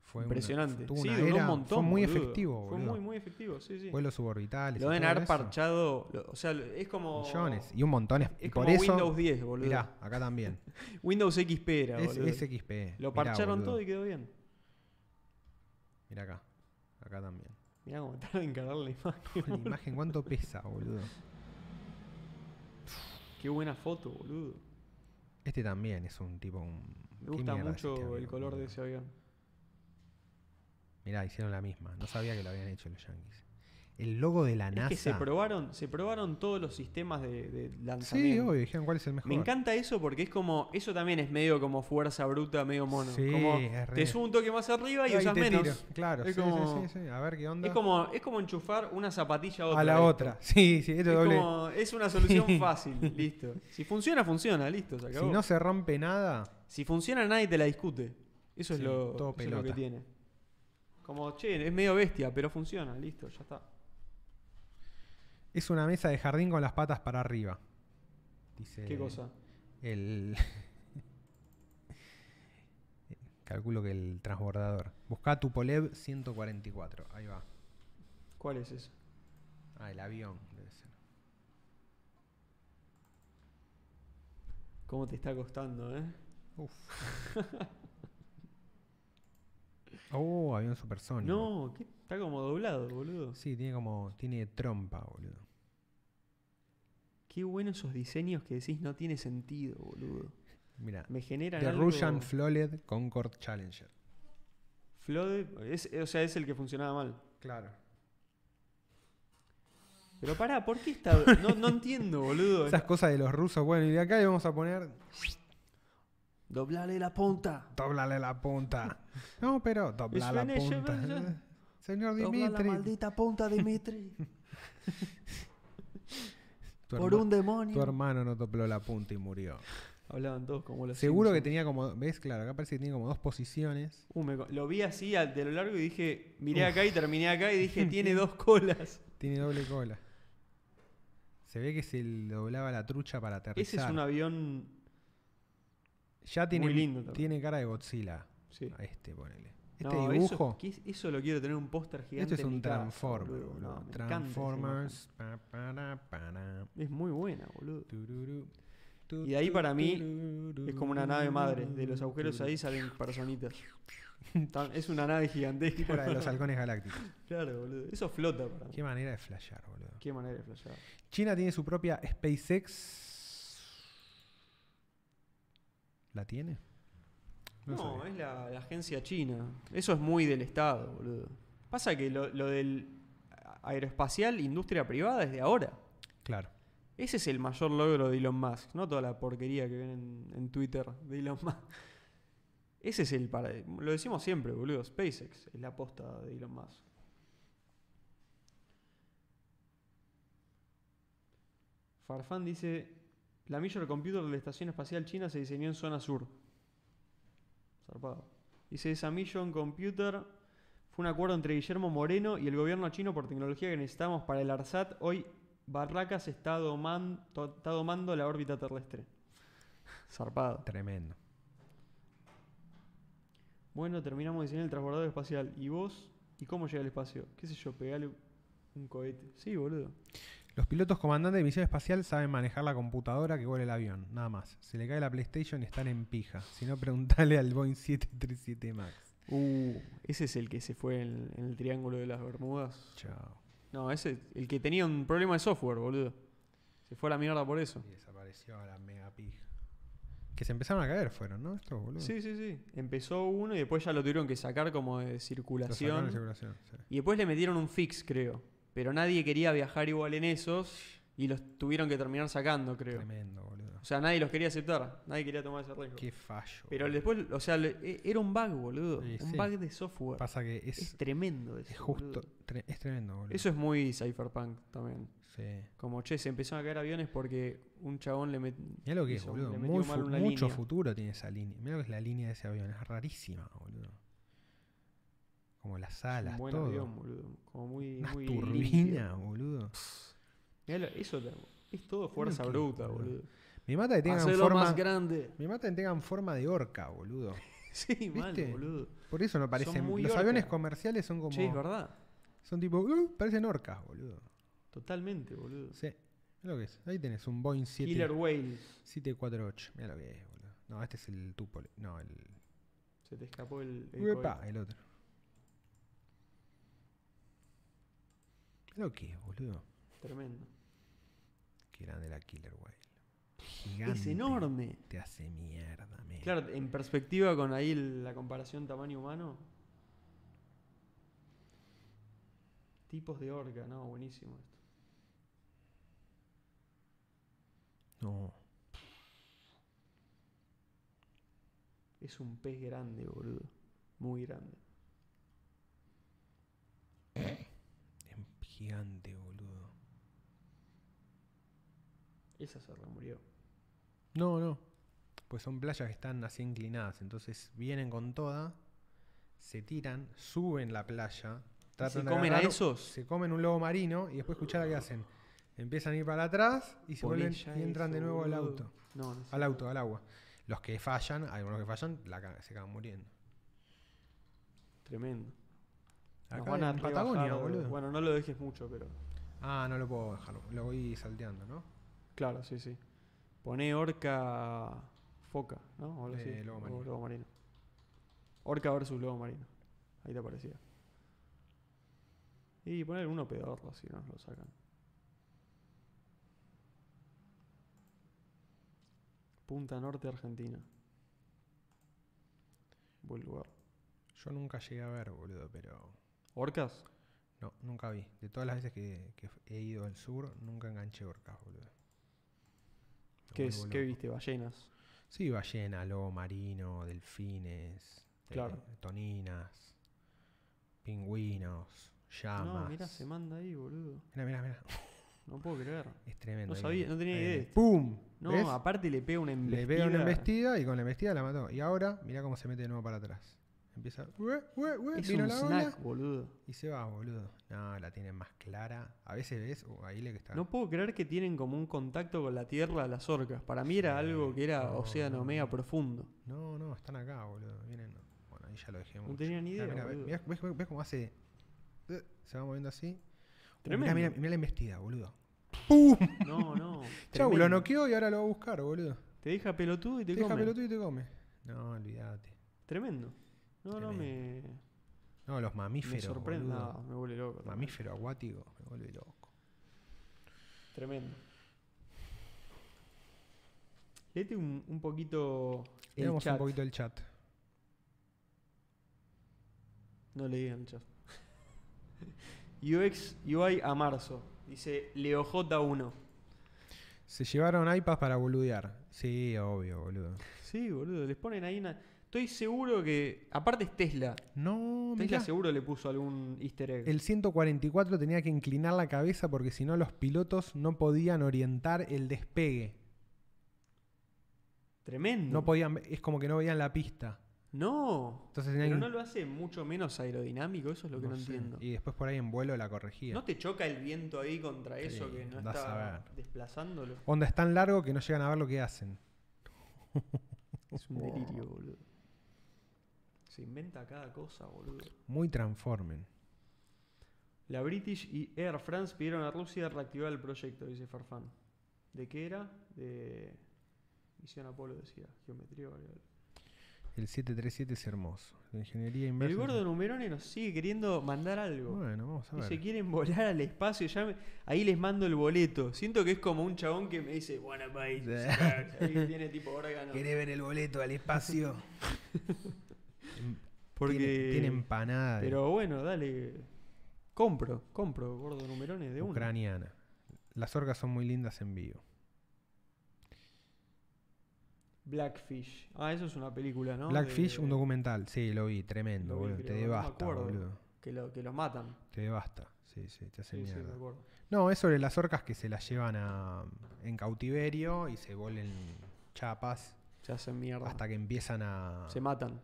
fue una- Impresionante. tuvo sí, una duró era- un montón. Fue muy boludo. efectivo, boludo. Fue muy, muy efectivo, sí, sí. Vuelos suborbitales. Lo y deben todo haber eso. parchado. lo- o sea, lo- es como. Millones. Y un montón. Es, Es y por como eso. Windows 10, boludo. Mirá, acá también. Windows XP era, es, boludo. es XP. Lo Mirá, parcharon boludo. todo y quedó bien. Mirá acá. Acá también. Mirá cómo tarda en cargar la imagen. La imagen, ¿cuánto pesa, boludo? Qué buena foto, boludo. Este también es un tipo. Un... Me ¿qué gusta mierda es mucho este avión, el color de boludo? ese avión. Mirá, hicieron la misma. No sabía que lo habían hecho los yankees. El logo de la Es NASA. que se probaron, se probaron todos los sistemas de, de lanzamiento. sí, obvio. Dijeron cuál es el mejor. Me encanta eso porque es como. Eso también es medio como fuerza bruta, medio mono. Sí, como es re. te subo un toque más arriba Ahí y usas te menos. tiro. Claro, Es sí, sí, como- sí, sí. A ver qué onda. Es como, es como enchufar una zapatilla a otra. a la ¿viste? otra. Sí, sí, esto Es, doble. como- es una solución fácil, listo. Si funciona, funciona, listo, se Si acabó. Si, no se rompe nada. funciona, nadie te la discute. Eso, es, Sí, lo, todo eso es lo que pelota. tiene. Como, che, es medio bestia, pero funciona, listo, ya está. Es una mesa de jardín con las patas para arriba. Dice ¿Qué cosa? El. Calculo que el transbordador. Busca Tupolev 144. Ahí va. ¿Cuál es eso? Ah, el avión. debe ser. ¿Cómo te está costando, eh? Uf. oh, avión supersónico. No, ¿qué? está como doblado, boludo. Sí, tiene como. Tiene trompa, boludo. Qué bueno esos diseños que decís no tiene sentido, boludo. Mira. Me generan The algo... Russian Flooded Concorde Challenger. Flood, es- o sea, es el que funcionaba mal. Claro. Pero pará, ¿por qué está.? No, no entiendo, boludo. Esas cosas de los rusos. Bueno, y de acá le vamos a poner. Doblale la punta. Doblale la punta. No, pero dobla la suena, yo- punta. Señor Dobla la Dimitri. maldita punta, Dimitri. Tu, por herma- un demonio. tu hermano no dobló la punta y murió. Hablaban todos como los. Seguro que Simpsons. tenía como. ¿Ves? Claro, acá parece que tiene como dos posiciones. Uh, me co- lo vi así al- de lo largo y dije, miré acá y terminé acá y dije, tiene dos colas. Tiene doble cola. Se ve que se le doblaba la trucha para aterrizar. Ese es un avión. ya tiene, muy lindo también. tiene cara de Godzilla. Sí. A Este, ponele. Este No, eso- dibujo. ¿qué es- Eso, lo quiero tener un póster gigante. Esto es en mi un casa, Transformer, boludo. boludo. No, me encanta esa Transformers. Pa, para, para. imagen. Es muy buena, boludo. Tururú. Tu, Y de ahí tu, para mí tururú, Es como una nave madre. De los agujeros tururú. ahí salen personitas. Tan- Es una nave gigantesca. Fuera de los halcones galácticos. Claro, boludo. Eso flota para mí. Qué manera de flashear, boludo. Qué manera de flashear. China tiene su propia SpaceX. ¿La tiene? No, eh. sabía. es la, la agencia china. Eso es muy del Estado, boludo. Pasa que lo, lo del aeroespacial, industria privada, es de ahora. Claro. Ese es el mayor logro de Elon Musk, no toda la porquería que ven en, en Twitter de Elon Musk. Ese es el para. Lo decimos siempre, boludo. SpaceX es la aposta de Elon Musk. Farfán dice: La Major Computer de la Estación Espacial China se diseñó en zona sur. Zarpado. Dice: Esa Mission Computer fue un acuerdo entre Guillermo Moreno y el gobierno chino por tecnología que necesitamos para el ARSAT. Hoy Barracas está, doman- to- está domando la órbita terrestre. Zarpado. Tremendo. Bueno, terminamos de diseñar el transbordador espacial. ¿Y vos? ¿Y cómo llega al espacio? ¿Qué sé yo? Pegale un cohete. Sí, boludo. Los pilotos comandantes de misión espacial saben manejar la computadora que vuela el avión, nada más. Se le cae la PlayStation y están en pija. Si no, preguntale al Boeing 737 Max. Uh, ese es el que se fue en, en el Triángulo de las Bermudas. Chao. No, ese el que tenía un problema de software, boludo. Se fue a la mierda por eso. Y desapareció la mega pija. Que se empezaron a caer, fueron, ¿no? Estos boludos. Sí, sí, sí. Empezó uno y después ya lo tuvieron que sacar como de Los sacaron de circulación. circulación, sí. Y después le metieron un fix, creo. Pero nadie quería viajar igual en esos y los tuvieron que terminar sacando, creo. Tremendo, boludo. O sea, nadie los quería aceptar, nadie quería tomar ese riesgo. Qué fallo. Pero boludo. después, o sea, le- e- era un bug, boludo. Sí, un sí. bug de software. Pasa que es, es, tremendo eso. es justo. boludo. tre- es tremendo, boludo. Eso es muy cypherpunk también. Sí. Como, che, se empezaron a caer aviones porque un chabón le metió... Mirá lo que es, boludo. Muy fu- mucho futuro tiene esa línea. Mirá lo que es la línea de ese avión. Es rarísima, boludo. Como las alas, Un buen todo. avión, boludo. Como muy... Unas muy turbinas, boludo. limpio. Mirá lo- eso te- es todo fuerza que- bruta, boludo. boludo. Me mata que tengan Hacelo forma. más grande. Me mata que tengan forma de orca, boludo. Sí, mal, ¿Viste? boludo. Por eso no parecen. muy Los aviones orca. comerciales son como. Che, es verdad. son tipo. "Uh, parecen orcas, boludo. Totalmente, boludo. Sí. Mirá lo que es. Ahí tenés un Boeing 7, Killer Whales. 748. Mirá lo que es, boludo. No, este es el Tupole. No, el. Se te escapó el. el Uepa, cohete. el otro. Mirá lo que es, boludo. Tremendo. Qué grande la Killer Whale. Gigante. Es enorme. Te hace mierda, men. Claro, en perspectiva con ahí el- la comparación tamaño humano. Tipos de orca, no, buenísimo esto. No. Es un pez grande, boludo. Muy grande. Es gigante, boludo. Esa se remurió. No, no. Pues son playas que están así inclinadas. Entonces vienen con toda, se tiran, suben la playa. ¿Se tratan de comen a agarrar- esos? Se comen un lobo marino y después escuchá lo que hacen. Empiezan a ir para atrás y se Poné vuelven ya y entran de eso, nuevo al boludo. auto. No, no sé. Al auto, al agua. Los que fallan, algunos que fallan, la ca- se acaban muriendo. Tremendo. Nos Acá van a en Patagonia, rebajar, boludo. Bueno, no lo dejes mucho, pero. Ah, no lo puedo bajar, lo voy salteando, ¿no? Claro, sí, sí. Poné orca foca, ¿no? O algo así. Eh, lobo O marino. lobo marino. Orca versus lobo marino. Ahí te aparecía. Y poner uno pedorro, si no lo sacan. Punta Norte, Argentina. Buen lugar. Yo nunca llegué a ver, boludo, pero. ¿Orcas? No, nunca vi. De todas las veces que, que he ido al sur, nunca enganché orcas, boludo. Me ¿Qué, es, vuelvo ¿Qué loco. viste? Ballenas. Sí, ballena, lobo marino, delfines, eh, Claro. toninas, pingüinos, llamas. No, mirá, se manda ahí, boludo. Mirá, mirá, mirá. No puedo creer. Es tremendo. No ahí sabía, viene, no tenía ahí idea viene. de esto. ¡Pum! No, ¿Ves? aparte le pega una embestida. Le pega una embestida y con la embestida la mató. Y ahora, mirá cómo se mete de nuevo para atrás. Empieza. "Ue, ue, ue", Es vino un la snack, ola boludo. y se va, boludo. No, la tienen más clara. A veces ves, uh, ahí le que está. No puedo creer que tienen como un contacto con la tierra las orcas. Para mí era Sí, algo que era no, océano no, mega no. profundo. No, no, están acá, boludo. Vienen. Bueno, ahí ya lo dejé No mucho. tenía ni Mirá, idea, mirá, ve- boludo. mirá, ves, ves- ves cómo hace. Eh, Se va moviendo así. Uh, Tremendo. Mirá, mirá, mirá la embestida, boludo. No, no. Chau, tremendo. lo noqueó y ahora lo va a buscar, boludo. Te deja pelotudo y te, Te, come. deja pelotudo y te come. No, olvídate. Tremendo. No, no, me, No, los mamíferos. me sorprende. boludo. No, me vuelve loco. también. Mamífero acuático, me vuelve loco. Tremendo. Léete un, un poquito el Leamos chat. un poquito el chat. No leí el chat. UX UI a marzo. Dice LeoJ1. Se llevaron iPads para boludear. Sí, obvio, boludo. Sí, boludo. Les ponen ahí una... Estoy seguro que... Aparte es Tesla. No, Tesla Ah, mirá, seguro le puso algún easter egg. el 144 tenía que inclinar la cabeza porque si no los pilotos no podían orientar el despegue. Tremendo. No podían, ve- es como que no veían la pista. No. Entonces tenían Pero que- no lo hace mucho menos aerodinámico. Eso es lo que no, sé. entiendo. Y después por ahí en vuelo la corregía. ¿No te choca el viento ahí contra eso Sí, que no andás a está ver. desplazándolo? Onda es tan largo que no llegan a ver lo que hacen. Es un delirio, boludo. Se inventa cada cosa, boludo. Muy transformen. La British y Air France pidieron a Rusia reactivar el proyecto, dice Farfán. ¿De qué era? De Misión Apolo, decía. Geometría variable. El 737 es hermoso. La ingeniería inversa. El gordo Numerone nos sigue queriendo mandar algo. Bueno, vamos a ver. Dice, quieren volar al espacio. Ya me- Ahí les mando el boleto. Siento que es como un chabón que me dice, Buena país. Ahí tiene tipo órgano. ¿Querés ver el boleto al espacio? Porque- Tiene, tiene empanada de Pero bueno, dale. Compro, compro, gordo numerones de una. ucraniana. Las orcas son muy lindas en vivo. Blackfish. Ah, eso es una película, ¿no? Blackfish, De- un documental. Sí, lo vi, tremendo, lo vi, boludo. Te creo, no me devasta, acuerdo. boludo. Que, lo, que los matan. Te devasta. Sí, sí, te hace Sí, sí, mierda. me acuerdo. no, es sobre las orcas que se las llevan a, en cautiverio y se vuelven chapas Se hacen mierda. hasta que empiezan a. Se matan.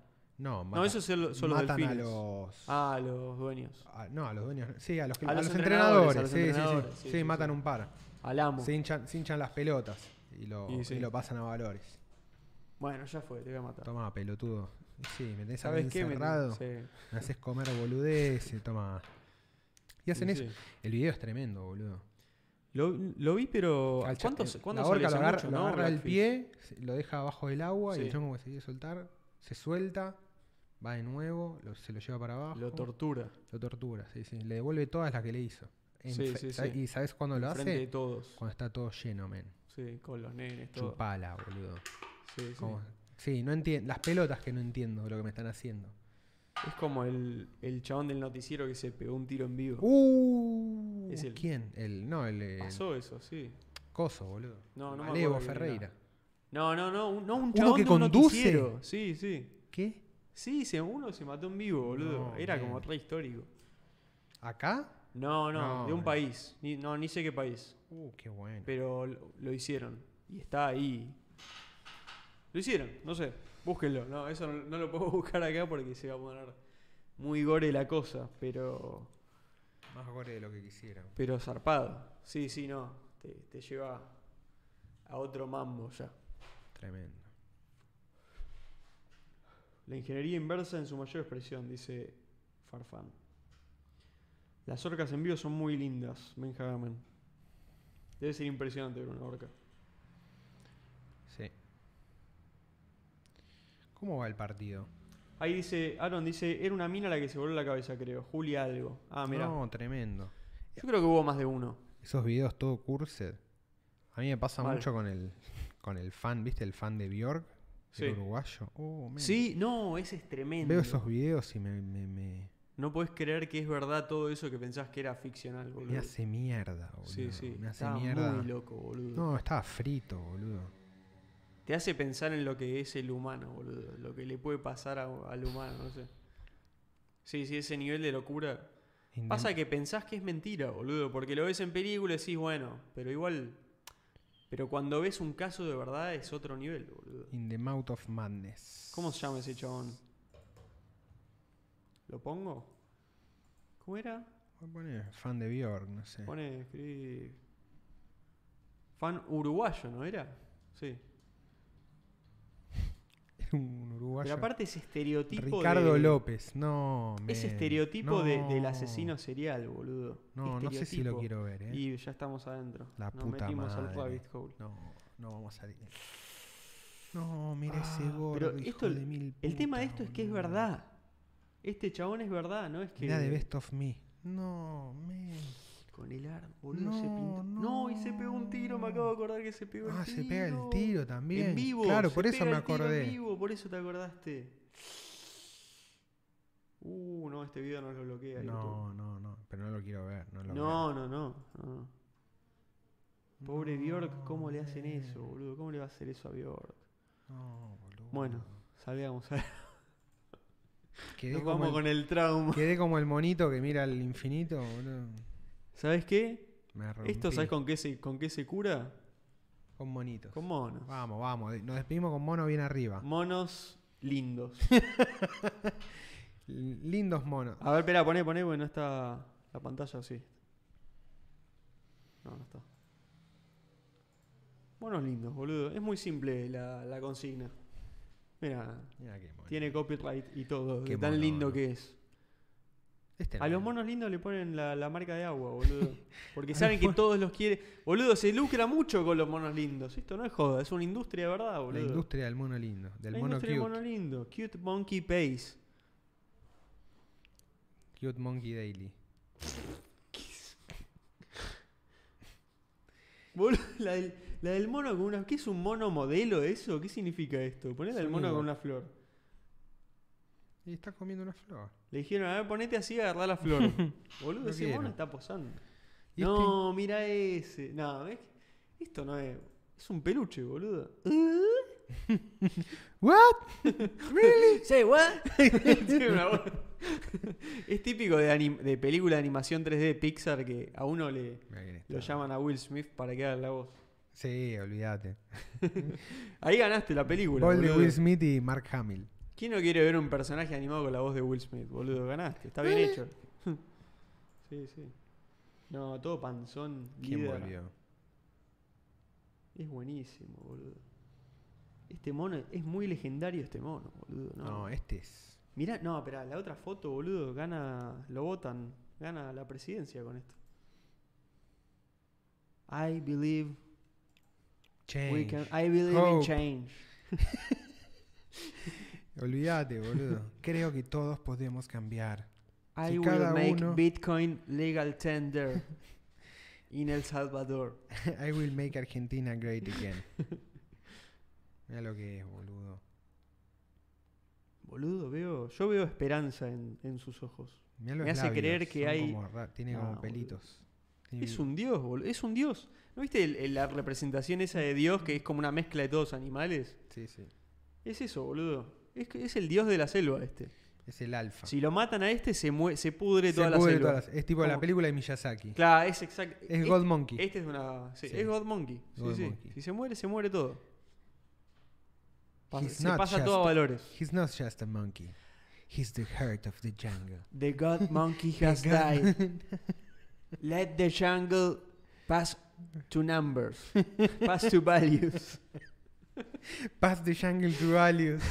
no, no, matan- eso son los, son los matan a delfines. los. Ah, los dueños. a- no, a los dueños. Sí, a los, que- A a los los entrenadores, entrenadores. a los sí, sí, sí. entrenadores, sí, Sí, sí, matan sí. un par. Al amo. Se hinchan, se hinchan las pelotas y lo, Y sí. y lo pasan a valores. Bueno, ya fue, te voy a matar. Toma, pelotudo. Sí, me tenés acá ¿Sabes qué? Me- encerrado. Me, sí. haces comer boludeces, toma. Y hacen Y eso. sí. El video es tremendo, boludo. Lo, lo vi, pero. Al cha- ¿Cuántos, eh, cuántos la orca salió? Hace lo agarra, mucho, lo ¿no? agarra del Blackfish. pie, se- lo deja abajo del agua y Sí. el chongo que se quiere soltar, se suelta, va de nuevo, lo- se lo lleva para abajo. Lo tortura. lo tortura, sí, sí. Le devuelve todas las que le hizo. En Sí, fe- sí, sa- sí. ¿Y sabes cuándo lo Frente de hace? todos. Cuando está todo lleno, men. Sí, con los nenes, todo. Chupala, boludo. Sí, sí. Como- Sí, no entiendo. Las pelotas que no entiendo lo que me están haciendo. Es como el, el chabón del noticiero que se pegó un tiro en vivo. Uh, Es el- ¿Quién? El, no, el, el Pasó eso, sí. Coso, boludo. No, no me Alevo acuerdo bien, Ferreira. No, no, no, un, no, un ¿Uno chabón que de un conduce? noticiero. Sí, sí. ¿Qué? Sí, se, uno se mató en vivo, boludo. No, Era bien. como re histórico. ¿Acá? No, no, No, de un boludo. país. Ni, no, ni sé qué país. Uh, qué bueno. Pero lo, lo hicieron. Y está ahí. Lo hicieron, no sé. Búsquenlo. No, eso no, no lo puedo buscar acá porque se va a poner muy gore la cosa. Pero. Más gore de lo que quisieran. Pero zarpado. Sí, sí, no. Te, te lleva a otro mambo ya. Tremendo. La ingeniería inversa en su mayor expresión, dice Farfán. Las orcas en vivo son muy lindas, Benja Gaman. Debe ser impresionante ver una orca. Sí. ¿Cómo va el partido? Ahí dice, Aaron dice, era una mina la que se voló la cabeza, creo. Julia algo. Ah, mira. No, tremendo. Yo creo que hubo más de uno. Esos videos todo cursed. A mí me pasa Mal. mucho con el, con el fan, ¿viste? El fan de Bjork, el Sí. uruguayo. Oh, men. Sí, no, ese es tremendo. Veo esos videos y me, me, me- No puedes creer que es verdad todo eso que pensás que era ficcional, boludo. Me hace mierda, boludo. sí, sí. Me hace Estaba mierda. muy loco, boludo. No, estaba frito, boludo. Te hace pensar en lo que es el humano, boludo. Lo que le puede pasar a- al humano, no sé. Sí, sí, ese nivel de locura. Indem- Pasa que pensás que es mentira, boludo. Porque lo ves en película y decís, bueno, pero igual. Pero cuando ves un caso de verdad es otro nivel, boludo. In the Mouth of Madness. ¿Cómo se llama ese chabón? ¿Lo pongo? ¿Cómo era? Voy a poner fan de Bjork, no sé. Pone, escribí. Fan uruguayo, ¿no era? Sí. Un uruguayo. Pero aparte ese estereotipo. Ricardo de- López, no. Ese men, estereotipo de- del no. asesino serial, boludo. No, no sé si lo Estereotipo. quiero ver, eh. Y ya estamos adentro. La Nos puta metimos al madre. rabbit hole. No, no vamos a salir. No, mira ese Ah, gordo. pero hijo esto- de mil El tema de putas, esto es que es boludo. verdad. Este chabón es verdad, no es que. Mirá de Best of Me. No, men. Con el arma, boludo, se No, pintó. No, y se pegó un tiro, me acabo de acordar que se pegó Ah, el tiro. se pega el tiro también. En vivo. Claro, se por eso pega me el tiro en acordé. vivo, por eso te acordaste. Uh, no, este video no lo bloquea. YouTube. No, no, no. Pero no lo quiero ver. No, lo No, no, no, no. veo. Pobre Bjork, ¿cómo le hacen men. eso, boludo? ¿Cómo le va a hacer eso a Bjork? No, boludo. Bueno, salgamos a Quedé Nos como vamos el- con el trauma. Quedé como el monito que mira al infinito, boludo. ¿Sabes qué? Me rompí. ¿Esto sabes con qué se, con qué se cura? Con monitos. Con monos. Vamos, vamos. de- Nos despedimos con mono bien arriba. Monos lindos. L- Lindos monos. A ver, espera, poné, poné, porque no está la pantalla así. No, no está. Monos lindos, boludo. Es muy simple la, la consigna. Mira, Mirá qué mono. tiene copyright y todo. Qué de tan mono, lindo boludo. que es. Este A los mono. monos lindos le ponen la, la marca de agua, boludo. Porque A saben los que mon- todos los quieren. Boludo, se lucra mucho con los monos lindos. Esto no es joda, es una industria de verdad, La boludo. industria del mono lindo. Del La mono industria cute. del mono lindo. Cute Monkey Pace. Cute Monkey Daily. Boludo, la del, la del mono con una. ¿Qué es un mono modelo eso? ¿Qué significa esto? Poner al Sí, mono con bueno. una flor. Y está comiendo una flor. Le dijeron, a ver, ponete así a agarrar la flor. Boludo, No ese mono quiero. está posando. ¿Y No, mira ese. No, ¿ves? Esto no es. Es un peluche, boludo. ¿What? Say what? es típico de, anim- de película de animación 3D Pixar que a uno le Mirá quién está. lo llaman a Will Smith para que haga la voz. Sí, olvídate. Ahí ganaste la película. Paul de boludo. Will Smith y Mark Hamill. ¿Quién no quiere ver un personaje animado con la voz de Will Smith, boludo? Ganaste, está bien hecho. sí, sí. No, todo panzón. ¿Quién líder. volvió? Es buenísimo, boludo. Este mono, es muy legendario este mono, boludo. No, No, este es. Mirá, no, pero la otra foto, boludo, gana, lo votan, gana la presidencia con esto. I believe we Change. can, I believe in Hope. change. Olvídate, boludo. Creo que todos podemos cambiar. I Si will cada make uno- Bitcoin legal tender in El Salvador. I will make Argentina great again. Mira lo que es, boludo. Boludo, veo, yo veo esperanza en, en sus ojos. Mirá los Me hace labios, creer que son hay- como ra- tiene No, como boludo. pelitos. Tiene- Es un dios, boludo, es un dios. ¿No viste el- el- la representación esa de dios que es como una mezcla de todos animales? Sí, sí. Es eso, boludo. Es, que- es el dios de la selva este. Es el alfa. Si lo matan a este, se, mue- se pudre Ah. Se toda la pudre selva. todas las- es tipo la Como- película de Miyazaki. Claro, es exacto. Es God Monkey. Este es una. sí, Sí. Es God Monkey. Sí, God sí. Monkey. Si se muere, se muere todo. Pasa- He's se not pasa just todo a valores. He's not just a monkey. He's the heart of the jungle. The God Monkey The has god- died. Let the jungle pass to numbers, pass to values. Pass the jungle to values.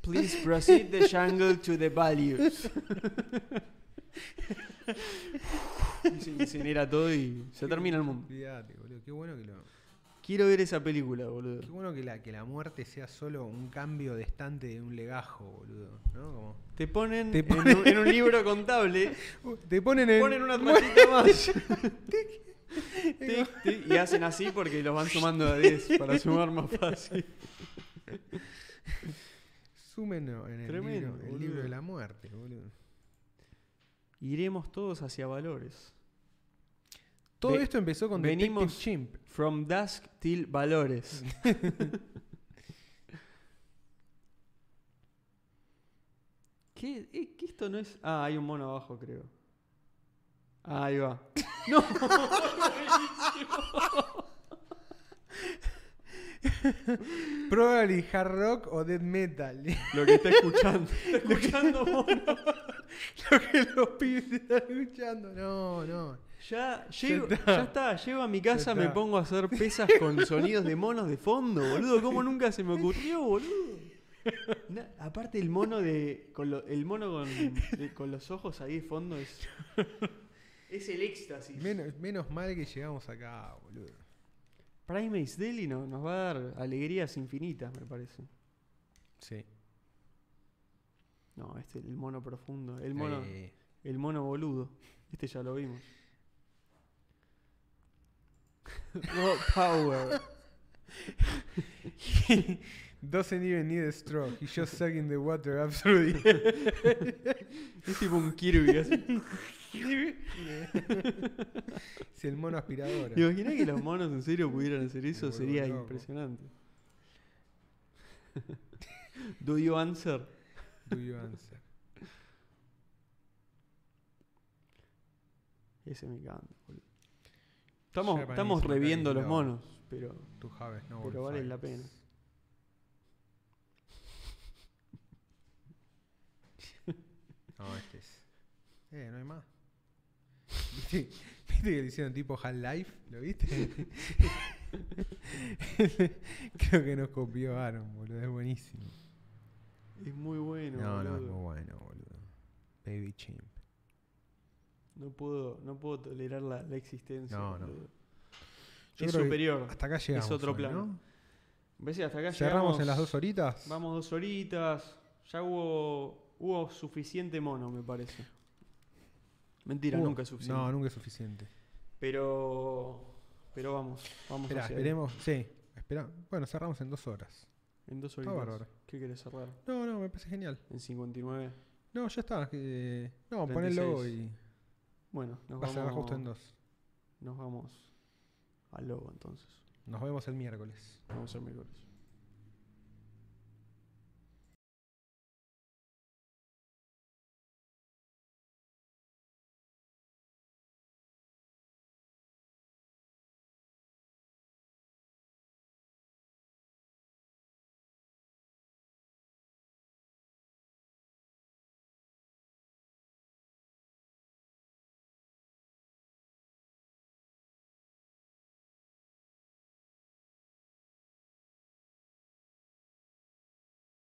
Please proceed the jungle to the values. Y se incinera todo y se termina el mundo. Olvídate, boludo. Qué bueno que lo- Quiero ver esa película, Qué boludo. bueno que la, que la muerte sea solo un cambio de estante de un legajo, boludo. ¿no? Como- Te ponen, Te en ponen- un- en, un libro contable, te ponen en. ponen una rayita más. Tic, tic, y hacen así porque los van sumando a 10 para sumar más fácil. Súmenlo en el, Tremendo, libro, el boludo. libro de la muerte, boludo. Iremos todos hacia valores. Todo Ve- esto empezó con venimos- Detective Chimp. From Dusk till Valores. ¿Qué, eh, ¿Qué esto no es? Ah, hay un mono abajo, creo. Ah, ahí va. ¡No! Probably hard rock o death metal. Lo que está escuchando. Está escuchando mono. Lo que los pibes están escuchando. No, no. Ya, llego- Ya ya, está. está. llego a mi casa, me está. pongo a hacer pesas con sonidos de monos de fondo, boludo. ¿Cómo nunca se me ocurrió, boludo? Na- aparte el mono de. Con lo- el mono con, de- con los ojos ahí de fondo es. Es el éxtasis. Menos, menos mal que llegamos acá, boludo. Primates Deli no- nos va a dar alegrías infinitas, me parece. Sí. No, este el mono profundo. El mono. Eh, El mono boludo. Este ya lo vimos. Rock Oh, Power. 12 even need a straw. He just sucking the water up through the air. Es tipo un Kirby así. Es el mono aspirador. ¿Te imaginas que los monos en serio pudieran hacer eso? Me vuelvo Sería loco. impresionante. Do you answer? Do you answer? Ese me encanta, boludo. Estamos, Japanese estamos Japanese reviendo los love. monos, pero To have no Pero vale la fires. pena. No, este es. Eh, no hay más. ¿Viste, viste que le hicieron tipo Half-Life? ¿Lo viste? Creo que nos copió Aaron, boludo. Es buenísimo. es muy bueno. No, no, es boludo. muy bueno, boludo. Baby Chimp. No puedo, no puedo tolerar la, la existencia. No, no. boludo. Yo es creo que superior. Hasta acá llegamos. otro hoy, plan. ¿no? ¿Ves? Hasta acá Cerramos llegamos. en las dos horitas. Vamos dos horitas. Ya hubo, hubo suficiente mono, me parece. Mentira, Uh, nunca es suficiente. No, nunca es suficiente. Pero. Pero vamos, vamos Espera, hacia esperemos. Sí, espera. Bueno, cerramos en dos horas. ahí. En dos Está horitas. bárbaro. ¿Qué querés cerrar? No, no, me parece genial. En 59. No, ya está. eh, no, pon el logo y Bueno, nos va a cerrar vamos. justo en dos. Nos vamos al logo entonces. Nos vemos el miércoles. Vamos a miércoles.